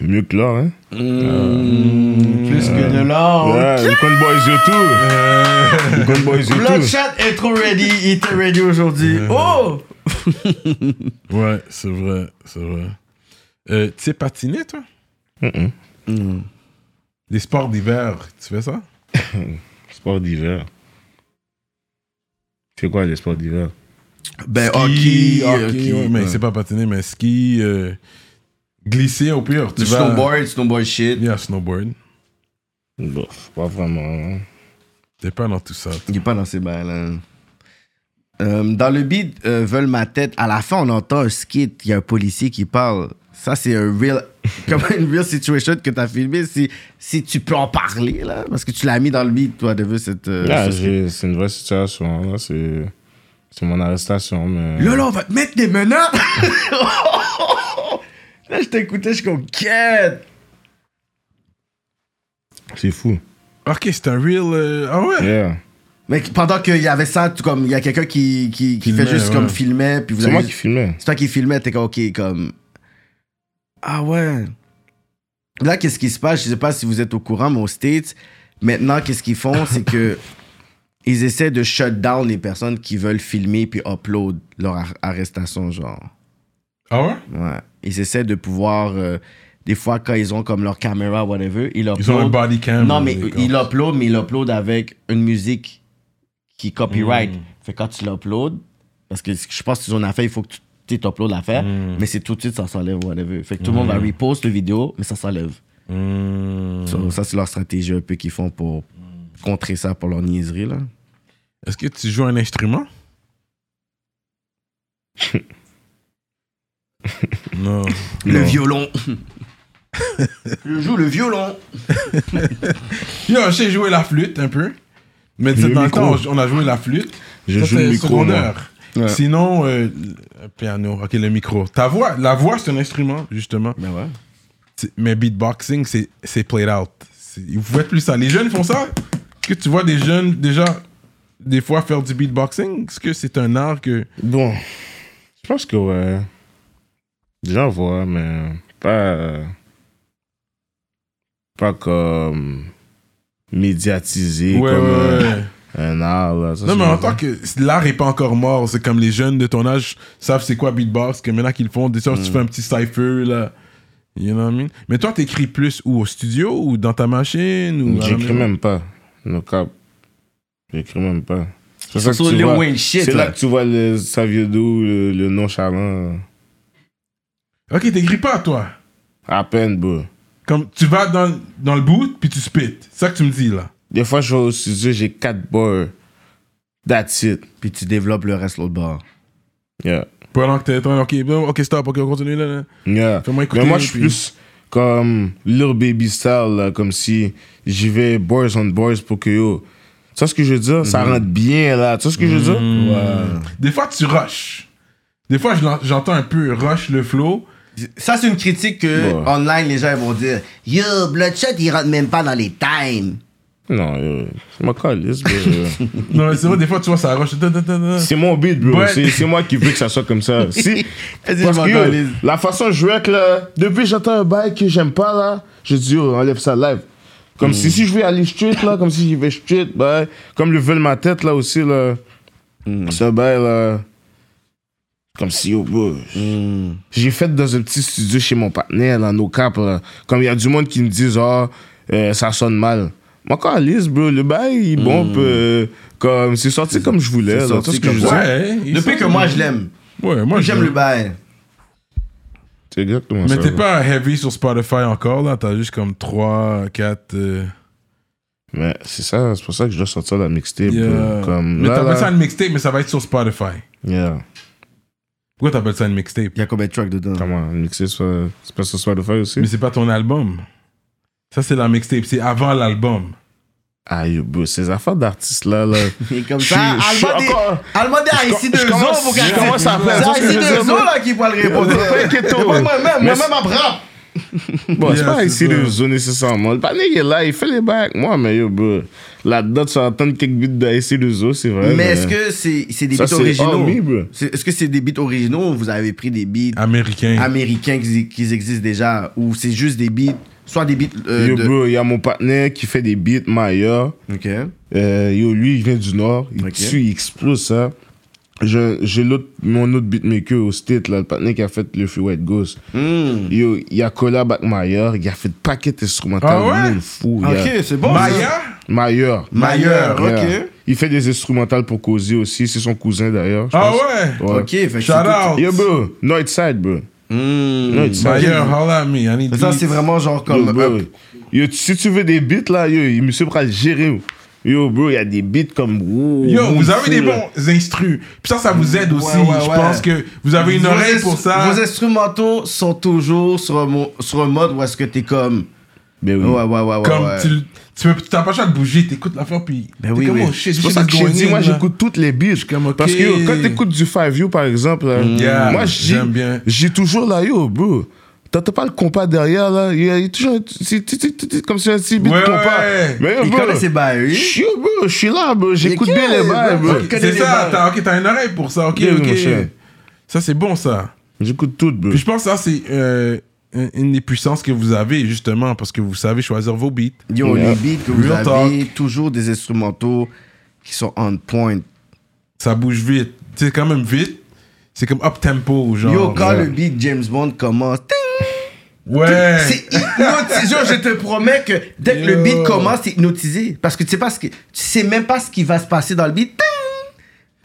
Speaker 3: Mieux que l'or, hein.
Speaker 2: Hmm.
Speaker 4: Euh,
Speaker 2: Plus que de
Speaker 4: Ah,
Speaker 2: l'or.
Speaker 3: Ouais, les Conboys YouTube. Les Conboys YouTube.
Speaker 2: Bloodshot est trop ready, il était ready aujourd'hui.
Speaker 1: Euh.
Speaker 2: Oh!
Speaker 1: Ouais, c'est vrai, c'est vrai. Euh, tu sais patiner, toi
Speaker 4: Hmm.
Speaker 1: Les sports d'hiver, tu fais ça
Speaker 3: Sport d'hiver. C'est quoi les sports d'hiver?
Speaker 4: Ben,
Speaker 1: Ski,
Speaker 4: hockey,
Speaker 1: hockey,
Speaker 4: hockey,
Speaker 1: ouais, mais
Speaker 4: ouais.
Speaker 1: c'est pas patiner, mais ski, euh, glisser au pire. Tu
Speaker 4: Du
Speaker 1: vas-
Speaker 4: snowboard, snowboard shit.
Speaker 1: Yeah, snowboard.
Speaker 3: Bon, pas vraiment. hein.
Speaker 1: T'es pas dans tout ça.
Speaker 4: Il est pas dans ces balles. dans le beat euh, Veulent ma tête, à la fin, on entend un skit, il y a un policier qui parle. Ça, c'est un real, comme une real situation que t'as filmé. Si, si tu peux en parler, là, parce que tu l'as mis dans le beat, toi, de vu cette. euh,
Speaker 1: Ah,
Speaker 3: Là,
Speaker 4: ce skit.
Speaker 3: j'ai- c'est une vraie situation. Là, c'est c'est mon arrestation. Mais...
Speaker 4: Là, là, on va te mettre des menottes! là, je t'écoutais, je suis comme, quête!
Speaker 3: euh, C'est fou.
Speaker 1: Ok, c'est un real. euh, Ah ouais
Speaker 3: Yeah.
Speaker 4: Mais pendant qu'il y avait ça, tout comme, il y a quelqu'un qui, qui, qui
Speaker 1: Filmait,
Speaker 4: fait juste
Speaker 1: ouais.
Speaker 4: comme filmait, puis vous
Speaker 3: C'est
Speaker 4: avez
Speaker 3: moi
Speaker 4: juste-
Speaker 3: qui filmais.
Speaker 4: C'est toi qui filmais, t'es comme, ok, comme. Ah ouais. Là, qu'est-ce qui se passe? Je sais pas si vous êtes au courant, mais aux States, maintenant, qu'est-ce qu'ils font? C'est que. Ils essaient de shut down les personnes qui veulent filmer puis upload leur ar- arrestation, genre.
Speaker 1: Ah ouais
Speaker 4: Ouais. Ils essaient de pouvoir. euh, des fois, quand ils ont comme leur caméra, whatever, ils uploadent.
Speaker 1: Ils ont un body cam.
Speaker 4: Non, mais
Speaker 1: euh,
Speaker 4: il upload, mais il upload avec une musique qui copyright.
Speaker 3: Mm.
Speaker 4: Fait que quand tu l'upload, parce que je pense qu'ils ont une affaire, il faut que tu uploads l'affaire,
Speaker 3: Mm.
Speaker 4: mais c'est tout de suite, ça s'enlève, whatever. Fait que tout le monde va repost la vidéo, mais ça s'enlève.
Speaker 3: Mm.
Speaker 1: Hmm.
Speaker 4: So, ça, c'est leur stratégie un peu qu'ils font pour contrer ça, pour leur niaiserie, là.
Speaker 1: Est-ce que tu joues un instrument Non.
Speaker 4: Le violon. je joue le violon.
Speaker 1: Yo, je sais jouer la flûte un peu. Mais tu sais,
Speaker 3: Le
Speaker 1: dans le temps,
Speaker 3: micro.
Speaker 1: on a joué la flûte.
Speaker 3: Je
Speaker 1: Ça,
Speaker 3: joue le
Speaker 1: c'est
Speaker 3: micro,
Speaker 1: secondaire.
Speaker 4: moi. Ouais.
Speaker 1: Sinon, euh, le piano, ok, le micro. Ta voix, la voix, c'est un instrument, justement.
Speaker 4: Ben ouais.
Speaker 1: C'est- Mais beatboxing, c'est c'est played out. C'est- Vous faites plus ça. Les jeunes font ça. Est-ce que tu vois des jeunes, déjà, des fois faire du beatboxing Est-ce que c'est un art que.
Speaker 3: Bon, je pense que ouais. J'en vois, mais pas. Pas comme. médiatisé
Speaker 1: Ouais,
Speaker 3: comme
Speaker 1: ouais,
Speaker 3: euh,
Speaker 1: ouais.
Speaker 3: un art. Là. Ça,
Speaker 1: Non,
Speaker 3: c'est
Speaker 1: mais en
Speaker 3: vrai.
Speaker 1: tant que l'art est pas encore mort, c'est comme les jeunes de ton âge savent c'est quoi beatbox, que maintenant qu'ils le font, des fois,
Speaker 4: Mm.
Speaker 1: tu fais un petit cipher, là. You know what I mean? Mais toi, t'écris plus ou au studio ou dans ta machine ou. à la
Speaker 3: J'écris
Speaker 1: maison?
Speaker 3: même pas. No cap. J'écris même pas. C'est ça que
Speaker 4: Surtout
Speaker 3: tu
Speaker 4: Lil
Speaker 3: vois-
Speaker 4: Wayne shit,
Speaker 3: C'est là
Speaker 4: là.
Speaker 3: que tu vois le Savio Dou, le, le nonchalant.
Speaker 1: Ok, t'écris pas, toi.
Speaker 3: À peine, bro.
Speaker 1: Comme tu vas dans, dans le boot puis tu spit. C'est ça que tu me dis, là.
Speaker 3: Des fois, je vais au studio, j'ai quatre bars. That's it.
Speaker 4: Puis tu développes le reste l'autre bord.
Speaker 3: Yeah.
Speaker 1: Pendant que t'es. t'es- Ok, bon, ok, stop, ok, on continue là. là.
Speaker 3: Yeah.
Speaker 1: Fais-moi écouter,
Speaker 3: Mais moi, je suis
Speaker 1: puis-
Speaker 3: plus comme Little Baby style, là, comme si j'y vais boys on boys pour que yo. Tu sais ce que je veux dire? Ça
Speaker 1: Mm-hmm.
Speaker 3: rentre bien, là. Tu sais ce que je veux dire?
Speaker 1: Des fois, tu rushes. Des fois, je l'en- j'entends un peu rush le flow.
Speaker 4: Ça, c'est une critique que,
Speaker 3: Ouais.
Speaker 4: online, les gens ils vont dire Yo, Bloodshot, il rentre même pas dans les times.
Speaker 3: Non, yo, c'est ma calisse, bro.
Speaker 1: Non, mais c'est vrai, des fois, tu vois, ça rush. Da, da, da, da.
Speaker 3: c'est mon beat, bro.
Speaker 1: Ouais.
Speaker 3: C'est c'est moi qui veux que ça soit comme ça. Si,
Speaker 4: Vas-y,
Speaker 3: parce
Speaker 4: je
Speaker 3: que
Speaker 4: m'en
Speaker 3: yo,
Speaker 4: calisse.
Speaker 3: la façon de jouer avec là, depuis que j'entends un bail que j'aime pas, là, je dis, yo, enlève ça live. Comme si, si je vais aller straight, là, comme si j'y vais straight, bah, comme le veulent ma tête, là aussi, là. Ça, bail, là. Hmm. Comme si, oh, yo, bro, J'ai fait dans un petit studio chez mon partenaire, là, nos cap, là. Comme il y a du monde qui me disent, ah, euh, ça sonne mal. Moi, quand Alice, bro, le bail, il bombe, euh, comme, c'est sorti comme je voulais, là.
Speaker 4: sorti
Speaker 3: Tu sais ce que
Speaker 4: comme-
Speaker 3: je veux dire?
Speaker 1: Ouais, il
Speaker 4: Depuis
Speaker 1: semble-
Speaker 4: que moi, je l'aime.
Speaker 1: Ouais, moi,
Speaker 4: J'aime
Speaker 1: je-
Speaker 4: le bail.
Speaker 3: C'est exactement
Speaker 1: Mais
Speaker 3: ça,
Speaker 1: t'es
Speaker 3: bro.
Speaker 1: pas heavy sur Spotify encore, là. T'as juste comme euh, 3, 4.
Speaker 3: Mais c'est ça, c'est pour ça que je dois sortir la mixtape. euh, Comme
Speaker 1: Mais
Speaker 3: là,
Speaker 1: t'appelles
Speaker 3: là.
Speaker 1: ça une mixtape, mais ça va être sur Spotify.
Speaker 3: Yeah.
Speaker 1: Pourquoi t'appelles ça une mixtape
Speaker 4: Il y a combien de tracks dedans
Speaker 3: Comment mixer sur... C'est pas sur Spotify aussi?
Speaker 1: Mais c'est pas ton album. Ça, c'est la mixtape. C'est avant l'album.
Speaker 3: Aïe, bro, ces affaires d'artistes là, là.
Speaker 4: Et comme
Speaker 3: Je suis-
Speaker 4: ça,
Speaker 3: je suis
Speaker 4: Almond est-
Speaker 3: encore-
Speaker 4: Almond est
Speaker 3: je
Speaker 4: ici
Speaker 3: com-
Speaker 4: deux
Speaker 3: je commence-
Speaker 4: ans pour
Speaker 3: je
Speaker 4: qu'elle-
Speaker 3: commence à faire-
Speaker 4: C'est
Speaker 3: tu vois ce que je
Speaker 4: ici
Speaker 3: veux dire,
Speaker 4: deux
Speaker 3: moi?
Speaker 4: ans là qui pourra le répondre.
Speaker 3: T'inquiète,
Speaker 4: Moi, Moi-même,
Speaker 3: Mais
Speaker 4: moi-même, après rap.
Speaker 3: Bon, c'est
Speaker 1: Yeah,
Speaker 3: pas
Speaker 1: c'est
Speaker 3: ici
Speaker 1: ça.
Speaker 3: de zone nécessairement. Le panier il est là, il fait les bacs. Moi, mais yo, bro. Là-dedans, tu vas entendre quelques beats d'IC de Zo, c'est vrai.
Speaker 4: Mais est-ce que c'est c'est des
Speaker 3: Ça,
Speaker 4: beats
Speaker 3: c'est hormis, Ah, bro.
Speaker 4: originaux C'est- Est-ce que c'est des beats originaux ou vous avez pris des beats
Speaker 1: Américain.
Speaker 4: américains qui, qui existent déjà ou c'est juste des beats, soit des beats euh,
Speaker 3: Yo,
Speaker 4: de...
Speaker 3: bro, il y a mon partenaire qui fait des beats, Maya.
Speaker 4: Ok.
Speaker 3: Euh, yo, lui, il vient du Nord. Il
Speaker 4: Ok.
Speaker 3: tue, il explose ça. Je- J'ai l'autre, mon autre beatmaker au state, là, le partenaire qui a fait le Free White Ghost.
Speaker 1: Mm.
Speaker 4: Hmm.
Speaker 3: Yo, il a collab avec Mayer, il a fait paquet d'instrumentales.
Speaker 1: Ah ouais?
Speaker 3: monde fou. il
Speaker 4: Ok,
Speaker 3: a-
Speaker 4: c'est bon. ça.
Speaker 1: Maya
Speaker 3: Mayer.
Speaker 4: Mayer,
Speaker 3: Yeah.
Speaker 4: ok.
Speaker 3: Il fait des instrumentales pour causer aussi. C'est son cousin d'ailleurs. je
Speaker 1: Ah
Speaker 3: pense.
Speaker 1: ouais
Speaker 4: Ok, fait que
Speaker 1: Shout
Speaker 4: c'est tout-
Speaker 1: out
Speaker 3: Yo, bro. Northside, bro.
Speaker 4: Hmm.
Speaker 3: Northside.
Speaker 1: Myer, holla at me. I need
Speaker 4: Ça,
Speaker 1: beats.
Speaker 4: c'est vraiment genre
Speaker 3: Yo,
Speaker 4: comme...
Speaker 3: bro.
Speaker 4: euh,
Speaker 3: Yo, si tu veux des beats, là, yo, il me sera le gérer. Yo, bro, il y a des beats comme. ouh,
Speaker 1: Yo,
Speaker 3: ouh,
Speaker 1: vous avez
Speaker 3: fou,
Speaker 1: des
Speaker 3: là.
Speaker 1: bons instrus. Puis ça, ça vous aide aussi.
Speaker 4: Ouais, ouais,
Speaker 1: Je
Speaker 4: ouais.
Speaker 1: pense que vous avez une
Speaker 4: vos
Speaker 1: oreille
Speaker 4: ins-
Speaker 1: pour ça.
Speaker 4: Vos instrumentaux sont toujours sur un, mo- sur un mode où est-ce que t'es comme...
Speaker 3: Ben oui.
Speaker 4: Ouais, ouais, ouais, ouais.
Speaker 1: Comme
Speaker 4: ouais.
Speaker 1: tu, tu, peux- tu t'as pas le choix de bouger, t'écoutes l'affaire, puis
Speaker 4: Ben
Speaker 1: t'es
Speaker 4: oui,
Speaker 1: comme,
Speaker 4: oui.
Speaker 1: oh shit,
Speaker 3: C'est pour
Speaker 1: shit
Speaker 3: ça
Speaker 1: is
Speaker 3: que je t'ai
Speaker 1: going
Speaker 3: dit,
Speaker 1: in,
Speaker 3: moi,
Speaker 1: là.
Speaker 3: j'écoute toutes les beats.
Speaker 1: comme, ok.
Speaker 3: Parce que yo, quand t'écoutes du Five You, par exemple, là,
Speaker 1: Yeah,
Speaker 3: moi, j'ai-
Speaker 1: j'aime bien.
Speaker 3: j'ai toujours là, yo, bro. T'entends pas le compas derrière, là. Il y a il y a toujours un petit- c'est- c'est- c'est- c'est comme si un petit beat
Speaker 1: Ouais,
Speaker 3: de compas.
Speaker 1: ouais.
Speaker 3: Mais yo,
Speaker 4: Il
Speaker 3: Eh, bro,
Speaker 4: connaît ses bails,
Speaker 3: je
Speaker 4: oui.
Speaker 3: suis- yo, bro, je suis là, bro. J'écoute bien les bails, bro.
Speaker 4: Ok.
Speaker 1: C'est
Speaker 4: des
Speaker 1: ça,
Speaker 4: balles.
Speaker 1: t'as, ok, t'as une oreille pour ça, ok,
Speaker 3: Oui, oui,
Speaker 1: ok.
Speaker 3: mon cher.
Speaker 1: Ça, c'est bon, ça.
Speaker 3: J'écoute tout, bro.
Speaker 1: Puis je pense que ça, c'est euh, une une des puissances que vous avez, justement, parce que vous savez choisir vos beats.
Speaker 4: Yo,
Speaker 3: Yeah.
Speaker 4: les beats que vous
Speaker 1: Real
Speaker 4: avez, toujours des instrumentaux qui sont on point.
Speaker 1: Ça bouge vite. C'est quand même vite. C'est comme up-tempo, genre.
Speaker 4: Yo, quand
Speaker 1: Ouais.
Speaker 4: le beat James Bond commence, ting,
Speaker 1: Ouais.
Speaker 4: c'est hypnotisé. Yo, je te promets que dès que le
Speaker 1: Yo.
Speaker 4: beat commence, c'est hypnotisé. Parce que tu sais, pas ce que, tu sais même pas ce qui va se passer dans le beat.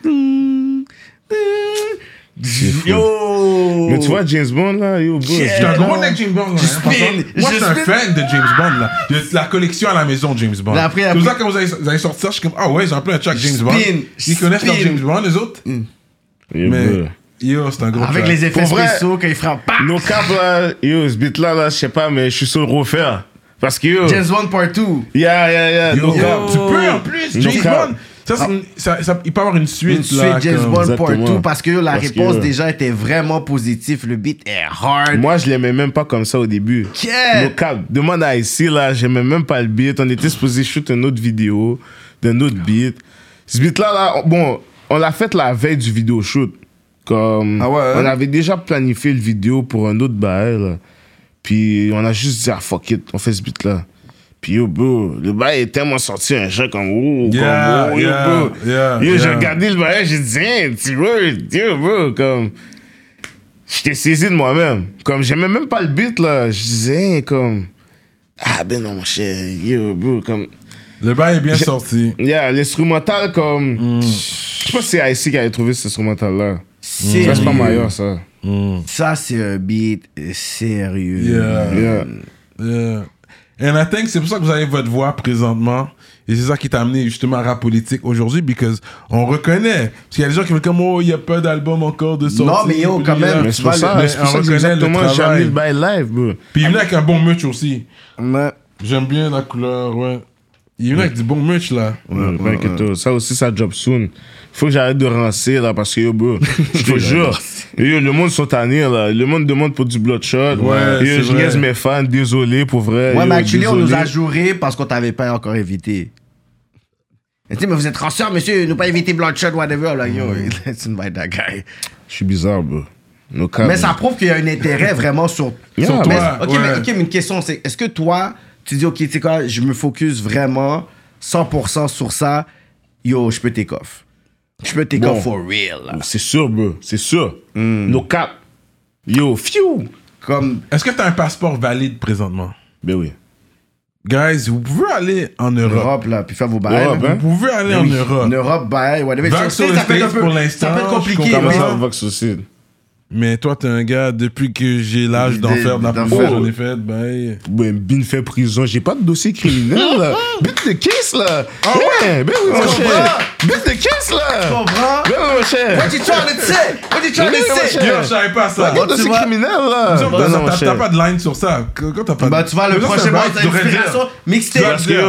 Speaker 4: Ting, ting, ting.
Speaker 3: fou.
Speaker 4: Yo!
Speaker 3: Mais tu vois, James Bond, là, yo, bro.
Speaker 4: Yeah.
Speaker 1: Je suis un gros mec James Bond. là, hein,
Speaker 4: spin,
Speaker 1: par contre. Moi,
Speaker 4: je
Speaker 1: je suis un
Speaker 4: spin.
Speaker 1: fan de James Bond. Là. Il y a de la collection à la maison, James Bond.
Speaker 4: Là, après,
Speaker 1: C'est pour
Speaker 4: après-
Speaker 1: ça, quand vous allez, vous allez sortir, je suis comme, ah ouais, j'ai appelé un track James Bond.
Speaker 4: Spin,
Speaker 1: Ils connaissent leur
Speaker 4: spin. Mm.
Speaker 1: James Bond, les autres.
Speaker 3: Yo,
Speaker 1: Mais,
Speaker 3: bro.
Speaker 1: yo, c'est un gros
Speaker 4: Avec
Speaker 1: track.
Speaker 4: les effets
Speaker 3: Pour vrai.
Speaker 4: spéciaux, quand il frappe, pam!
Speaker 3: Nos caps, là, yo, ce beat-là, là, je sais pas, mais je suis sur le refaire. Parce que, yo.
Speaker 4: James Bond Part 2.
Speaker 3: Yeah, yeah, yeah.
Speaker 1: Yo,
Speaker 3: nos caps.
Speaker 1: euh, Tu peux en plus,
Speaker 3: No
Speaker 1: James
Speaker 3: cap.
Speaker 1: Bond. Ça, c'est une- ça, ça- il peut avoir une suite.
Speaker 4: Ah. Une
Speaker 1: là,
Speaker 4: suite James
Speaker 1: comme-
Speaker 4: Bond Part
Speaker 3: Exactement.
Speaker 4: 2 parce que yo, la
Speaker 3: Parce
Speaker 4: réponse
Speaker 3: que-
Speaker 4: des gens était vraiment positive. Le beat est hard.
Speaker 3: Moi, je l'aimais même pas comme ça au début.
Speaker 4: Yeah.
Speaker 3: Nos câbles. Demande à ici, là, j'aimais même pas le beat. On était supposé shoot une autre vidéo d'un autre beat. Ce beat-là, là, on- bon, on l'a fait la veille du vidéo shoot. Comme,
Speaker 4: Ah ouais, hein?
Speaker 3: On avait déjà planifié le vidéo pour un autre bail, là. Puis on a juste dit, ah fuck it, on fait ce beat-là. Puis yo, bro, le bail est tellement sorti un jeu comme, oh,
Speaker 1: Yeah,
Speaker 3: comme, oh, yo,
Speaker 1: yeah,
Speaker 3: bro.
Speaker 1: yeah,
Speaker 3: yo, j'ai
Speaker 1: yeah.
Speaker 3: regardé le bail, j'ai dit, hein, petit word, yo, bro, comme. J'étais saisi de moi-même. Comme, j'aimais même pas le beat, là. Je disais, hein, comme. Ah, ben non, mon cher. Yo, bro, comme.
Speaker 1: Le bail est bien sorti.
Speaker 3: Yeah, l'instrumental, comme.
Speaker 1: Mm.
Speaker 3: Je sais pas si c'est IC qui avait trouvé cet instrumental-là.
Speaker 4: C'est
Speaker 3: Ça, c'est pas Mayer, ça.
Speaker 4: Ça, c'est un beat sérieux.
Speaker 1: Yeah.
Speaker 3: Yeah.
Speaker 1: Yeah. Euh, And I think c'est pour ça que vous avez votre voix présentement. Et c'est ça qui t'a amené justement à rap politique aujourd'hui, because on reconnaît. Parce qu'il y a des gens qui veulent comme, oh, il n'y a pas d'album encore de sortie.
Speaker 4: Non, mais yo,
Speaker 1: puis
Speaker 4: quand
Speaker 1: il y a-
Speaker 4: même,
Speaker 3: Mais
Speaker 4: tu
Speaker 3: c'est pour
Speaker 4: vois,
Speaker 3: ça,
Speaker 1: le-
Speaker 3: c'est pour
Speaker 1: on
Speaker 3: ça que
Speaker 1: reconnaît le
Speaker 3: exactement, j'ai
Speaker 1: travail.
Speaker 3: amené le bail live, bro.
Speaker 1: Puis il est venu avec un bon merch aussi.
Speaker 4: Ouais.
Speaker 1: J'aime bien la couleur, ouais. Il est venu avec du bon merch, là.
Speaker 3: Ouais, pas inquiète-toi. Mm, Ça aussi, ça job soon. Faut que j'arrête de rancer, là, parce que, yo, bro, je te jure. Yo, le monde sont tannés, là. Le monde demande pour du bloodshot.
Speaker 1: Ouais,
Speaker 3: Yo,
Speaker 1: c'est
Speaker 3: je
Speaker 1: vrai.
Speaker 3: niaise mes fans, désolé, pour vrai.
Speaker 4: Ouais,
Speaker 3: Yo,
Speaker 4: mais actually, on
Speaker 3: désolé.
Speaker 4: nous a juré parce qu'on t'avait pas encore évité. Mais tu sais, mais vous êtes ranceur, monsieur, nous pas évité Bloodshot, whatever. Like, yo, let's invite that guy.
Speaker 3: Je suis bizarre, bro. No cap,
Speaker 4: Mais
Speaker 3: bro.
Speaker 4: ça prouve qu'il y a un intérêt vraiment sur,
Speaker 3: Yeah,
Speaker 4: sur
Speaker 3: ouais,
Speaker 4: Mais- ok,
Speaker 1: ouais.
Speaker 4: mais, ok, mais une question, c'est est-ce que toi, tu dis, ok, tu sais quoi, je me focus vraiment 100% sur ça, yo, je peux take off. Je peux take
Speaker 3: Bon.
Speaker 4: off for real. là.
Speaker 3: C'est sûr, bro. C'est sûr.
Speaker 4: Mm.
Speaker 3: No cap. Yo, phew.
Speaker 4: Comme,
Speaker 1: Est-ce que t'as un passeport valide présentement?
Speaker 3: Ben oui.
Speaker 1: Guys, vous pouvez aller en Europe.
Speaker 4: Europe, là, puis faire vos bails.
Speaker 3: Europe,
Speaker 4: là.
Speaker 3: hein?
Speaker 1: Vous pouvez aller en
Speaker 4: Ah, ben. Oui.
Speaker 1: Europe.
Speaker 4: En Europe, bail, whatever.
Speaker 1: Vague
Speaker 4: Tu sais,
Speaker 1: sur les
Speaker 4: ça peut être un
Speaker 1: States
Speaker 4: peu-
Speaker 1: pour
Speaker 4: Ça peut être
Speaker 1: l'instant, je
Speaker 4: compliqué,
Speaker 1: comprends
Speaker 3: Comment
Speaker 4: mais-
Speaker 3: ça, Vox aussi?
Speaker 1: Mais toi, t'es un gars, depuis que j'ai l'âge d'en
Speaker 4: Des-
Speaker 1: faire de la
Speaker 4: d'en
Speaker 1: prison,
Speaker 4: faire.
Speaker 1: j'en ai fait, ben...
Speaker 3: Ben, bin fait prison. J'ai pas de dossier criminel, là. Bin de kiss, là. Ah ouais? Ben oui, mon
Speaker 4: comprends?
Speaker 3: cher. Bin de kiss, là.
Speaker 4: comprends?
Speaker 3: Ben oui, mon cher. Ben
Speaker 4: What you trying to say? What you trying
Speaker 3: Mais
Speaker 4: to
Speaker 3: ouais,
Speaker 4: say?
Speaker 3: ouais.
Speaker 1: Yo, je savais pas
Speaker 4: Bah,
Speaker 1: ça.
Speaker 3: Pas de dossier criminel, là.
Speaker 1: Disons que
Speaker 3: Ben
Speaker 1: t'as-
Speaker 3: non, mon
Speaker 1: t'as-
Speaker 3: cher.
Speaker 1: T'as pas de line sur ça. Qu- Quand t'as pas de-
Speaker 4: Bah, tu vois, le
Speaker 1: Mais ça,
Speaker 4: prochain
Speaker 1: c'est
Speaker 4: mois,
Speaker 1: vrai,
Speaker 4: t'as
Speaker 1: tu devrais
Speaker 4: inspiration
Speaker 1: dire.
Speaker 4: mixtape.
Speaker 3: Parce que, yo,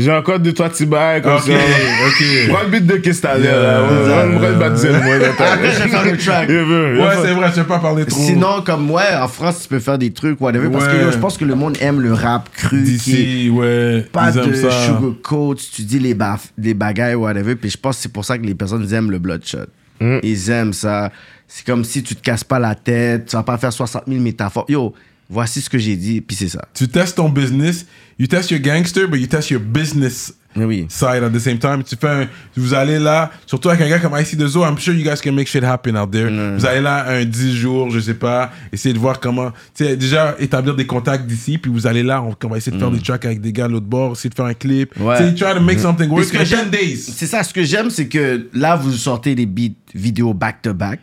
Speaker 3: j'ai encore deux, trois petits bails comme
Speaker 1: Ok,
Speaker 3: ça.
Speaker 1: ok.
Speaker 3: Prends le beat de kiss, t'as l'air, là.
Speaker 1: Yeah.
Speaker 3: On va le baptiser, moi. là, t'as
Speaker 4: Après,
Speaker 3: l'air.
Speaker 4: je vais faire le track.
Speaker 3: Yo, bro,
Speaker 1: Ouais, c'est vrai, je vais pas parler trop.
Speaker 4: Sinon, comme ouais, en France, tu peux faire des trucs, whatever. Parce que
Speaker 1: Ouais.
Speaker 4: yo, je pense que le monde aime le rap cru. qui est
Speaker 1: D'ici, ouais,
Speaker 4: Pas
Speaker 1: ils
Speaker 4: de
Speaker 1: aiment ça.
Speaker 4: sugarcoat, tu dis les, baf- les bagailles, whatever. Puis je pense que c'est pour ça que les personnes aiment le bloodshot.
Speaker 1: Mm.
Speaker 4: Ils aiment ça. C'est comme si tu te casses pas la tête, tu vas pas faire 60 000 métaphores. Yo, voici ce que j'ai dit, puis c'est ça.
Speaker 1: Tu testes ton business, you test your gangster, but you test your business
Speaker 4: Mais oui.
Speaker 1: side at the same time. Tu fais un- vous allez là, surtout avec un gars comme IC2O, I'm sure you guys can make shit happen out there. Vous allez là un 10 jours, je sais pas, essayer de voir comment, tu sais, déjà établir des contacts d'ici, puis vous allez là, on, on va essayer de faire des tracks avec des gars de l'autre bord, essayer de faire un clip.
Speaker 4: Mm. Ouais. Mm.
Speaker 1: Tu sais, try to make something work
Speaker 4: Parce que
Speaker 1: in
Speaker 4: j'aime-
Speaker 1: 10 days.
Speaker 4: C'est ça, ce que j'aime, c'est que là, vous sortez des beats vidéo back-to-back.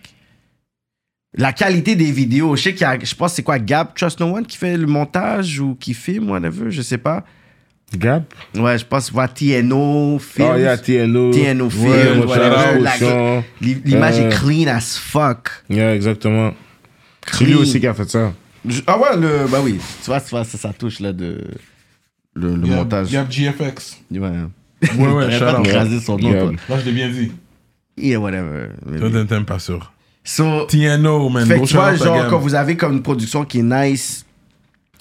Speaker 4: La qualité des vidéos, je sais qu'il y a, je pense, que c'est quoi, Gab Trust No One qui fait le montage ou qui filme, whatever, je sais pas.
Speaker 3: Gap.
Speaker 4: Ouais, je pense, voilà, TNO, film.
Speaker 3: Oh, yeah, TNO.
Speaker 4: TNO, film,
Speaker 3: Ouais, mon
Speaker 4: whatever.
Speaker 3: cher,
Speaker 4: la-
Speaker 3: Ocean.
Speaker 4: l'i- L'image
Speaker 3: Euh.
Speaker 4: est clean as fuck.
Speaker 3: Yeah, exactement. C'est
Speaker 4: Clean.
Speaker 3: lui aussi qui a fait ça.
Speaker 4: Je- Ah ouais, le, bah oui. Tu vois, tu vois, ça, ça touche, là, de, le, le
Speaker 1: Gab-
Speaker 4: montage.
Speaker 1: Gab GFX.
Speaker 4: Ouais.
Speaker 1: Ouais, ouais,
Speaker 4: T'aurais
Speaker 1: shout
Speaker 4: pas
Speaker 1: out.
Speaker 4: écrasé son nom,
Speaker 3: Gab.
Speaker 4: toi.
Speaker 1: Là, je l'ai bien dit.
Speaker 4: Yeah, whatever. Mais
Speaker 1: Toi,
Speaker 4: oui.
Speaker 1: t'aimes- t'aimes pas sûr.
Speaker 4: So,
Speaker 1: TNO, man.
Speaker 4: Fait que
Speaker 1: gros
Speaker 4: tu vois,
Speaker 1: shout out à
Speaker 4: genre,
Speaker 1: Gab.
Speaker 4: quand vous avez comme une production qui est nice,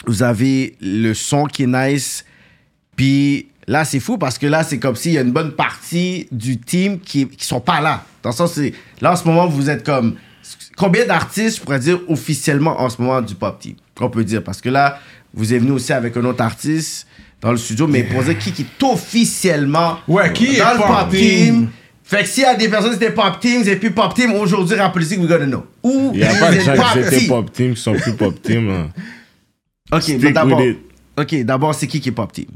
Speaker 4: vous avez le son qui est nice, puis là, c'est fou parce que là, c'est comme s'il y a une bonne partie du team qui, qui sont pas là. Dans le sens, c'est- là, en ce moment, vous êtes comme. Combien d'artistes, je pourrais dire, officiellement en ce moment du pop team Qu'on peut dire. Parce que là, vous êtes venu aussi avec un autre artiste dans le studio, mais pour dire qui, qui est officiellement
Speaker 1: Ouais, qui est
Speaker 4: dans le
Speaker 1: pop
Speaker 4: pop
Speaker 1: team?
Speaker 4: team fait que s'il y a des personnes qui étaient pop teams et puis pop team, aujourd'hui, rap politique, we gotta know. Où
Speaker 3: Il y a pas
Speaker 4: ils
Speaker 3: de gens
Speaker 4: étaient
Speaker 3: qui étaient
Speaker 4: team?
Speaker 3: pop team qui sont plus pop team. hein.
Speaker 4: Ok, mais
Speaker 3: with
Speaker 4: d'abord.
Speaker 3: it.
Speaker 4: Ok, d'abord, c'est qui qui est pop team?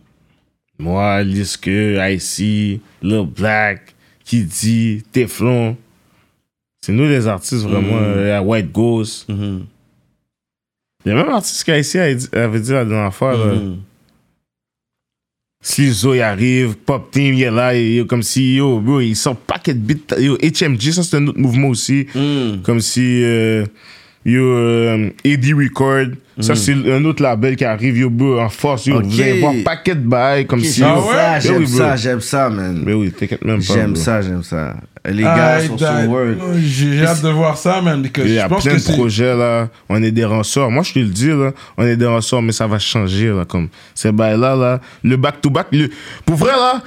Speaker 3: Moi, Liske, IC, Lil Black, Kiddy, Teflon. C'est nous les artistes vraiment. euh, à White Ghost. Il y a même un artiste qu'IC avait dit la dernière fois. là.
Speaker 4: Mm-hmm.
Speaker 3: Slizo, il arrive, Pop Team, il est là, il- il- comme si, yo, bro, il sort paquet de beats. Yo, HMG, ça c'est un autre mouvement aussi.
Speaker 4: Hmm.
Speaker 3: Mm-hmm. Comme si, euh, yo, euh, AD Record, ça c'est un autre label qui arrive, yo, bro, en force, yo,
Speaker 4: Mm-hmm. Ok.
Speaker 3: vous allez voir paquet de bails, comme si.
Speaker 4: J'aime
Speaker 3: yo,
Speaker 4: ça,
Speaker 3: Ben
Speaker 4: j'aime
Speaker 3: oui, bro.
Speaker 4: ça, j'aime ça, man.
Speaker 3: Mais oui, t'inquiète même pas.
Speaker 4: J'aime
Speaker 3: bro.
Speaker 4: ça, j'aime ça. Les
Speaker 1: Ah,
Speaker 4: gars sont sur
Speaker 1: that-
Speaker 4: Word.
Speaker 1: J'ai j'ai hâte de voir ça, man, parce que
Speaker 3: Il y
Speaker 1: je
Speaker 3: a
Speaker 1: pense
Speaker 3: plein
Speaker 1: que
Speaker 3: de
Speaker 1: c'est...
Speaker 3: projets là, on est des rançons. Moi je te le dis là, on est des rançons, mais ça va changer là, comme ces bails là là, le back to back, le- pour vrai là,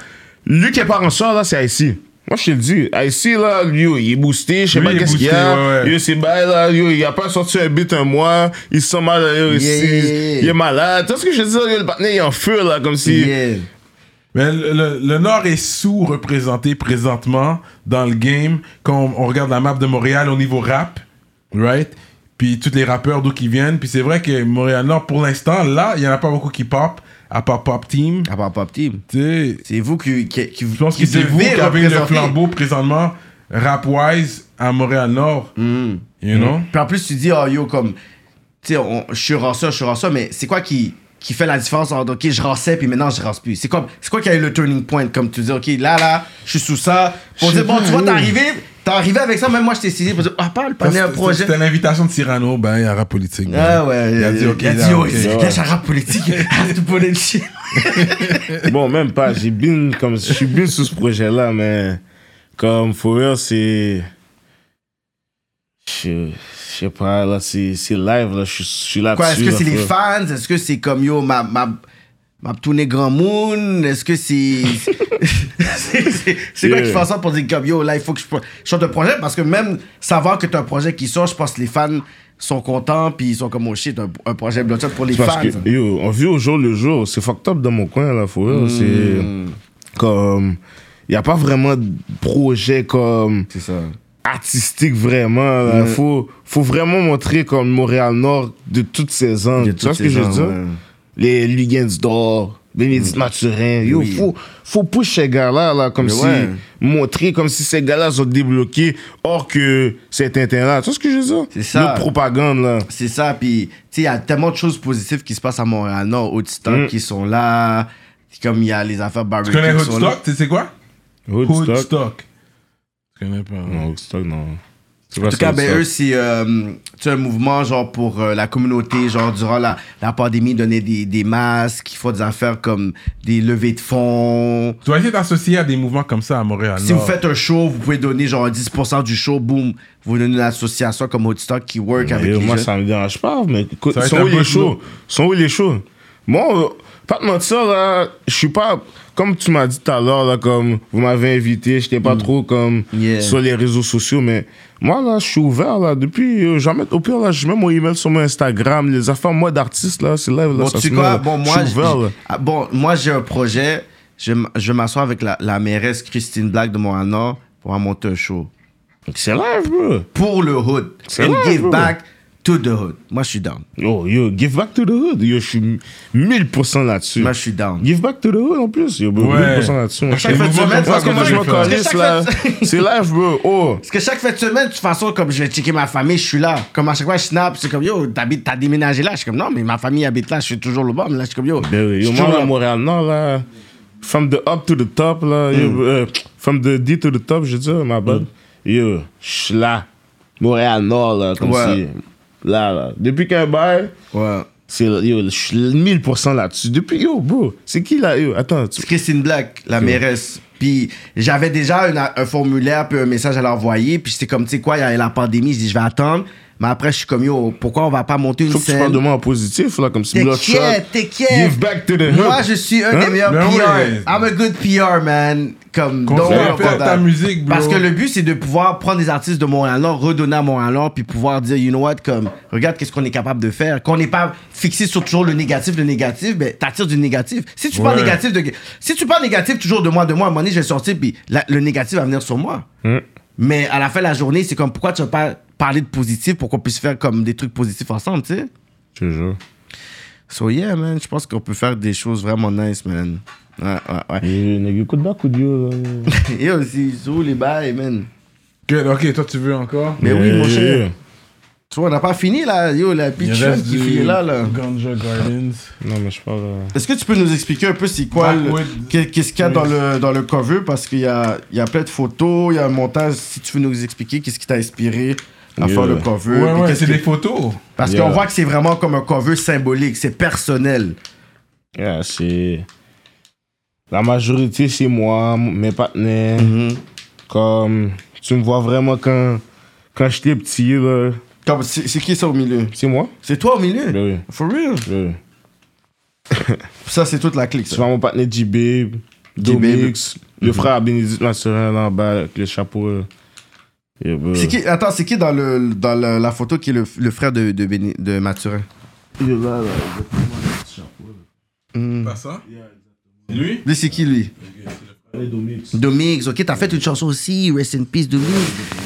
Speaker 3: lui qui est pas rançon là, c'est IC. Moi je te le dis, IC là, lui oh, il est boosté, je sais
Speaker 1: Lui,
Speaker 3: pas
Speaker 1: il est
Speaker 3: qu'est-ce qu'il y
Speaker 1: boosté,
Speaker 3: a,
Speaker 1: ouais, ouais.
Speaker 3: yo ces bails là, yo, il a pas sorti un beat un mois, il se sent mal, yo, il-
Speaker 4: Yeah, yeah, yeah.
Speaker 3: il est malade. Tu vois ce que je dis là, yo, le partenaire il est en feu là, comme si.
Speaker 4: Yeah.
Speaker 1: Mais le, le- le Nord est sous-représenté présentement dans le game. Quand on, on regarde la map de Montréal au niveau rap, right? Puis tous les rappeurs d'où qu'ils viennent. Puis c'est vrai que Montréal-Nord, pour l'instant, là, il y en a pas beaucoup qui pop, à part Pop Team.
Speaker 4: À part Ah, pop team.
Speaker 1: Tu sais,
Speaker 4: C'est vous qui, qui, qui
Speaker 1: je pense que c'est vous qui avez le flambeau présentement, rap-wise, à Montréal-Nord.
Speaker 4: Mm.
Speaker 1: You know?
Speaker 4: ah, Puis en plus, tu dis, oh yo, comme, tu sais, on- je suis ranceur, je suis ranceur, mais c'est quoi qui, qui fait la différence entre, OK, je rassais, puis maintenant, je rase plus. C'est comme, c'est quoi qui a eu le turning point, comme tu dis, OK, là, là, je suis sous ça. Pour dire, bon, tu vois, t'es arrivé, t'es arrivé avec ça, même moi, je t'ai saisi pour dire, ah, parle, pas un projet.
Speaker 1: C'était l'invitation de Cyrano, ben, il y aura politique. ben.
Speaker 4: Ah ouais,
Speaker 1: Il a dit, OK,
Speaker 4: il a
Speaker 1: là,
Speaker 4: dit, oh,
Speaker 1: OK.
Speaker 4: il- là, ça rap politique, arrête de poser le shit.
Speaker 3: Bon, même pas. J'ai been comme. Je suis bien sous ce projet-là, mais. Comme Fourier, c'est. Je je sais pas, là, c'est c'est live, là. Je suis- je suis là
Speaker 4: Quoi, est-ce
Speaker 3: dessus,
Speaker 4: que
Speaker 3: là,
Speaker 4: c'est les
Speaker 3: Fourier.
Speaker 4: fans? Est-ce que c'est comme, yo, ma, ma, ma tournée Grand Moon? Est-ce que c'est. c'est- c'est- c'est quoi
Speaker 3: Yeah.
Speaker 4: qui fait en sorte pour dire, comme, yo, là, il faut que je, pro- je sorte un projet? Parce que même savoir que t'as un projet qui sort, je pense que les fans sont contents, puis ils sont comme, oh shit, un, un projet Bloodshot pour les
Speaker 3: C'est
Speaker 4: fans.
Speaker 3: parce que, yo, on vit au jour le jour. C'est fucked up dans mon coin, là, faut dire.
Speaker 4: Hmm.
Speaker 3: C'est comme... Il n'y a pas vraiment de projet comme
Speaker 4: C'est ça.
Speaker 3: artistique vraiment.
Speaker 4: Mm.
Speaker 3: Il faut, faut vraiment montrer comme Montréal-Nord de toutes ses angles.
Speaker 4: De
Speaker 3: Tu vois
Speaker 4: toutes
Speaker 3: ce que
Speaker 4: ses
Speaker 3: je veux
Speaker 4: angles,
Speaker 3: dire?
Speaker 4: ouais. Mm.
Speaker 3: Les Lugens d'or, Bénédicte Mathurin. Yo,
Speaker 4: Oui.
Speaker 3: faut, faut push ces gars-là, là, comme
Speaker 4: Mais
Speaker 3: si...
Speaker 4: ouais.
Speaker 3: Montrer comme si ces gars-là sont débloqués hors que cet intérêt-là. Tu vois ce que je veux dire?
Speaker 4: C'est ça.
Speaker 3: Notre propagande, là.
Speaker 4: C'est ça, puis tu sais, il y a tellement de choses positives qui se passent à Montréal. Non, Woodstock
Speaker 3: Mm.
Speaker 4: qui sont là, comme il y a les affaires
Speaker 1: Tu
Speaker 4: barbecue
Speaker 1: connais
Speaker 4: qui sont là.
Speaker 1: Hoodstock? Tu sais quoi?
Speaker 3: Woodstock.
Speaker 1: Hoodstock. Je connais pas. hein?
Speaker 3: Non, Woodstock, non.
Speaker 4: En tout cas, ben, eux, c'est euh, tu sais, un mouvement genre pour euh, la communauté, genre durant la, la pandémie, donner des, des masques, ils font des affaires comme des levées de fonds.
Speaker 1: Tu vas essayer d'associer à des mouvements comme ça à Montréal.
Speaker 4: Si vous faites un show, vous pouvez donner genre 10% du show, boum, vous donnez une association comme Woodstock qui work avec
Speaker 3: Mais
Speaker 4: les
Speaker 3: moi,
Speaker 4: jeunes.
Speaker 3: ça me dérange pas, mais écoute,
Speaker 1: Ça va être
Speaker 3: sont
Speaker 1: un
Speaker 3: où
Speaker 1: peu
Speaker 3: les shows
Speaker 1: flou.
Speaker 3: Sont où les shows Bon, euh, pas de mentir, là, je suis pas. Comme tu m'as dit tout à l'heure, là, comme vous m'avez invité, j'étais pas trop comme
Speaker 4: Mm. Yeah.
Speaker 3: sur les réseaux sociaux, mais moi, là, je suis ouvert, là, depuis. euh, jamais, au pire, là, je mets mon email sur mon Instagram, les affaires, moi, d'artiste, là, c'est live, là,
Speaker 4: Bon,
Speaker 3: ça
Speaker 4: tu
Speaker 3: se
Speaker 4: sais
Speaker 3: met,
Speaker 4: quoi?
Speaker 3: là.
Speaker 4: Bon,
Speaker 3: Je
Speaker 4: moi,
Speaker 3: suis
Speaker 4: je-
Speaker 3: ouvert, là.
Speaker 4: ah, bon, moi, j'ai un projet. Je, vais m- je vais m'asseoir avec la, la mairesse Christine Black de Montréal pour en monter un show.
Speaker 3: C'est live, bro.
Speaker 4: Pour le hood.
Speaker 3: C'est
Speaker 4: And
Speaker 3: vrai,
Speaker 4: give
Speaker 3: bro.
Speaker 4: back to the hood. Moi, je suis down.
Speaker 3: Yo, yo, give back to the hood. Yo, je suis 1000% là-dessus.
Speaker 4: Moi, je suis down.
Speaker 3: Give back to the hood en plus. Yo, bro,
Speaker 1: Ouais.
Speaker 3: 1000% là-dessus. mon
Speaker 4: chaque
Speaker 3: cher.
Speaker 4: fin de
Speaker 1: mouvements
Speaker 4: semaine,
Speaker 1: comme ça,
Speaker 4: parce que
Speaker 1: comment
Speaker 4: moi,
Speaker 1: tu
Speaker 4: je
Speaker 3: je
Speaker 1: les
Speaker 3: me
Speaker 1: fais?
Speaker 4: parce que
Speaker 3: connais
Speaker 4: chaque
Speaker 3: là.
Speaker 4: fin de-
Speaker 3: C'est live, bro. Oh.
Speaker 4: Parce que chaque fin de semaine, de toute façon, comme je vais checker ma famille, je suis là. Comme à chaque fois, je snap, c'est comme yo, t'habites- t'as déménagé là. Je suis comme non, mais ma famille habite là, je suis toujours le bas. Mais là, je suis comme yo.
Speaker 3: Ben
Speaker 4: je
Speaker 3: oui,
Speaker 4: suis
Speaker 3: yo,
Speaker 4: toujours
Speaker 3: moi, à
Speaker 4: là.
Speaker 3: Montréal, non, là. From the up to the top, là.
Speaker 4: Hmm.
Speaker 3: Yo, euh, from the D to the top, je dis, ma bonne.
Speaker 4: Hmm.
Speaker 3: Yo, je suis là. Montréal, Nord, là. Comme
Speaker 4: Ouais.
Speaker 3: si. Là, là. Depuis qu'un bail,
Speaker 4: Ouais.
Speaker 3: c'est. Yo, je suis 1000% là-dessus. Depuis, yo, bro. C'est qui, là? Yo, attends. Tu...
Speaker 4: Christine Black, la mairesse. Puis j'avais déjà une- un formulaire puis un message à leur envoyer. Puis c'était comme, tu sais quoi, il y a la pandémie, je dis, je vais attendre. Mais après, je suis comme, yo, pourquoi on va pas monter une
Speaker 3: Faut que tu parles de
Speaker 4: scène?
Speaker 3: moi en positif, là, comme si Bloodshot.
Speaker 4: T'inquiète, t'inquiète.
Speaker 3: Give back to the hood.
Speaker 4: Moi, je suis un
Speaker 3: Hein?
Speaker 4: des meilleurs
Speaker 1: Ben
Speaker 4: PR.
Speaker 1: ouais.
Speaker 4: I'm a good PR, man. Comme,
Speaker 1: Continue
Speaker 4: don't worry
Speaker 1: à
Speaker 4: about
Speaker 1: faire ta
Speaker 4: that.
Speaker 1: musique, bro.
Speaker 4: Parce que le but, c'est de pouvoir prendre des artistes de Montréal-Nord, redonner à Montréal-Nord, puis pouvoir dire, you know what, comme, regarde qu'est-ce qu'on est capable de faire. Qu'on n'est pas fixé sur toujours le négatif, le négatif, ben, t'attires du négatif. Si tu parles
Speaker 1: Ouais.
Speaker 4: négatif, de, si tu parles négatif toujours de moi, de moi, à un moment donné, je vais sortir, puis la- le négatif va venir sur moi.
Speaker 3: Hmm.
Speaker 4: Mais à la fin de la journée, c'est comme, pourquoi tu vas pas parler de positif pour qu'on puisse faire comme des trucs positifs ensemble, tu sais?
Speaker 3: Je te jure.
Speaker 4: So yeah, man, je pense qu'on peut faire des choses vraiment nice, man. Ouais, ouais, ouais.
Speaker 3: Yo, nigga, coup de bas, coup de yo, là.
Speaker 4: Et aussi, c'est où les bails, man?
Speaker 1: Ok, ok, toi, tu veux encore?
Speaker 4: Mais Ben oui, mon
Speaker 3: Yeah,
Speaker 4: cher.
Speaker 3: yeah.
Speaker 4: Tu vois, on n'a pas fini, là. Yo, la
Speaker 1: Il
Speaker 4: pitch qui finit là, là.
Speaker 1: Ganja Gardens.
Speaker 3: Non, mais je parle. euh,
Speaker 4: Est-ce que tu peux nous expliquer un peu c'est quoi, le-
Speaker 1: Backwood.
Speaker 4: qu'est- qu'est-ce qu'il y a dans le, dans le cover? Parce qu'il y a, il y a plein de photos, il y a un montage. Si tu veux nous expliquer qu'est-ce qui t'a inspiré à
Speaker 3: Yeah.
Speaker 4: faire le
Speaker 1: Ouais,
Speaker 4: cover. puis
Speaker 1: ouais,
Speaker 4: Euh, qu'est-ce
Speaker 1: c'est
Speaker 4: que-
Speaker 1: des photos.
Speaker 4: Parce
Speaker 3: Yeah.
Speaker 4: qu'on voit que c'est vraiment comme un cover symbolique, c'est personnel.
Speaker 3: Yeah, c'est. La majorité, c'est moi, m- mes partenaires.
Speaker 1: Mm-hmm.
Speaker 3: Comme. Tu me vois vraiment quand. Quand j'étais petit, là.
Speaker 4: Comme, c'est c'est qui ça au milieu?
Speaker 3: C'est moi?
Speaker 4: C'est toi au milieu?
Speaker 3: Ben oui.
Speaker 4: For real?
Speaker 3: ben oui.
Speaker 4: Ça, c'est toute la clique,
Speaker 3: Tu
Speaker 4: ça.
Speaker 3: vois mon partenaire
Speaker 4: ben-
Speaker 3: J-Babe, Domix,
Speaker 4: Mhm.
Speaker 3: le frère à Bénédicte Masserin, là en bas, avec le chapeau. là. Yeah, ben.
Speaker 4: C'est qui, attends, c'est qui dans, le, dans la, la photo qui est le, le frère de, de, Béni- de Mathurin? Hmm.
Speaker 1: Pas ça? Lui?
Speaker 4: Lui, c'est qui, lui? Domix, ok, t'as fait une chanson aussi, Rest in Peace, Domix.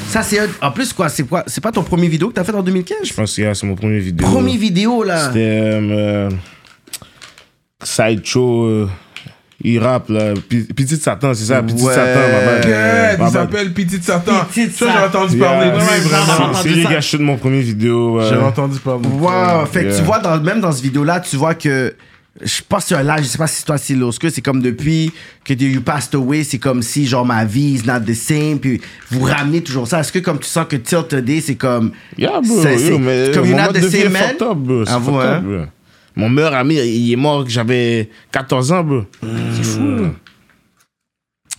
Speaker 4: Ça, c'est un- En plus, quoi, c'est quoi? C'est pas ton premier vidéo que t'as fait en 2015?
Speaker 3: Je pense que yeah, c'est mon premier vidéo.
Speaker 4: Premier vidéo, là.
Speaker 3: C'était. Euh, euh, Sideshow. euh, il rappe, là. P- Petite Satan, c'est ça, Petite
Speaker 4: Ouais.
Speaker 3: Satan, ma bad.
Speaker 1: Yeah,
Speaker 3: Ma
Speaker 1: il
Speaker 3: bad.
Speaker 1: s'appelle Petit Satan.
Speaker 4: Petite
Speaker 1: Ça, j'ai
Speaker 4: Satan.
Speaker 1: entendu
Speaker 3: Yeah.
Speaker 1: parler de lui,
Speaker 3: C'est-
Speaker 1: vraiment.
Speaker 3: C'est les gars de mon premier vidéo. ouais.
Speaker 1: J'ai entendu parler de lui.
Speaker 4: Wow, fait que
Speaker 3: Oh, Yeah.
Speaker 4: tu vois, dans, même dans ce vidéo-là, tu vois que je pense que c'est un live, je sais pas si toi c'est que c'est comme depuis que tu- you passed away, c'est comme si genre ma vie is not the same, puis vous ramenez toujours ça. Est-ce que comme tu sens que till today, c'est comme.
Speaker 3: Yeah, bro,
Speaker 4: c'est-
Speaker 3: yo,
Speaker 4: c'est-
Speaker 3: mais
Speaker 4: comme
Speaker 3: mon
Speaker 4: you're not
Speaker 3: mode de
Speaker 4: the
Speaker 3: vie est
Speaker 4: same man?
Speaker 3: fucked up, bro. C'est
Speaker 4: Avoue,
Speaker 3: fucked
Speaker 4: hein.
Speaker 3: up, bro. Mon meilleur ami, il est mort que j'avais 14 ans, bro. C'est fou, là.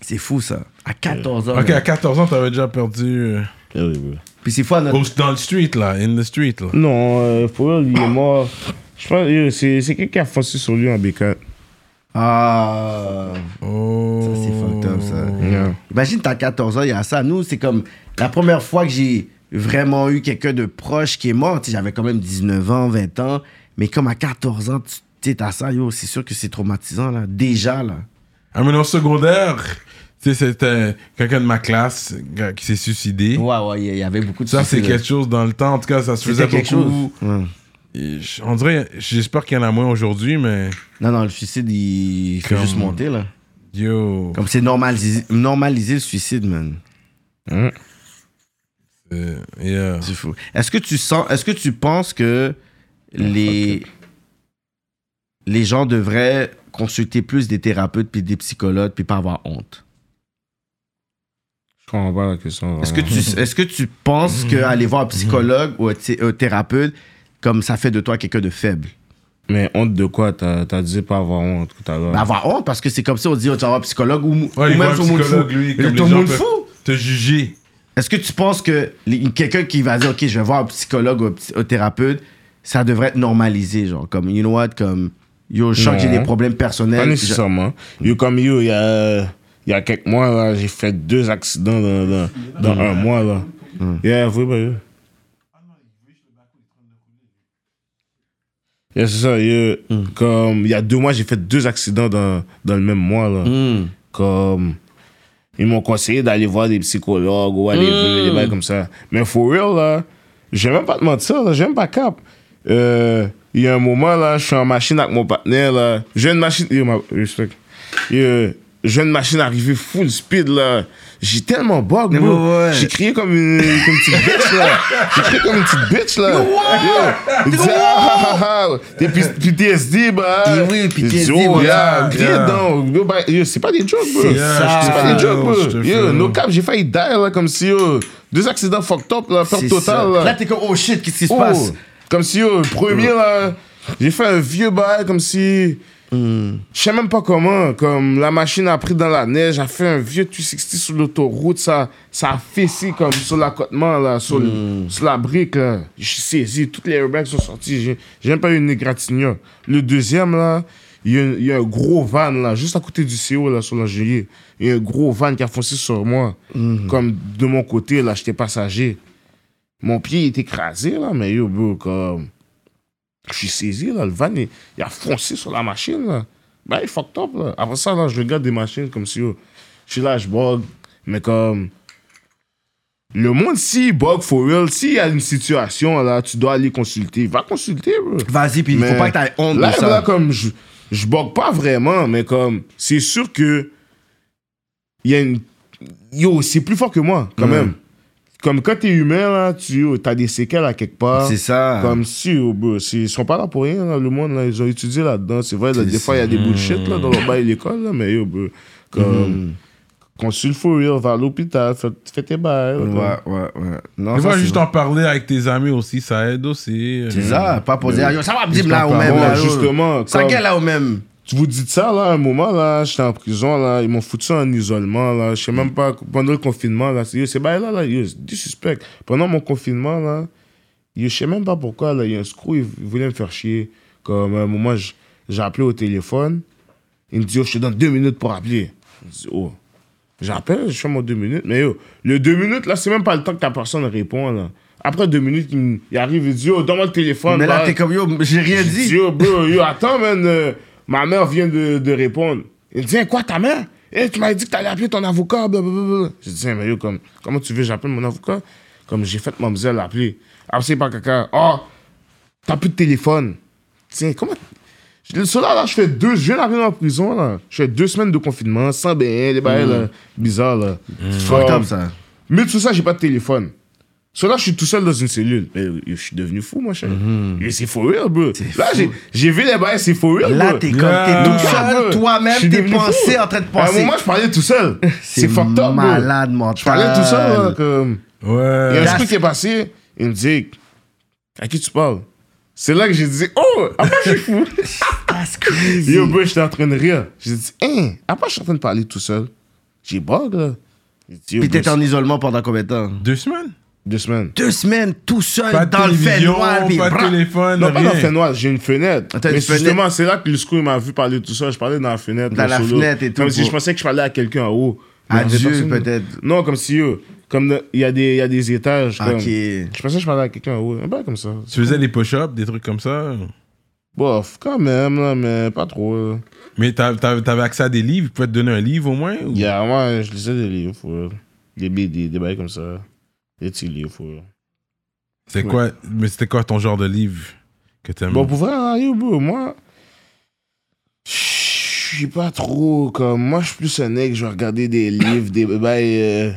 Speaker 4: C'est fou ça. À 14 ans.
Speaker 1: Ok,
Speaker 4: là.
Speaker 1: à 14 ans, t'avais déjà perdu. euh,
Speaker 3: Yeah, oui, bro.
Speaker 4: Puis c'est fou à notre.
Speaker 1: au- Dans le street, là. In the street, là.
Speaker 3: Non, euh, pour eux, il est mort. Je pense euh, c'est c'est quelqu'un qui a foncé sur lui en B4.
Speaker 4: Ah. Ça, c'est fucked up ça.
Speaker 1: Oh.
Speaker 3: Yeah.
Speaker 4: Imagine, t'as 14 ans, il y a ça. Nous, c'est comme la première fois que j'ai vraiment eu quelqu'un de proche qui est mort. Tu sais, J'avais quand même 19 ans, 20 ans. Mais comme à 14 ans, tu tu sais, t'as ça, yo, c'est sûr que c'est traumatisant, là. Déjà, là.
Speaker 1: Ah, mais au secondaire, tu sais, c'était quelqu'un de ma classe euh, qui s'est suicidé.
Speaker 4: Ouais, ouais, il y avait beaucoup de
Speaker 1: Ça, c'est
Speaker 4: suicides, là.
Speaker 1: quelque chose dans le temps. En tout cas, ça se faisait
Speaker 4: C'était quelque
Speaker 1: beaucoup.
Speaker 4: chose. Ouais.
Speaker 1: Et je- On dirait, j'espère qu'il y en a moins aujourd'hui, mais
Speaker 4: Non, non, le suicide, il, il fait
Speaker 1: Comme-
Speaker 4: juste monter, là.
Speaker 1: yo,
Speaker 4: Comme c'est normalisé, normaliser le suicide, man.
Speaker 1: euh, yeah.
Speaker 4: C'est fou. Est-ce que tu sens, est-ce que tu penses que les les gens devraient consulter plus des thérapeutes puis des psychologues puis pas avoir honte
Speaker 3: Je comprends pas la question.
Speaker 4: Est-ce que tu est-ce que tu penses
Speaker 1: Mm-hmm.
Speaker 4: que aller voir un psychologue ou un, thé- un thérapeute comme ça fait de toi quelqu'un de faible
Speaker 3: Mais honte de quoi T'as t'as dit pas avoir honte tout à l'heure.
Speaker 4: Ben, Avoir honte parce que c'est comme ça on dit oh, tu vas voir un psychologue ou, ou
Speaker 1: Ouais, il voit
Speaker 4: même
Speaker 1: un
Speaker 4: tout le monde
Speaker 1: psychologue,
Speaker 4: fou.
Speaker 1: lui,
Speaker 4: Mais
Speaker 1: comme
Speaker 4: tout
Speaker 1: les
Speaker 4: le
Speaker 1: gens
Speaker 4: monde
Speaker 1: peuvent-
Speaker 4: fou.
Speaker 1: Te juger.
Speaker 4: Est-ce que tu penses que les- quelqu'un qui va dire, OK, je vais voir un psychologue ou un, psy- un thérapeute, ça devrait être normalisé, genre, comme, you know what, comme, yo, je sens que j'ai
Speaker 3: Non.
Speaker 4: des problèmes
Speaker 3: Pas
Speaker 4: personnels. Je-
Speaker 3: nécessairement. Yo, comme yo, il y a, il y a quelques mois, là, j'ai fait deux accidents dans, dans, dans un mois. Là. Yeah, oui, bah, yo. Yeah, c'est ça, yo. Comme, il y a deux mois, j'ai fait deux accidents dans, dans le même mois. Là. Comme, ils m'ont conseillé d'aller voir des psychologues ou aller
Speaker 4: Hmm.
Speaker 3: voir des bails comme ça. Mais for real, là, je vais même pas te mentir, là, j'ai même pas cap. Euh, Il y a un moment, là, je suis en machine avec mon partenaire, là. J'ai une machine... Yo, ma- respect. Yo, j'ai une machine arrivée full speed, là. J'ai tellement bug, bro.
Speaker 4: ouais, ouais.
Speaker 3: J'ai crié comme une, comme une petite bitch, là. J'ai crié comme une petite bitch, là. Yo, il disait, ah, ah, ah, ah. T'es P- PTSD, bah.
Speaker 4: Eh oui, PTSD,
Speaker 3: Yo,
Speaker 4: bah.
Speaker 3: yeah, crié
Speaker 1: Yeah.
Speaker 3: donc. Yo, Non, bah, yo, C'est pas des jokes, bro.
Speaker 1: Yeah, euh, je
Speaker 3: C'est
Speaker 1: te
Speaker 3: pas des
Speaker 1: fais,
Speaker 3: jokes, bro.
Speaker 1: je te
Speaker 3: Yo,
Speaker 1: fais.
Speaker 3: no cap, j'ai failli die, là, comme si, yo, deux accidents fucked up, là, perte
Speaker 4: C'est
Speaker 3: totale,
Speaker 4: ça.
Speaker 3: là.
Speaker 4: Là, t'es comme, oh shit, qu'est-ce qui se
Speaker 3: Oh,
Speaker 4: passe? Euh.
Speaker 3: Comme si, yo, le premier, là, j'ai fait un vieux bail, comme si.
Speaker 4: Hmm.
Speaker 3: Je sais même pas comment. Comme la machine a pris dans la neige, a fait un vieux 260 sur l'autoroute, ça, ça a fessé comme sur l'accotement, là, sur, le-
Speaker 4: Hmm.
Speaker 3: sur la brique, là. J'ai saisi, toutes les airbags sont sortis. J'ai j'ai même pas eu une égratignure. Le deuxième, là, il y, a, il y a un gros van, là, juste à côté du CO, là, sur l'Angelier. Il y a un gros van qui a foncé sur moi.
Speaker 4: Hmm.
Speaker 3: Comme de mon côté, là, j'étais passager. Mon pied est écrasé, là, mais yo, bro, comme. Je suis saisi, là. Le van, il, il a foncé sur la machine, là. Ben, il est fucked up, là. Après ça, là, je regarde des machines comme si, yo, je suis là, je bug. Mais comme. Le monde, s'il bug for real, s'il y a une situation, là, tu dois aller consulter. Va consulter, bro.
Speaker 4: Vas-y, puis il
Speaker 3: Mais
Speaker 4: faut pas que t'aies honte
Speaker 3: là,
Speaker 4: de ça.
Speaker 3: Là, comme, je, je bug pas vraiment, mais comme, c'est sûr que. Il y a une. Yo, c'est plus fort que moi,
Speaker 4: Mm.
Speaker 3: quand même. Comme quand t'es humain, là, tu yo, t'as des séquelles à quelque part.
Speaker 4: C'est ça.
Speaker 3: Comme si, yo, bro, c'est- ils sont pas là pour rien, là, le monde, là, ils ont étudié là-dedans. C'est vrai, là, des fois, il y a des bullshit, là, dans le bail de l'école, là, mais yo, bro,
Speaker 4: Mm.
Speaker 3: comme. Consul for real, va à l'hôpital, fais, fais tes bails. là, comme.
Speaker 4: Ouais, ouais, ouais. Non,
Speaker 1: Des
Speaker 4: Ah, ça,
Speaker 1: fois,
Speaker 4: c'est
Speaker 1: juste
Speaker 4: vrai.
Speaker 1: en parler avec tes amis aussi, ça aide aussi.
Speaker 4: C'est ça, pas pour dire, yo, ça va, dis-moi
Speaker 3: Juste
Speaker 4: là ou
Speaker 3: en
Speaker 4: même,
Speaker 3: parlant,
Speaker 4: là. yo.
Speaker 3: justement,
Speaker 4: Ça
Speaker 3: comme-
Speaker 4: gueule là ou même.
Speaker 3: Tu vous dites ça, là, à un moment, là, j'étais en prison, là, ils m'ont foutu en isolement, là, je sais même pas, pendant le confinement, là, c'est, yo, c'est bail, là, là, yo, c'est du suspect. Pendant mon confinement, là, yo, je sais même pas pourquoi, là, il y a un screw, il voulait me faire chier. Comme, à un moment, j- j'ai appelé au téléphone, il me dit, yo, je te donne deux minutes pour appeler. Je dis, oh. J'appelle, je fais mon deux minutes, mais yo, le deux minutes, là, c'est même pas le temps que ta personne répond, là. Après deux minutes, il, me- il arrive, il dit, yo, donne-moi le téléphone.
Speaker 4: Mais là,
Speaker 3: bah.
Speaker 4: t'es comme, yo, j'ai rien
Speaker 3: J'ai dit,
Speaker 4: dit.
Speaker 3: yo, bro, yo, attends, man. euh, ma mère vient de, de répondre. Elle dit, Hein, quoi, ta mère? Eh, tu m'avais dit que t'allais appeler ton avocat, blablabla. J'ai dit, Hein, mais yo, comme, comment tu veux, j'appelle mon avocat? Comme j'ai fait mamzelle appeler. Ah, c'est pas caca. Ah, t'as plus de téléphone. Tiens, comment. Le là, là, je fais deux. Je viens d'arriver en prison, là. Je fais deux semaines de confinement, sans bain, des bails, là, bizarres, là.
Speaker 4: Fucked
Speaker 3: Comme-
Speaker 4: up, ça.
Speaker 3: mais tout ça, j'ai pas de téléphone. So là, je suis tout seul dans une cellule. Mais je suis devenu fou, moi, cher.
Speaker 4: Mhm.
Speaker 3: Et c'est for real, bro. Là, j'ai- j'ai vu les bails, c'est for real,
Speaker 4: Là,
Speaker 3: bro.
Speaker 4: t'es comme,
Speaker 1: Yeah.
Speaker 4: t'es tout
Speaker 3: Donc, ça,
Speaker 4: seul,
Speaker 3: bro, je
Speaker 4: toi-même,
Speaker 3: suis
Speaker 4: tes
Speaker 3: devenu fou. Ah,
Speaker 4: pensées en train de
Speaker 3: À un
Speaker 4: penser.
Speaker 3: moment, je parlais tout seul. C'est fucked up, bro.
Speaker 4: malade mental.
Speaker 3: Je parlais tout seul, là, comme... Il y
Speaker 1: Ouais.
Speaker 3: a un truc qui est passé, il me dit À qui tu parles C'est là que j'ai dit Oh, après je suis fou.
Speaker 4: That's crazy.
Speaker 3: Yo, bro, j'étais en train de rire. J'ai dit Hein, après je suis en train de parler tout seul. J'ai bug, là. J'ai dit, Yo,
Speaker 4: Puis
Speaker 3: bro,
Speaker 4: t'étais en isolement pendant combien de temps?
Speaker 1: Deux semaines.
Speaker 3: Deux semaines.
Speaker 4: Deux semaines, tout seul,
Speaker 1: Pas de
Speaker 4: dans le fait
Speaker 1: télévision,
Speaker 4: noir, puis
Speaker 1: pas de
Speaker 4: brrr.
Speaker 1: téléphone,
Speaker 3: Non, pas dans la
Speaker 1: rien.
Speaker 3: fenêtre, j'ai une fenêtre.
Speaker 4: Ah, t'as une
Speaker 3: Mais
Speaker 4: fenêtre.
Speaker 3: justement, c'est là que le school m'a vu parler tout seul. Je parlais dans la fenêtre.
Speaker 4: Dans
Speaker 3: mon
Speaker 4: la fenêtre et tout,
Speaker 3: Comme si
Speaker 4: bro.
Speaker 3: je pensais que je parlais à quelqu'un en haut.
Speaker 4: À
Speaker 3: Mais
Speaker 4: Ah, Dieu,
Speaker 3: personne-
Speaker 4: peut-être.
Speaker 3: Non, comme si yo, Comme le- il y, a des- il y a des étages. Comme,
Speaker 4: Ok.
Speaker 3: Je pensais que je parlais à quelqu'un en haut. Un bail comme ça.
Speaker 1: Tu faisais des push-ups, des trucs comme ça.
Speaker 3: Bof, quand même, là, mais pas trop. là.
Speaker 1: Mais t'as- t'as- t'avais accès à des livres, ils pouvaient te donner un livre au moins ou-
Speaker 3: Yeah, moi, je lisais des livres, for real. Des BD, des bails comme ça. Des petits livres, euh. for real.
Speaker 1: C'est quoi Mais c'était quoi ton genre de livre que t'aimes
Speaker 3: Bon, pour vrai, hein, yo, bro, moi, je suis pas trop comme. Moi, je suis plus un mec, je vais regarder des livres, des bails euh,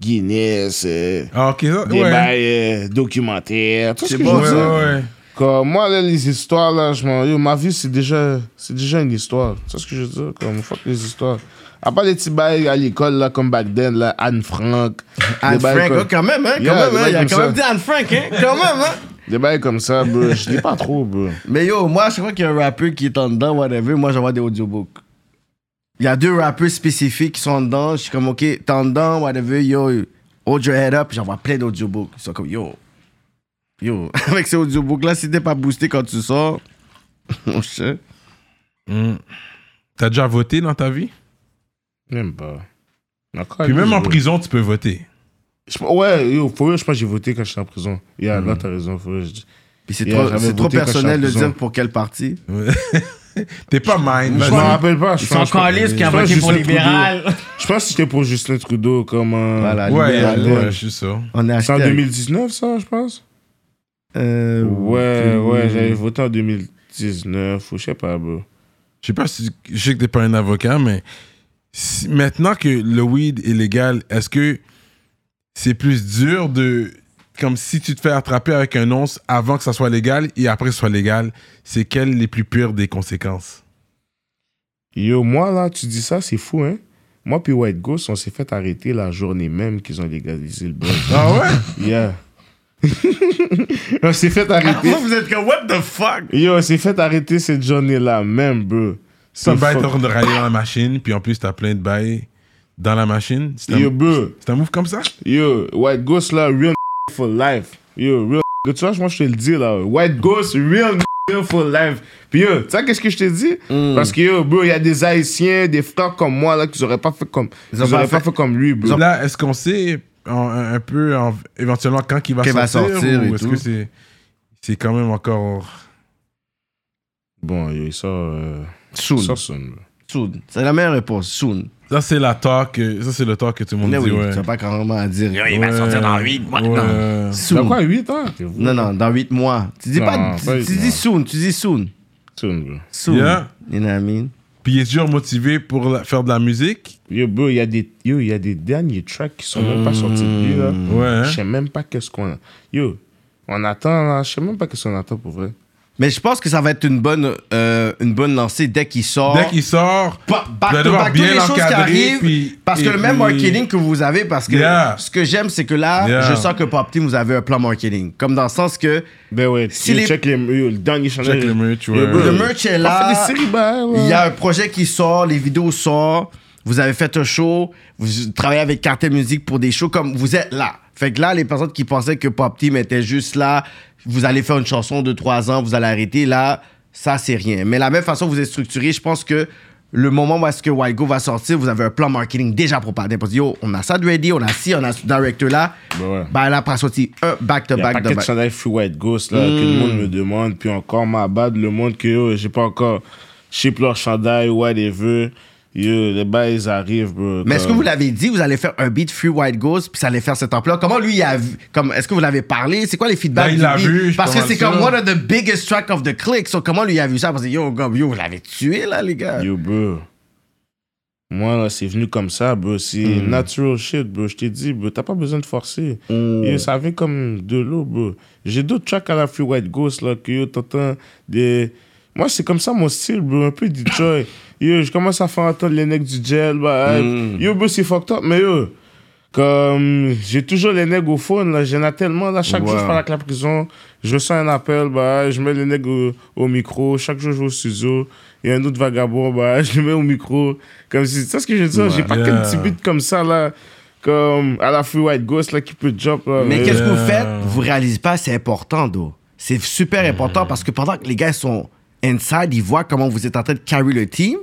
Speaker 3: Guinness, euh,
Speaker 1: Ah, ok, ça,
Speaker 4: Eh
Speaker 3: des
Speaker 1: ouais.
Speaker 4: ben,
Speaker 3: bails euh, documentaires, tout ce
Speaker 4: C'est
Speaker 3: que
Speaker 4: bon,
Speaker 3: je
Speaker 1: ouais,
Speaker 3: veux dire.
Speaker 1: ouais, ouais.
Speaker 3: Comme moi, là, les histoires, là, je m'en. yo, Ma vie, c'est déjà, c'est déjà une histoire. Tu sais ce que je veux dire? Comme, fuck les histoires. À part les petits bails à l'école, là, comme back then, là, Anne Frank.
Speaker 4: Anne
Speaker 3: des bails
Speaker 4: Frank,
Speaker 3: comme-
Speaker 4: oh, quand même, hein,
Speaker 3: Yeah,
Speaker 4: quand même,
Speaker 3: des
Speaker 4: hein,
Speaker 3: bails
Speaker 4: il a
Speaker 3: comme
Speaker 4: quand
Speaker 3: ça.
Speaker 4: même dit Anne Frank, hein, quand même, hein.
Speaker 3: Des bails comme ça, bro. Je lis pas trop, bro.
Speaker 4: Mais yo, moi, à chaque fois qu'il y a un rappeur qui est en dedans, whatever, moi, j'envoie des audiobooks. Il y a deux rappeurs spécifiques qui sont en dedans. Je suis comme, OK, t'es en dedans, whatever, yo, hold your head up. J'envoie plein d'audiobooks. Ils sont comme, yo, yo. Avec ces audiobooks-là, si t'es pas boosté quand tu sors, mon chien.
Speaker 1: Mm. T'as déjà voté dans ta vie
Speaker 3: Même pas.
Speaker 1: Puis même en prison, tu peux voter.
Speaker 3: Je- ouais, yo, pour eux, je pense que j'ai voté quand j'étais en prison. Yeah,
Speaker 2: Hmm.
Speaker 3: là, t'as raison. Pour eux, je dis-
Speaker 4: Puis c'est
Speaker 3: Yeah,
Speaker 4: trop,
Speaker 3: j'avais
Speaker 4: c'est trop
Speaker 3: voté quand
Speaker 4: personnel
Speaker 3: j'étais en
Speaker 4: de dire
Speaker 3: prison. Mmh.
Speaker 4: pour quelle partie.
Speaker 1: T'es pas mine.
Speaker 3: Je
Speaker 1: vas-y.
Speaker 3: m'en rappelle pas. Je
Speaker 2: Ils sont
Speaker 3: pense-
Speaker 2: encore listes qui a
Speaker 3: je pense
Speaker 2: voté pour
Speaker 3: Justin
Speaker 2: libéral.
Speaker 3: Trudeau. Je pense que c'était pour Justin Trudeau, comme. euh,
Speaker 4: Voilà,
Speaker 1: Ouais,
Speaker 4: libéral.
Speaker 1: ouais, je suis sûr.
Speaker 4: On a
Speaker 3: C'est
Speaker 4: acheté.
Speaker 3: en
Speaker 4: avec-
Speaker 3: 2019, ça, je pense.
Speaker 4: Euh, Mmh.
Speaker 3: Ouais, ouais, j'avais voté en 2019, ou je sais pas, bro.
Speaker 1: Je sais pas si. Je sais que t'es pas un avocat, mais si- maintenant que le weed est légal, est-ce que c'est plus dur de. Comme si tu te fais attraper avec un once avant que ça soit légal et après que ce soit légal, c'est quelles les plus pires des conséquences
Speaker 3: Yo, moi, là, tu dis ça, c'est fou, hein. Moi puis White Ghost, on s'est fait arrêter la journée même qu'ils ont légalisé le buzz.
Speaker 1: Ah ouais
Speaker 3: Yeah. on s'est fait arrêter.
Speaker 4: Vous êtes comme, what the fuck?
Speaker 3: Yo, on s'est fait arrêter cette journée-là même, bro.
Speaker 1: Tu
Speaker 3: C'est
Speaker 1: vas être en
Speaker 3: fuck-
Speaker 1: train de râler dans la machine, puis en plus t'as plein de bails dans la machine. C'est
Speaker 3: Yo,
Speaker 1: un,
Speaker 3: bro.
Speaker 1: c'est un move comme ça
Speaker 3: Yo, White Ghost, là, real for life. Yo, real Tu vois, moi, je te le dis, là. White Ghost, real for life. Puis, yo, tu sais, qu'est-ce que je te dis?
Speaker 4: Mm.
Speaker 3: Parce que, yo, bro, il y a des Haïtiens, des frères comme moi, là, qui auraient pas fait comme,
Speaker 4: ont
Speaker 3: ils auraient
Speaker 4: pas fait-
Speaker 3: pas fait comme lui, bro.
Speaker 1: Là, est-ce qu'on sait en- un un peu en- éventuellement quand il va
Speaker 4: Qu'il va
Speaker 1: sortir,
Speaker 4: sortir et
Speaker 1: ou est-ce que
Speaker 4: tout.
Speaker 1: c'est c'est quand même encore
Speaker 3: Bon, yo, il sort, euh, il
Speaker 4: Soon.
Speaker 3: sort soon, bro.
Speaker 4: Soon. C'est la meilleure réponse. Soon.
Speaker 1: ça c'est la talk euh, ça c'est le talk que tout le monde
Speaker 4: Mais
Speaker 1: dit
Speaker 4: oui,
Speaker 1: ouais.
Speaker 4: tu n'as pas carrément à dire. Yo,
Speaker 1: va sortir dans 8 mois. Non.
Speaker 4: Soon.
Speaker 3: Dans quoi, 8 ans?
Speaker 4: Non, non, dans 8 mois. Tu dis
Speaker 3: Non,
Speaker 4: pas. Tu,
Speaker 3: pas
Speaker 4: tu
Speaker 3: huit
Speaker 4: dis
Speaker 3: mois.
Speaker 4: soon, tu dis soon.
Speaker 3: Soon, bro.
Speaker 4: Soon.
Speaker 1: Yeah.
Speaker 4: You know what I mean?
Speaker 1: Puis il est toujours motivé pour la- faire de la musique.
Speaker 3: Yo, bro, il y, a des- yo, il y a des derniers tracks qui sont même pas sortis de lui, là.
Speaker 1: Hmm. Ouais. hein.
Speaker 3: Je sais même pas qu'est-ce qu'on a. Yo, on attend, là. Je sais même pas qu'est-ce qu'on attend pour vrai.
Speaker 4: Mais je pense que ça va être une bonne, euh, une bonne lancée dès qu'il sort.
Speaker 1: Dès qu'il sort,
Speaker 4: Ba-
Speaker 1: tu vas
Speaker 4: Back to
Speaker 1: devoir
Speaker 4: back, toutes
Speaker 1: bien
Speaker 4: les choses qui
Speaker 1: l'encadrer,
Speaker 4: arrivent.
Speaker 1: puis-
Speaker 4: parce
Speaker 1: et
Speaker 4: que le même
Speaker 1: puis-
Speaker 4: marketing que vous avez, parce que
Speaker 1: Yeah.
Speaker 4: ce que j'aime, c'est que là,
Speaker 1: Yeah.
Speaker 4: je sens que Pop Team, vous avez un plan marketing. Comme dans le sens que
Speaker 3: Ben ouais,
Speaker 4: Si
Speaker 3: yo,
Speaker 4: les-
Speaker 3: check les, yo, le dernier chandail.
Speaker 1: Check le merch,
Speaker 3: Yo,
Speaker 1: ouais.
Speaker 3: bro,
Speaker 4: Le merch est
Speaker 3: on
Speaker 4: là.
Speaker 3: fait des séries, ben, ouais.
Speaker 4: Il y a un projet qui sort, les vidéos sortent, vous avez fait un show, vous travaillez avec Cartel Musique pour des shows comme vous êtes là. Fait que là, les personnes qui pensaient que Pop Team était juste là, vous allez faire une chanson de trois ans, vous allez arrêter, là, ça c'est rien. Mais la même façon que vous êtes structuré, je pense que le moment où est-ce que Wild Go va sortir, vous avez un plan marketing déjà pour Pop Team. Parce que yo, on a ça de ready, on a ci, on a ce directeur là.
Speaker 3: Ben ouais.
Speaker 4: Bah là, après sorti un
Speaker 3: Il y a un
Speaker 4: back-to-back
Speaker 3: paquet
Speaker 4: de
Speaker 3: de
Speaker 4: back.
Speaker 3: chandail Free White Ghost là,
Speaker 1: Hmm.
Speaker 3: que le monde me demande. Puis encore, ma bad, le monde que yo, j'ai pas encore ship leur chandail, whatever. Yo, les bails, ils arrivent, bro.
Speaker 1: Euh,
Speaker 4: Mais est-ce que
Speaker 1: ben-
Speaker 3: comme-
Speaker 4: vous l'avez dit, vous allez faire un beat Free White Ghost, puis ça allait faire cette ampleur? Comment lui, il a vu? Comme, est-ce que vous l'avez parlé? C'est quoi les feedbacks?
Speaker 1: Ben, il
Speaker 4: du
Speaker 1: l'a
Speaker 4: beat?
Speaker 1: vu, je
Speaker 4: Parce que
Speaker 1: suis
Speaker 4: c'est
Speaker 1: pas mal
Speaker 4: comme
Speaker 1: sûr.
Speaker 4: one of the biggest track of the click. So, comment lui a vu ça? Parce que yo, comme, yo, vous l'avez tué, là, les gars.
Speaker 3: Yo, bro. Moi, là, c'est venu comme ça, bro. C'est natural shit, bro. Je t'ai dit, bro, t'as pas besoin de forcer. Et ça vient comme de l'eau, bro. J'ai d'autres tracks à la Free White Ghost, là, que yo, t'entends des... Moi, c'est comme ça mon style, bro. Un peu Detroit. yo, je commence à faire entendre les necks du gel, bah, hey. Yo, bro, c'est fucked up, mais yo... Comme j'ai toujours les nègres au phone, là, j'en ai tellement. Là, chaque jour, je parle avec la prison, je reçois un appel, bah, je mets les nègres au, au micro. Chaque jour, je vais au studio. Il y a un autre vagabond, bah, je le mets au micro. Comme si, tu sais ce que je veux dire? J'ai pas
Speaker 1: Yeah.
Speaker 3: qu'un petit beat comme ça, là, comme à la Free White Ghost, là, qui peut drop. Là,
Speaker 4: Mais
Speaker 3: Euh,
Speaker 4: qu'est-ce que vous faites Vous réalisez pas, c'est important, d'eau. C'est super
Speaker 3: Euh.
Speaker 4: important parce que pendant que les gars sont inside, ils voient comment vous êtes en train de carry le team.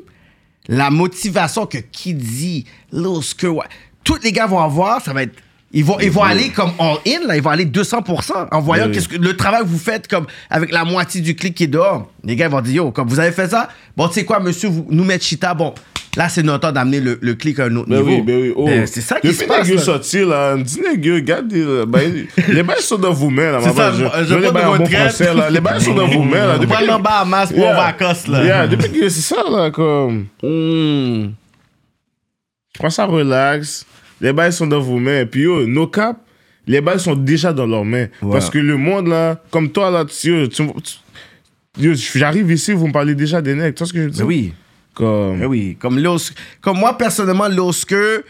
Speaker 4: La motivation que Kidzy, Lil Skur, tous les gars vont avoir, ça va être. Ils vont, ils vont aller comme all-in, là, ils vont aller 200% en voyant
Speaker 3: Oui.
Speaker 4: qu'est-ce que, le travail que vous faites comme avec la moitié du clic qui est dehors. Les gars vont dire, yo, comme vous avez fait ça, bon, tu sais quoi, monsieur, vous nous mettez chita, bon, là, c'est notre temps d'amener le, le clic à un autre
Speaker 3: Ben
Speaker 4: niveau.
Speaker 3: oui, ben oui. Oh.
Speaker 4: Ben, c'est ça qui se passe.
Speaker 3: Depuis que
Speaker 4: là.
Speaker 3: sorti, là, me dit, nègre, regarde, euh, ben, les bails sont dans vos mains, là, ma
Speaker 2: C'est ça,
Speaker 3: base.
Speaker 2: je- je
Speaker 3: veux les
Speaker 2: prends
Speaker 3: bails
Speaker 2: de
Speaker 3: en bon
Speaker 2: retraite.
Speaker 3: français, là. Les bails sont dans vos mains, là.
Speaker 2: On
Speaker 3: Depuis
Speaker 2: prend
Speaker 3: que-
Speaker 2: le Bahamas
Speaker 4: Bon
Speaker 2: pour
Speaker 3: Yeah.
Speaker 2: vacances, là.
Speaker 3: Yeah, depuis que c'est ça, là, comme. Hmm. Je prends ça relax. Les balles sont dans vos mains. Puis, yo, nos cap, les balles sont déjà dans leurs mains. Parce que le monde, là, comme toi, là, tu, yo, tu- tu- yo, j'arrive ici, vous me parlez déjà des nègres. Tu vois ce que je veux
Speaker 4: Ben
Speaker 3: dire?
Speaker 4: oui.
Speaker 3: Comme.
Speaker 4: Ben oui, comme Los, comme moi personnellement, Losker,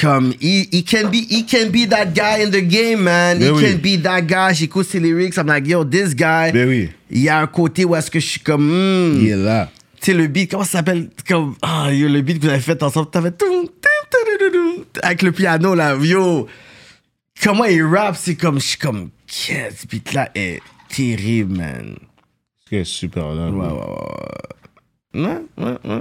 Speaker 4: comme he, he can be, he can be that guy in the game, man.
Speaker 3: Ben
Speaker 4: he
Speaker 3: oui.
Speaker 4: can be that guy. J'écoute ses lyrics, I'm like yo, this guy.
Speaker 3: Ben oui.
Speaker 4: Il y a un côté où est-ce que je suis comme, hmm.
Speaker 3: Il est là.
Speaker 4: tu sais le beat, comment ça s'appelle, comme ah yo le beat que vous avez fait ensemble, t'avais tout, avec le piano là, yo. Comment il rappe, c'est comme, je suis comme, yeah, ce beat là est terrible, man.
Speaker 3: C'est super là.
Speaker 4: Ouais, ouais, ouais, ouais. Ouais, ouais, ouais.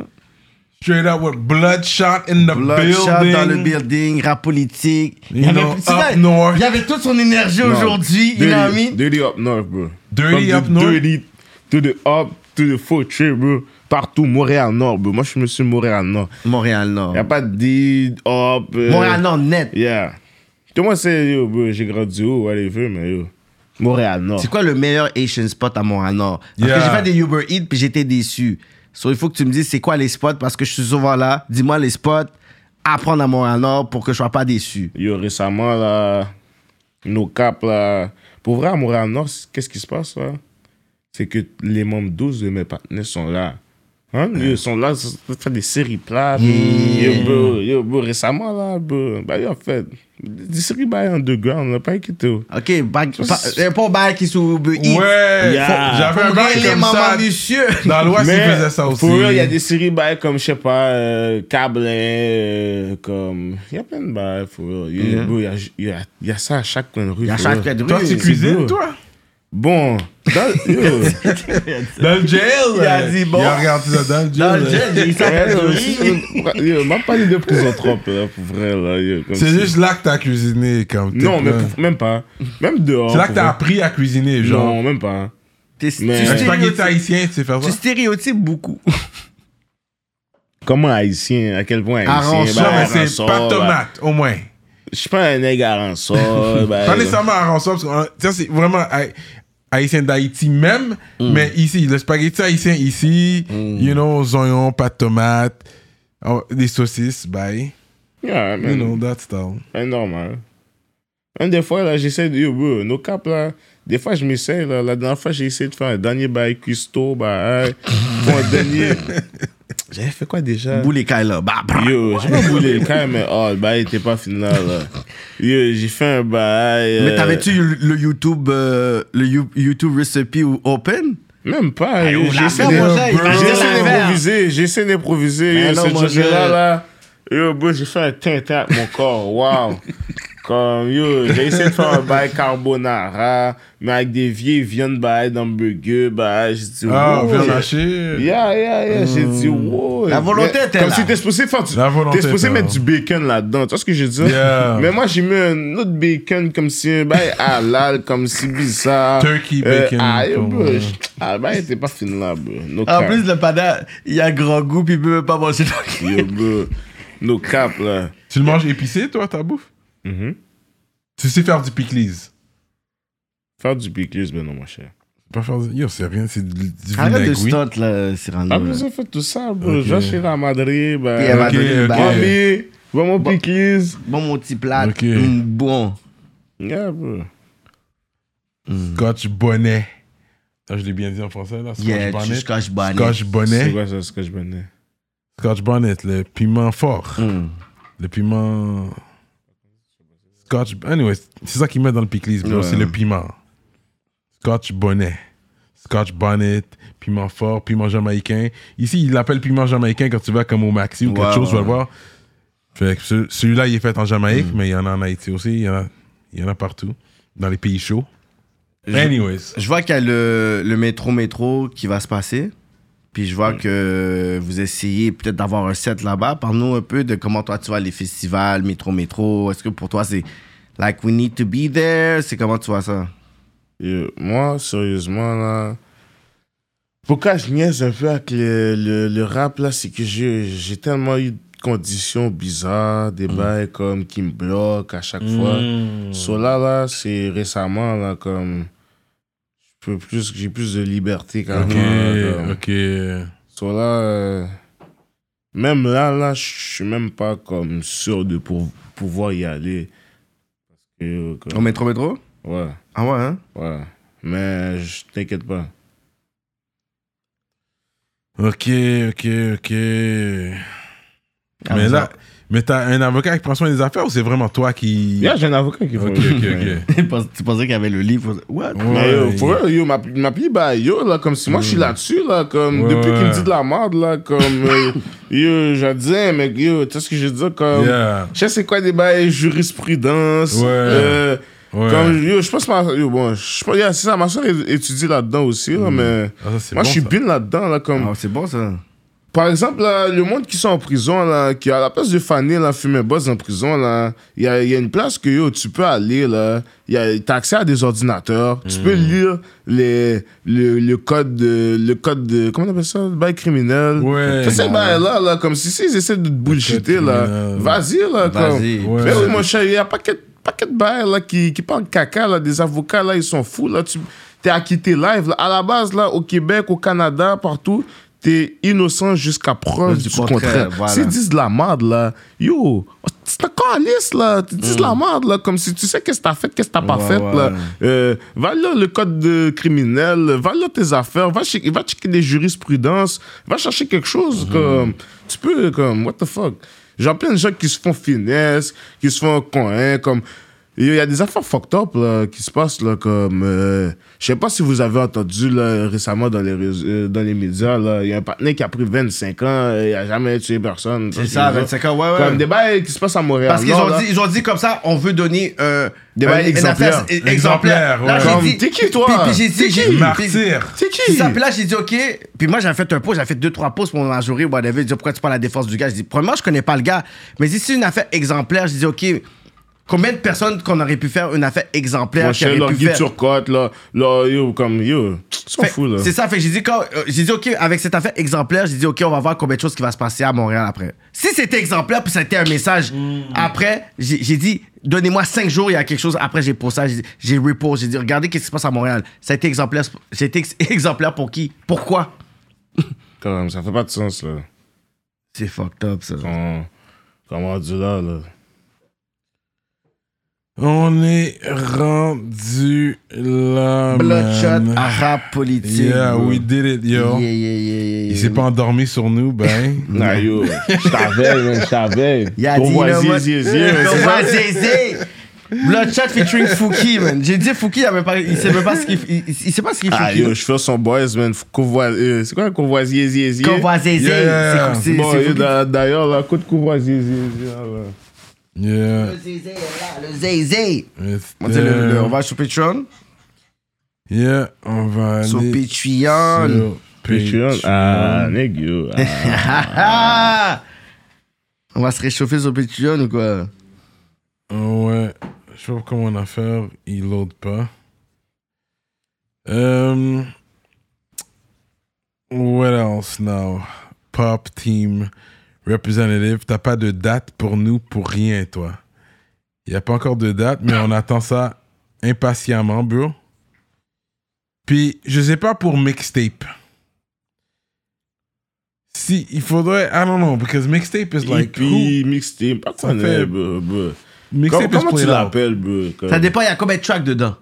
Speaker 1: Straight up with Bloodshot in the
Speaker 4: Bloodshot
Speaker 1: building.
Speaker 4: dans le building, rap politique.
Speaker 1: You
Speaker 4: avait-
Speaker 1: know,
Speaker 4: tu
Speaker 1: up
Speaker 4: sais,
Speaker 1: north.
Speaker 4: il y avait toute son énergie aujourd'hui, il a mis.
Speaker 3: Dirty up north, bro.
Speaker 1: Dirty
Speaker 3: From
Speaker 1: up
Speaker 3: the
Speaker 1: north?
Speaker 3: Dirty to the up, to the faux trip, bro. Partout, Montréal Nord, bro. Moi, je suis monsieur Montréal Nord.
Speaker 4: Montréal Nord.
Speaker 3: Y a pas de deed, up. euh,
Speaker 4: Montréal Nord net.
Speaker 3: Yeah. Tout moi, c'est, yo, bro, j'ai grandi où, whatever, mais yo. Montréal Nord.
Speaker 4: C'est quoi le meilleur Asian spot à Montréal Nord Parce que
Speaker 1: Yeah.
Speaker 4: j'ai fait des Uber Eats puis j'étais déçu. So, il faut que tu me dises c'est quoi les spots parce que je suis souvent là. Dis-moi les spots à prendre à Montréal Nord pour que je sois pas déçu.
Speaker 3: Yo, récemment, là, nos caps, là. Pour vrai, à Montréal Nord, c'est- qu'est-ce qui se passe, là? C'est que les membres 12 de mes partenaires sont là. Hein? Ils sont là, ils font des séries plates. Yo, bro, yo, bro, récemment, là, bro. Bah, yo, en fait, des séries, bah, underground, là, pas inquiété. oh.
Speaker 4: Ok, back,
Speaker 3: Ça,
Speaker 4: pa-
Speaker 3: c'est-
Speaker 4: euh, pas au bail qui est sous Uber Eats.
Speaker 1: Ouais,
Speaker 3: Yeah.
Speaker 1: faut- j'avais
Speaker 4: Pour
Speaker 1: un
Speaker 4: vrai,
Speaker 1: bail
Speaker 4: les
Speaker 1: comme ça.
Speaker 4: mamans monsieur.
Speaker 1: Dans l'Ouest, ils
Speaker 3: Mais
Speaker 1: faisaient ça aussi.
Speaker 3: pour eux, il y a des séries bah, comme, je sais pas, euh, Cablin, euh, comme. Il y a plein de bails, pour eux. Il y a- bro, il y a- il y, a, il y a ça à chaque coin de rue.
Speaker 4: Il y a
Speaker 3: pour
Speaker 4: chaque
Speaker 3: eux.
Speaker 4: coin de
Speaker 1: Toi,
Speaker 4: rue,
Speaker 1: tu
Speaker 4: c'est
Speaker 1: cuisines,
Speaker 3: beau.
Speaker 1: toi?
Speaker 3: Bon, dans, yo,
Speaker 1: Dans le jail? Il
Speaker 4: a dit bon.
Speaker 1: Il a regardé ça dans le jail.
Speaker 4: Dans le
Speaker 1: là.
Speaker 4: jet, il
Speaker 3: ouais,
Speaker 4: s'appelle
Speaker 3: yo,
Speaker 4: Louis.
Speaker 3: si- yo, m'a pas dit de prison trop, là, pour vrai, là. yo, comme
Speaker 1: C'est
Speaker 3: si-
Speaker 1: juste là que t'as cuisiné, comme t'es
Speaker 3: Non, mais
Speaker 1: plein.
Speaker 3: pour- même pas. Même dehors.
Speaker 1: C'est là que
Speaker 3: pour
Speaker 1: t'as
Speaker 3: vrai.
Speaker 1: appris à cuisiner, genre.
Speaker 3: Non, même pas.
Speaker 4: T'es- tu
Speaker 3: Mais-
Speaker 1: Un
Speaker 3: Non.
Speaker 1: spaghetti
Speaker 4: stéréotypes-
Speaker 1: haïtien, tu sais faire ça?
Speaker 4: Tu stéréotypes beaucoup.
Speaker 3: Comment haïtien, à quel point haïtien.
Speaker 4: Arrançon,
Speaker 3: bah,
Speaker 1: Non, mais c'est
Speaker 3: Arrançon,
Speaker 1: pas
Speaker 3: bah,
Speaker 1: tomate, au moins.
Speaker 3: Je suis pas un nègre à ben, rançon.
Speaker 1: Pas nécessairement à rançon, parce que euh, ça, c'est vraiment haï- haïtien d'Haïti même,
Speaker 3: Mm.
Speaker 1: mais ici, le spaghetti haïtien ici, you know, oignons, pâte tomate, oh, des saucisses, bye.
Speaker 3: yeah,
Speaker 1: You
Speaker 3: man.
Speaker 1: know, that's all.
Speaker 3: C'est normal. Même des fois, là, j'essaie de. Yo, bro, nos caps, là. Des fois, je m'essaie, là. La dernière fois, j'ai essayé de faire un dernier bail cuistot, bail. Mon dernier. J'avais fait quoi déjà?
Speaker 4: Boulé Kyla. Bah, brr.
Speaker 3: Yo, j'ai pas boulé le cas, mais oh, le bail était pas final, là. Yo, j'ai fait un bail.
Speaker 4: Mais
Speaker 3: euh,
Speaker 4: t'avais-tu le- le YouTube, euh, le You- YouTube recipe ou Open?
Speaker 3: Même pas. yo,
Speaker 2: ouvre la
Speaker 3: J'essaie
Speaker 2: merde,
Speaker 3: de-
Speaker 2: mon gars, il
Speaker 3: bro,
Speaker 2: va
Speaker 3: j'essaie
Speaker 2: ouvrir la merde.
Speaker 3: d'improviser. J'essaie d'improviser.
Speaker 4: Mais
Speaker 3: Yo,
Speaker 4: non,
Speaker 3: cette
Speaker 4: mon
Speaker 3: journée-là,
Speaker 4: gars.
Speaker 3: là. Yo, bro, j'ai fait un tintin avec mon corps. Wow. Comme, yo, j'ai essayé de faire un bail carbonara, mais avec des vieilles viandes bah, bail d'hamburger, bail. bah, J'ai dit,
Speaker 1: Ah,
Speaker 3: wow.
Speaker 1: viande hachée.
Speaker 3: Oh, Yeah, yeah, yeah. J'ai dit, wow.
Speaker 4: La volonté
Speaker 3: Mais
Speaker 4: était
Speaker 3: Comme
Speaker 4: là.
Speaker 3: si t'es supposé faire du.
Speaker 1: Hmm. La volonté
Speaker 3: T'es supposé
Speaker 1: était
Speaker 3: mettre
Speaker 1: là.
Speaker 3: du bacon là-dedans. Tu vois ce que je dis?
Speaker 1: Yeah.
Speaker 3: Mais moi, j'ai mis un autre bacon comme si un bail halal, comme si bizarre.
Speaker 1: Turkey bacon,
Speaker 3: ah, yo,
Speaker 1: comme,
Speaker 3: bro.
Speaker 1: euh.
Speaker 3: je- Ah, ben, t'es pas fini là, bro. No
Speaker 4: En
Speaker 3: cap.
Speaker 4: plus, le pana, il a grand goût puis il peut même pas manger dans
Speaker 3: Yo, bro. No cap, là.
Speaker 1: Tu le manges épicé, toi, ta bouffe?
Speaker 3: Mhm.
Speaker 4: Mm-hmm.
Speaker 1: Tu sais faire du pickles.
Speaker 3: Faire du pickles, ben non, mon cher.
Speaker 1: Pas faire. Yo, c'est rien, c'est du du
Speaker 4: Arrête de
Speaker 1: vinaigre, oui.
Speaker 4: stunt, là,
Speaker 3: Ah,
Speaker 4: Cyrano.
Speaker 3: mais
Speaker 4: là.
Speaker 3: ça fait tout ça, bro.
Speaker 1: Mm. Ok.
Speaker 3: Je vais chez la Madrid, bah.
Speaker 4: Et elle m'a
Speaker 1: Ok,
Speaker 4: donné le
Speaker 1: ok.
Speaker 4: bail.
Speaker 3: Mami, va mon piquise.
Speaker 4: Bon, mon petit plat.
Speaker 1: Ok.
Speaker 4: mm, Bon.
Speaker 3: Yeah, bro.
Speaker 4: Mm.
Speaker 1: Scotch bonnet. Ça, je l'ai bien dit en français, là. Scotch
Speaker 4: Yeah,
Speaker 1: bonnet.
Speaker 4: tu scotch bonnet.
Speaker 1: Scotch
Speaker 3: C'est
Speaker 1: bonnet.
Speaker 3: quoi ça, ce que je venais?
Speaker 1: Scotch bonnet, le piment fort.
Speaker 4: Mm.
Speaker 1: Le piment. Scotch. Anyway, c'est ça qu'ils mettent dans le pickles, bro.
Speaker 4: Ouais.
Speaker 1: C'est le piment. Scotch bonnet. Scotch bonnet, piment fort, piment jamaïcain. Ici, ils l'appellent piment jamaïcain quand tu vas comme au Maxi ou quelque
Speaker 4: Ouais,
Speaker 1: chose, tu vas
Speaker 4: ouais. Mm.
Speaker 1: le voir. Fait que ce- celui-là, il est fait en Jamaïque, mais il y en a en Haïti aussi. Il y en a, il y en a partout. Dans les pays chauds.
Speaker 4: Je-
Speaker 1: Anyways.
Speaker 4: Je vois qu'il y a le, le métro métro qui va se passer. Puis je vois que vous essayez peut-être d'avoir un set là-bas. Parle-nous un peu de comment toi tu vois les festivals, métro métro. Est-ce que pour toi c'est like we need to be there C'est comment tu vois ça
Speaker 3: Yo, moi, sérieusement, là. Pourquoi je niaise un peu avec le, le, le rap, là, c'est que j'ai j'ai tellement eu de conditions bizarres, des
Speaker 1: Mm.
Speaker 3: bails comme qui me bloquent à chaque fois. So là, là, c'est récemment, là, comme. je peux plus- J'ai plus de liberté quand
Speaker 1: Ok,
Speaker 3: même.
Speaker 1: Ah, ok.
Speaker 3: So là, euh, même là, là, je suis même pas comme sûr de pour, pouvoir y aller. Parce que, euh,
Speaker 4: Au
Speaker 3: comme-
Speaker 4: métro métro
Speaker 1: Oh,
Speaker 3: ouais,
Speaker 4: Ah ouais, hein
Speaker 3: ouais. Mais je t'inquiète pas.
Speaker 1: Ok, ok, ok.
Speaker 4: Ah,
Speaker 1: mais là, mais t'as un avocat qui prend soin des affaires ou c'est vraiment toi qui.
Speaker 3: Yeah, j'ai un avocat qui
Speaker 1: Ok,
Speaker 3: faut.
Speaker 1: ok, ok.
Speaker 4: tu pensais qu'il y avait le livre What
Speaker 3: Mais yo,
Speaker 1: Ouais.
Speaker 3: pour eux, yo, m'a m'a pris, bah, yo, là, comme si moi, je suis là-dessus, là, comme,
Speaker 1: Ouais,
Speaker 3: depuis qu'il
Speaker 1: ouais.
Speaker 3: me dit de la merde, là, comme, euh, yo, je disais, mais yo, tu sais ce que je dis, comme,
Speaker 1: Yeah.
Speaker 3: je sais c'est quoi des bails, jurisprudence,
Speaker 1: Ouais.
Speaker 3: euh,
Speaker 1: Ouais.
Speaker 3: Comme, yo, je pense que ma, yo, bon, je pense, yeah, c'est ça, ma soeur étudie là-dedans aussi, là, mais
Speaker 1: Ah, ça, c'est
Speaker 3: moi,
Speaker 1: bon,
Speaker 3: je suis
Speaker 1: ça.
Speaker 3: bien là-dedans, là, comme,
Speaker 4: Ah, C'est bon ça
Speaker 3: par exemple, là, le monde qui sont en prison, là, qui à la place de faner, là, fumer boss en prison, là, il y a, il y a une place que, yo, tu peux aller, là, il y a, t'as accès à des ordinateurs, tu
Speaker 1: Mm.
Speaker 3: peux lire les, le, le code de, le code de, comment on appelle ça, le bail criminel.
Speaker 1: Ouais.
Speaker 3: Tu sais, ben, là, là, comme si, s'ils essaient de te bullshiter, là,
Speaker 1: criminel.
Speaker 3: vas-y, là, comme.
Speaker 4: Vas-y.
Speaker 1: Ouais.
Speaker 3: Mais oui, mon cher, il y a pas que paquet de bails là, qui, qui parlent caca, là, des avocats, là, ils sont fous. Là, tu es acquitté live. là. À la base, là, au Québec, au Canada, partout, tu es innocent jusqu'à preuve
Speaker 4: Du
Speaker 3: du,
Speaker 4: contraire,
Speaker 3: contraire.
Speaker 4: voilà.
Speaker 3: S'ils disent de la merde, là, yo, c'est encore lisse, là. Ils disent de la merde, là, comme si tu sais qu'est-ce que t'as fait, qu'est-ce que t'as pas
Speaker 4: Mm. Ouais,
Speaker 3: fait,
Speaker 4: ouais.
Speaker 3: là. Euh, va lire le code de criminel, va lire tes affaires, va checker, va checker des jurisprudences, va chercher quelque chose
Speaker 4: Mhm.
Speaker 3: comme. Tu peux, comme, what the fuck. Genre plein de gens qui se font finesse, qui se font coin, comme. Il y a des affaires fucked up là, qui se passent, là, comme. euh, je sais pas si vous avez entendu là, récemment dans les, rése- euh, dans les médias, là, il y a un partenaire qui a pris 25 ans, euh, il a jamais tué personne.
Speaker 4: C'est ça, 25 ans, ouais, ouais.
Speaker 3: Comme des bails qui se passent à Montréal.
Speaker 4: Parce qu'ils
Speaker 3: Nord,
Speaker 4: ont,
Speaker 3: là.
Speaker 4: dit- ils ont dit comme ça, on veut donner euh,
Speaker 3: Des
Speaker 4: un-
Speaker 3: bails
Speaker 4: une affaire
Speaker 3: exemplaires.
Speaker 4: e- exemplaire.
Speaker 1: Exemplaires,
Speaker 4: Là,
Speaker 1: ouais.
Speaker 4: j'ai
Speaker 3: Comme,
Speaker 4: dit-
Speaker 3: t'es qui, toi?
Speaker 4: Puis- Puis j'ai dit, j'ai- puis-
Speaker 1: Martyr.
Speaker 3: C'est qui?
Speaker 4: C'est ça, puis là, j'ai dit, OK. Puis moi, j'avais fait un post, j'avais fait deux, trois posts pour ma journée, whatever. Il dit, pourquoi tu parles à la défense du gars? Je dis, premièrement, je connais pas le gars. Mais si c'est une affaire exemplaire, je dis, OK, combien de personnes qu'on aurait pu faire une affaire exemplaire?
Speaker 3: Mon
Speaker 4: qui
Speaker 3: cher,
Speaker 4: aurait
Speaker 3: leur
Speaker 4: pu
Speaker 3: guide
Speaker 4: faire?
Speaker 3: sur côte, là, là, yo, comme, yo, ils sont
Speaker 4: Fait-
Speaker 3: fous, là.
Speaker 4: C'est ça, fait que j'ai dit, quand, euh, j'ai dit, OK, avec cette affaire exemplaire, j'ai dit, OK, on va voir combien de choses qui va se passer à Montréal après. Si c'était exemplaire, puis c'était un message, après, j'ai j'ai dit, donnez-moi cinq jours, il y a quelque chose. Après, j'ai posté ça, j'ai- j'ai reposé, j'ai dit, regardez qu'est-ce qui se passe à Montréal. Ça a été exemplaire, j'ai été ex- exemplaire pour qui? Pourquoi?
Speaker 3: Quand même, ça fait pas de sens, là.
Speaker 4: C'est fucked up, ça.
Speaker 3: Quand, quand on dit là, là.
Speaker 1: On est rendu là.
Speaker 4: Bloodshot,
Speaker 1: man.
Speaker 4: arabe, politique.
Speaker 1: Yeah,
Speaker 4: bro.
Speaker 1: we did it,
Speaker 4: Yeah,
Speaker 1: yo.
Speaker 4: yeah, yeah, yeah, yeah.
Speaker 1: Il s'est pas endormi sur nous, ben.
Speaker 3: Nah, yo, je t'avais, man, je t'avais.
Speaker 4: Il a dit,
Speaker 3: Gros
Speaker 4: là,
Speaker 3: voisier,
Speaker 4: moi-
Speaker 3: zier, zier, man,
Speaker 4: Yo,
Speaker 3: c'est ça.
Speaker 4: moi, zézé. Bloodshot featuring Fouki, man. J'ai dit Fouki, il, avait pas- il sait même pas ce qu'il il, il- il sait pas ce qu'il
Speaker 3: Ah,
Speaker 4: Fouki.
Speaker 3: yo, je fais son boys, man. Courvoisier, c'est quoi un courvoisier, zier, zier?
Speaker 4: Qu'on voit zézé,
Speaker 1: Yeah, yeah, yeah.
Speaker 4: c'est- c'est
Speaker 3: Bon,
Speaker 4: c'est
Speaker 3: yo,
Speaker 4: Fouki.
Speaker 3: d'a- d'ailleurs, là, coup de courvoisier, zier, zier, là.
Speaker 1: Yeah.
Speaker 4: Le zézé, là, le zézé.
Speaker 1: it's
Speaker 4: On dit le- le-
Speaker 1: there.
Speaker 4: On va sur Patreon,
Speaker 1: Yeah, on va aller.
Speaker 4: sur Patreon.
Speaker 1: sur
Speaker 3: Patreon,
Speaker 1: Patreon.
Speaker 3: ah, nigga, yo, ah.
Speaker 4: Ah! On va se réchauffer sur Patreon ou quoi?
Speaker 1: Euh, Ouais, je sais pas comment on a fait, il load pas. Um, what else now? Pop Team Representative, t'as pas de date pour nous pour rien, toi. Il a pas encore de date, mais on attend ça impatiemment, bro. Puis, je sais pas pour mixtape. Si, il faudrait. I don't know, because mixtape is like. who-
Speaker 3: EP, mixtape, pas
Speaker 1: Ça fait-
Speaker 3: connaît, bruh, bruh.
Speaker 1: Mixtape
Speaker 3: Comment,
Speaker 1: is
Speaker 3: comment tu
Speaker 1: played out.
Speaker 3: l'appelles, bruh, comme-
Speaker 4: Ça dépend, il y a combien de tracks dedans.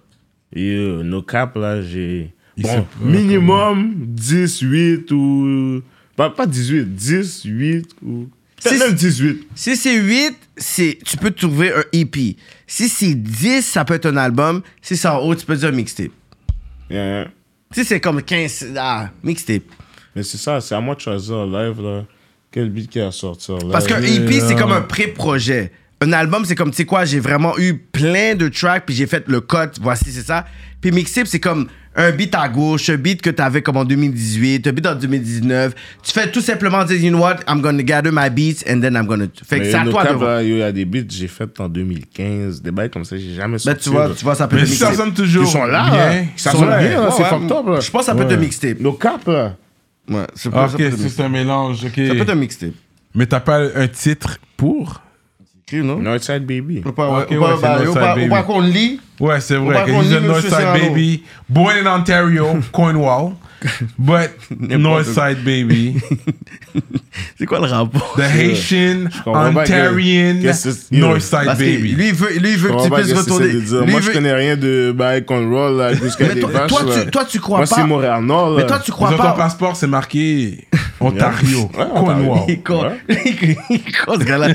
Speaker 4: euh,
Speaker 3: Yo, nos caps, là, j'ai...
Speaker 1: Il sait
Speaker 3: Bon,
Speaker 1: pas
Speaker 3: minimum 10, 8 ou... Pas, pas 18, 10, 8 ou... Peut-être
Speaker 4: Six-
Speaker 3: même 18.
Speaker 4: Si c'est 8, c'est, tu peux trouver un EP. Si c'est 10, ça peut être un album. Si c'est en haut, tu peux dire mixtape.
Speaker 3: Yeah.
Speaker 4: Si c'est comme 15, ah, mixtape.
Speaker 3: Mais c'est ça, c'est à moi de choisir en live, là. Quel beat qui a sorti en live.
Speaker 4: Parce qu'un
Speaker 1: mais
Speaker 4: EP, c'est
Speaker 1: là-
Speaker 4: comme un pré-projet. Un album, c'est comme, tu sais quoi, j'ai vraiment eu plein de tracks, puis j'ai fait le cut, voici, c'est ça. Puis mixtape, c'est comme un beat à gauche, un beat que t'avais comme en 2018, un beat en 2019. Tu fais tout simplement dire, you know what, I'm gonna gather my beats, and then I'm gonna... Fait que
Speaker 3: Mais
Speaker 4: c'est à
Speaker 3: nos
Speaker 4: toi de
Speaker 3: caps,
Speaker 4: voir.
Speaker 3: là, yo, il y a des beats que j'ai fait en 2015, des bails comme ça, j'ai jamais
Speaker 4: Ben,
Speaker 3: sorti.
Speaker 4: tu vois,
Speaker 3: là.
Speaker 4: tu vois, ça peut
Speaker 1: Mais
Speaker 4: être
Speaker 1: si ça
Speaker 4: mixtape.
Speaker 1: sonne toujours.
Speaker 3: Ils sont là, hein.
Speaker 1: bien,
Speaker 3: là. Ils sont
Speaker 1: sont là.
Speaker 3: bien, là, c'est
Speaker 4: Ouais,
Speaker 3: fucked up, là.
Speaker 4: Je pense que ça peut être un mixtape.
Speaker 3: Nos caps, là.
Speaker 4: Ouais, c'est
Speaker 1: Ah,
Speaker 4: pas-
Speaker 1: Ok,
Speaker 4: ça peut être un
Speaker 1: c'est
Speaker 4: mixtape.
Speaker 1: c'est un mélange, ok.
Speaker 4: Ça peut être un mixtape.
Speaker 1: Mais t'as pas un titre pour
Speaker 4: Écrit, non?
Speaker 3: Northside Baby.
Speaker 4: Ou pas,
Speaker 1: Ouais, ok,
Speaker 4: ou pas-
Speaker 1: ouais,
Speaker 4: bah,
Speaker 1: c'est
Speaker 4: ou
Speaker 1: Northside
Speaker 4: pas- ou
Speaker 1: Baby.
Speaker 4: pas qu'on lit.
Speaker 1: Ouais, c'est vrai.
Speaker 4: Pas
Speaker 1: que
Speaker 4: qu'on
Speaker 1: He's a
Speaker 4: lit Monsieur
Speaker 1: Northside
Speaker 4: Serrano.
Speaker 1: baby, born in Ontario, Cornwall, but Northside baby,
Speaker 4: C'est quoi le rapport?
Speaker 1: the Haitian
Speaker 3: comprends pas que-
Speaker 1: Ontarian
Speaker 3: qu'est-ce que c'est-
Speaker 1: Northside
Speaker 4: Parce que
Speaker 1: baby.
Speaker 4: lui, il veut, lui, il veut
Speaker 3: Je
Speaker 4: que
Speaker 3: comprends
Speaker 4: tu
Speaker 3: pas
Speaker 4: puisses
Speaker 3: qu'est-ce que c'est
Speaker 4: retourner.
Speaker 3: de dire.
Speaker 4: Lui,
Speaker 3: Moi,
Speaker 4: il
Speaker 3: je
Speaker 4: veut-
Speaker 3: connais rien de bail qu'on roll, là, jusqu'à
Speaker 4: Mais
Speaker 3: des
Speaker 4: toi-
Speaker 3: vaches,
Speaker 4: toi,
Speaker 3: là.
Speaker 4: tu- toi, tu crois
Speaker 3: Moi,
Speaker 4: pas-
Speaker 3: c'est Montréal-Nord, là.
Speaker 4: Mais toi, tu
Speaker 1: Dans
Speaker 4: crois
Speaker 1: ton
Speaker 4: pas.
Speaker 1: passeport, c'est marqué Ontario,
Speaker 3: Ouais,
Speaker 1: Cornwall.
Speaker 4: Il con- il con, ce gars-là.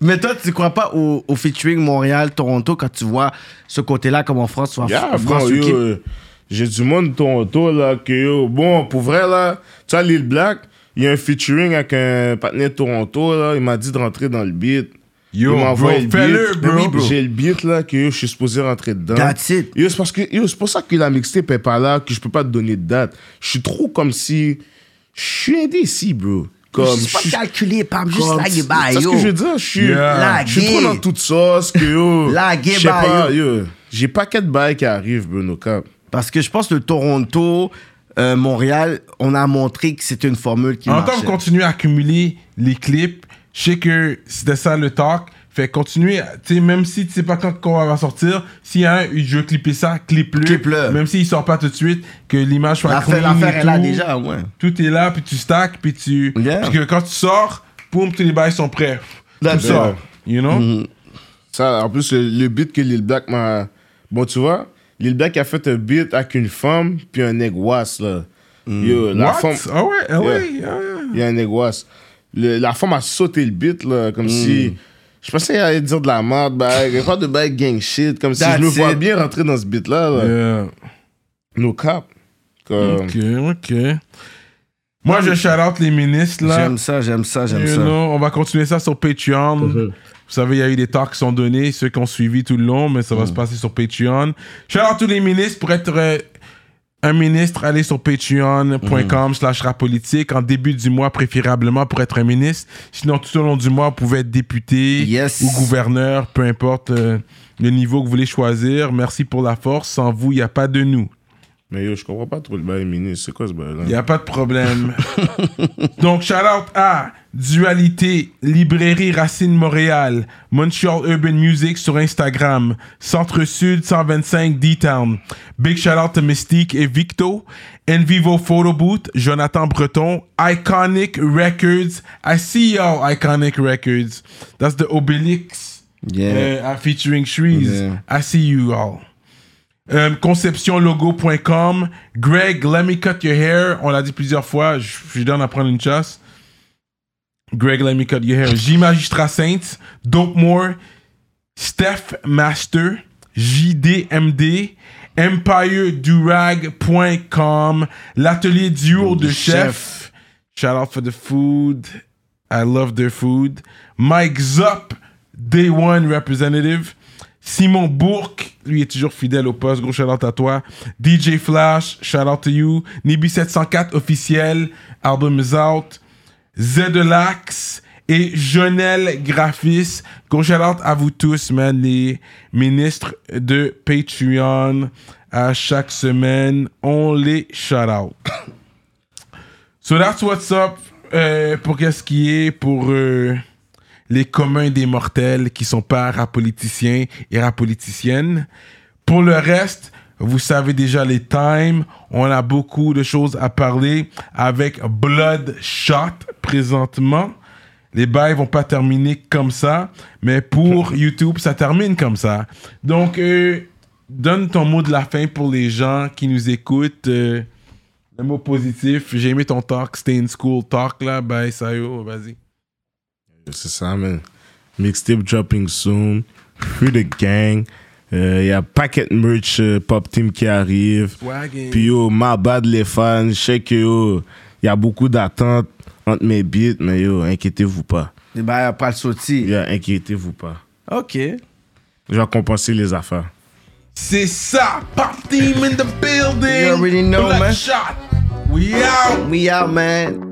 Speaker 4: Mais toi, tu crois pas au, au featuring Montréal-Toronto quand tu vois ce côté-là comme en France, soit
Speaker 3: Yeah,
Speaker 4: en
Speaker 3: bro,
Speaker 4: France ou
Speaker 3: yo,
Speaker 4: qui-
Speaker 3: euh, j'ai du monde de Toronto, là, que, yo, bon, pour vrai, là, tu vois, Lil Black, il y a un featuring avec un partenaire de Toronto, là, il m'a dit de rentrer dans le beat.
Speaker 1: Yo,
Speaker 3: il
Speaker 1: bro,
Speaker 3: m'envoie le beat.
Speaker 1: fais-le, bro.
Speaker 3: Oui, J'ai le beat, là, que, yo, je suis supposé rentrer dedans.
Speaker 4: That's it.
Speaker 3: Yo, c'est parce que, yo, c'est pour ça que la mixtape est pas là, que je peux pas te donner de date. Je suis trop comme si, je suis indécis, bro. Comme,
Speaker 4: Juste
Speaker 3: je suis
Speaker 4: pas calculé, Pam, juste
Speaker 3: comme-
Speaker 4: la
Speaker 3: tu-
Speaker 4: guéba,
Speaker 3: tu sais ce que
Speaker 4: yo.
Speaker 3: je veux dire? Je suis,
Speaker 1: Yeah.
Speaker 3: je suis trop
Speaker 4: Lagué.
Speaker 3: dans toute sauce que yo.
Speaker 4: Lagué,
Speaker 3: je sais
Speaker 4: bah,
Speaker 3: pas, yo. J'ai pas quatre bails qui arrivent, Bruno Cap.
Speaker 4: Parce que je pense que Toronto, euh, Montréal, on a montré que c'était une formule qui
Speaker 1: En
Speaker 4: marchait.
Speaker 1: temps de continuer à accumuler les clips, je sais que c'était ça le talk. Fait continuer, à- tu sais, même si tu sais pas quand, quand on va sortir, s'il y a un, je veux clipper ça, clip-le.
Speaker 4: Clip-le.
Speaker 1: Même s'il sort pas tout de suite, que l'image soit
Speaker 4: L'affaire,
Speaker 1: clean et
Speaker 4: l'affaire est là
Speaker 1: tout.
Speaker 4: déjà, ouais.
Speaker 1: Tout est là, puis tu stack, puis tu.
Speaker 4: Yeah.
Speaker 1: Puis que quand tu sors, boum, tous les bails sont prêts.
Speaker 4: That's
Speaker 1: tu
Speaker 4: it.
Speaker 1: sors. You know?
Speaker 4: mm-hmm.
Speaker 3: Ça, en plus, le, le beat que Lil Black m'a. Bon, tu vois, Lil Black a fait un beat avec une femme puis un nègre ouasse, là.
Speaker 4: Hmm.
Speaker 3: Yo, la
Speaker 1: What?
Speaker 3: femme.
Speaker 1: Ah ouais, ah ouais, ah ouais.
Speaker 3: Il y a un nègre ouasse. Le- La femme a sauté le beat, là,
Speaker 4: Hmm.
Speaker 3: comme si. Je pensais qu'il allait dire de la merde, bah, pas de bail gang shit, comme si
Speaker 4: That's
Speaker 3: je me vois
Speaker 4: it.
Speaker 3: bien rentrer dans ce beat-là, là.
Speaker 1: Yeah.
Speaker 3: No cap. Comme...
Speaker 1: Ok, ok. Moi, je shout out les ministres, là.
Speaker 4: J'aime ça, j'aime ça, j'aime
Speaker 1: You
Speaker 4: ça.
Speaker 1: know, on va continuer ça sur Patreon. Vous savez, il y a eu des talks qui sont donnés, ceux qui ont suivi tout le long, mais ça
Speaker 4: Mhm.
Speaker 1: va se passer sur Patreon. Shout out tous les ministres pour être euh, un ministre, allez sur
Speaker 4: Mhm.
Speaker 1: patreon.com slash rapolitique en début du mois, préférablement pour être un ministre. Sinon, tout au long du mois, vous pouvez être député
Speaker 4: Yes.
Speaker 1: ou gouverneur, peu importe euh, le niveau que vous voulez choisir. Merci pour la force. Sans vous, il n'y a pas de nous.
Speaker 3: Mais yo, je comprends pas trop le bail ministre. C'est quoi ce bail-là?
Speaker 1: Il n'y a pas de problème. Donc, shout out à Dualité, Librairie Racine Montréal, Montreal Urban Music sur Instagram, Centre Sud 125 D-Town. Big shout out à Mystique et Victo, Envivo Photo Boot, Jonathan Breton, Iconic Records. I see y'all, Iconic Records. That's the Obelix
Speaker 4: Yeah.
Speaker 1: uh, featuring Shrees.
Speaker 4: Yeah.
Speaker 1: I see you all. Euh, conceptionlogo.com. Greg, let me cut your hair. On l'a dit plusieurs fois. Je je suis donne à prendre une chasse. Greg, let me cut your hair. J Magistrat Saints. Dope More. Steph Master. JDMD. EmpireDurag.com. L'atelier duo de chef. Shout out for the food. I love their food. Mike Zop, Day One Representative. Simon Bourque, lui est toujours fidèle au poste. Gros shout out à toi. DJ Flash, shout out to you. Nibi704 officiel, album is out. Zedelax et Jonel Graphis. Gros shout out à vous tous, man, les ministres de Patreon. À chaque semaine, on les shout out. So that's what's up euh, pour qu'est-ce qui est pour euh, les communs des mortels qui sont pas rapoliticiens et rapoliticiennes. Pour le reste, Vous savez déjà les times. On a beaucoup de choses à parler avec Bloodshot présentement. Les bails vont pas terminer comme ça, mais pour YouTube, ça termine comme ça. Donc, euh, donne ton mot de la fin pour les gens qui nous écoutent. euh, le mot positif, j'ai aimé ton talk, c'était in school talk là, bye, sayo, vas-y.
Speaker 3: C'est ça, man. Mixtape dropping soon. Free the gang. Il y a un paquet de merch euh, Pop Team qui arrive.
Speaker 1: Swagging.
Speaker 3: Puis yo, ma bad les fans. Je sais que yo, il y a beaucoup d'attentes entre mes beats, mais yo, inquiétez-vous pas.
Speaker 4: Eh Ben, après le sautis.
Speaker 3: Yo, inquiétez-vous pas.
Speaker 4: OK.
Speaker 3: Je vais compenser les affaires.
Speaker 1: C'est ça, Pop Team in the building.
Speaker 4: You already know, man.
Speaker 1: Bloodshot. We out.
Speaker 4: We out, man.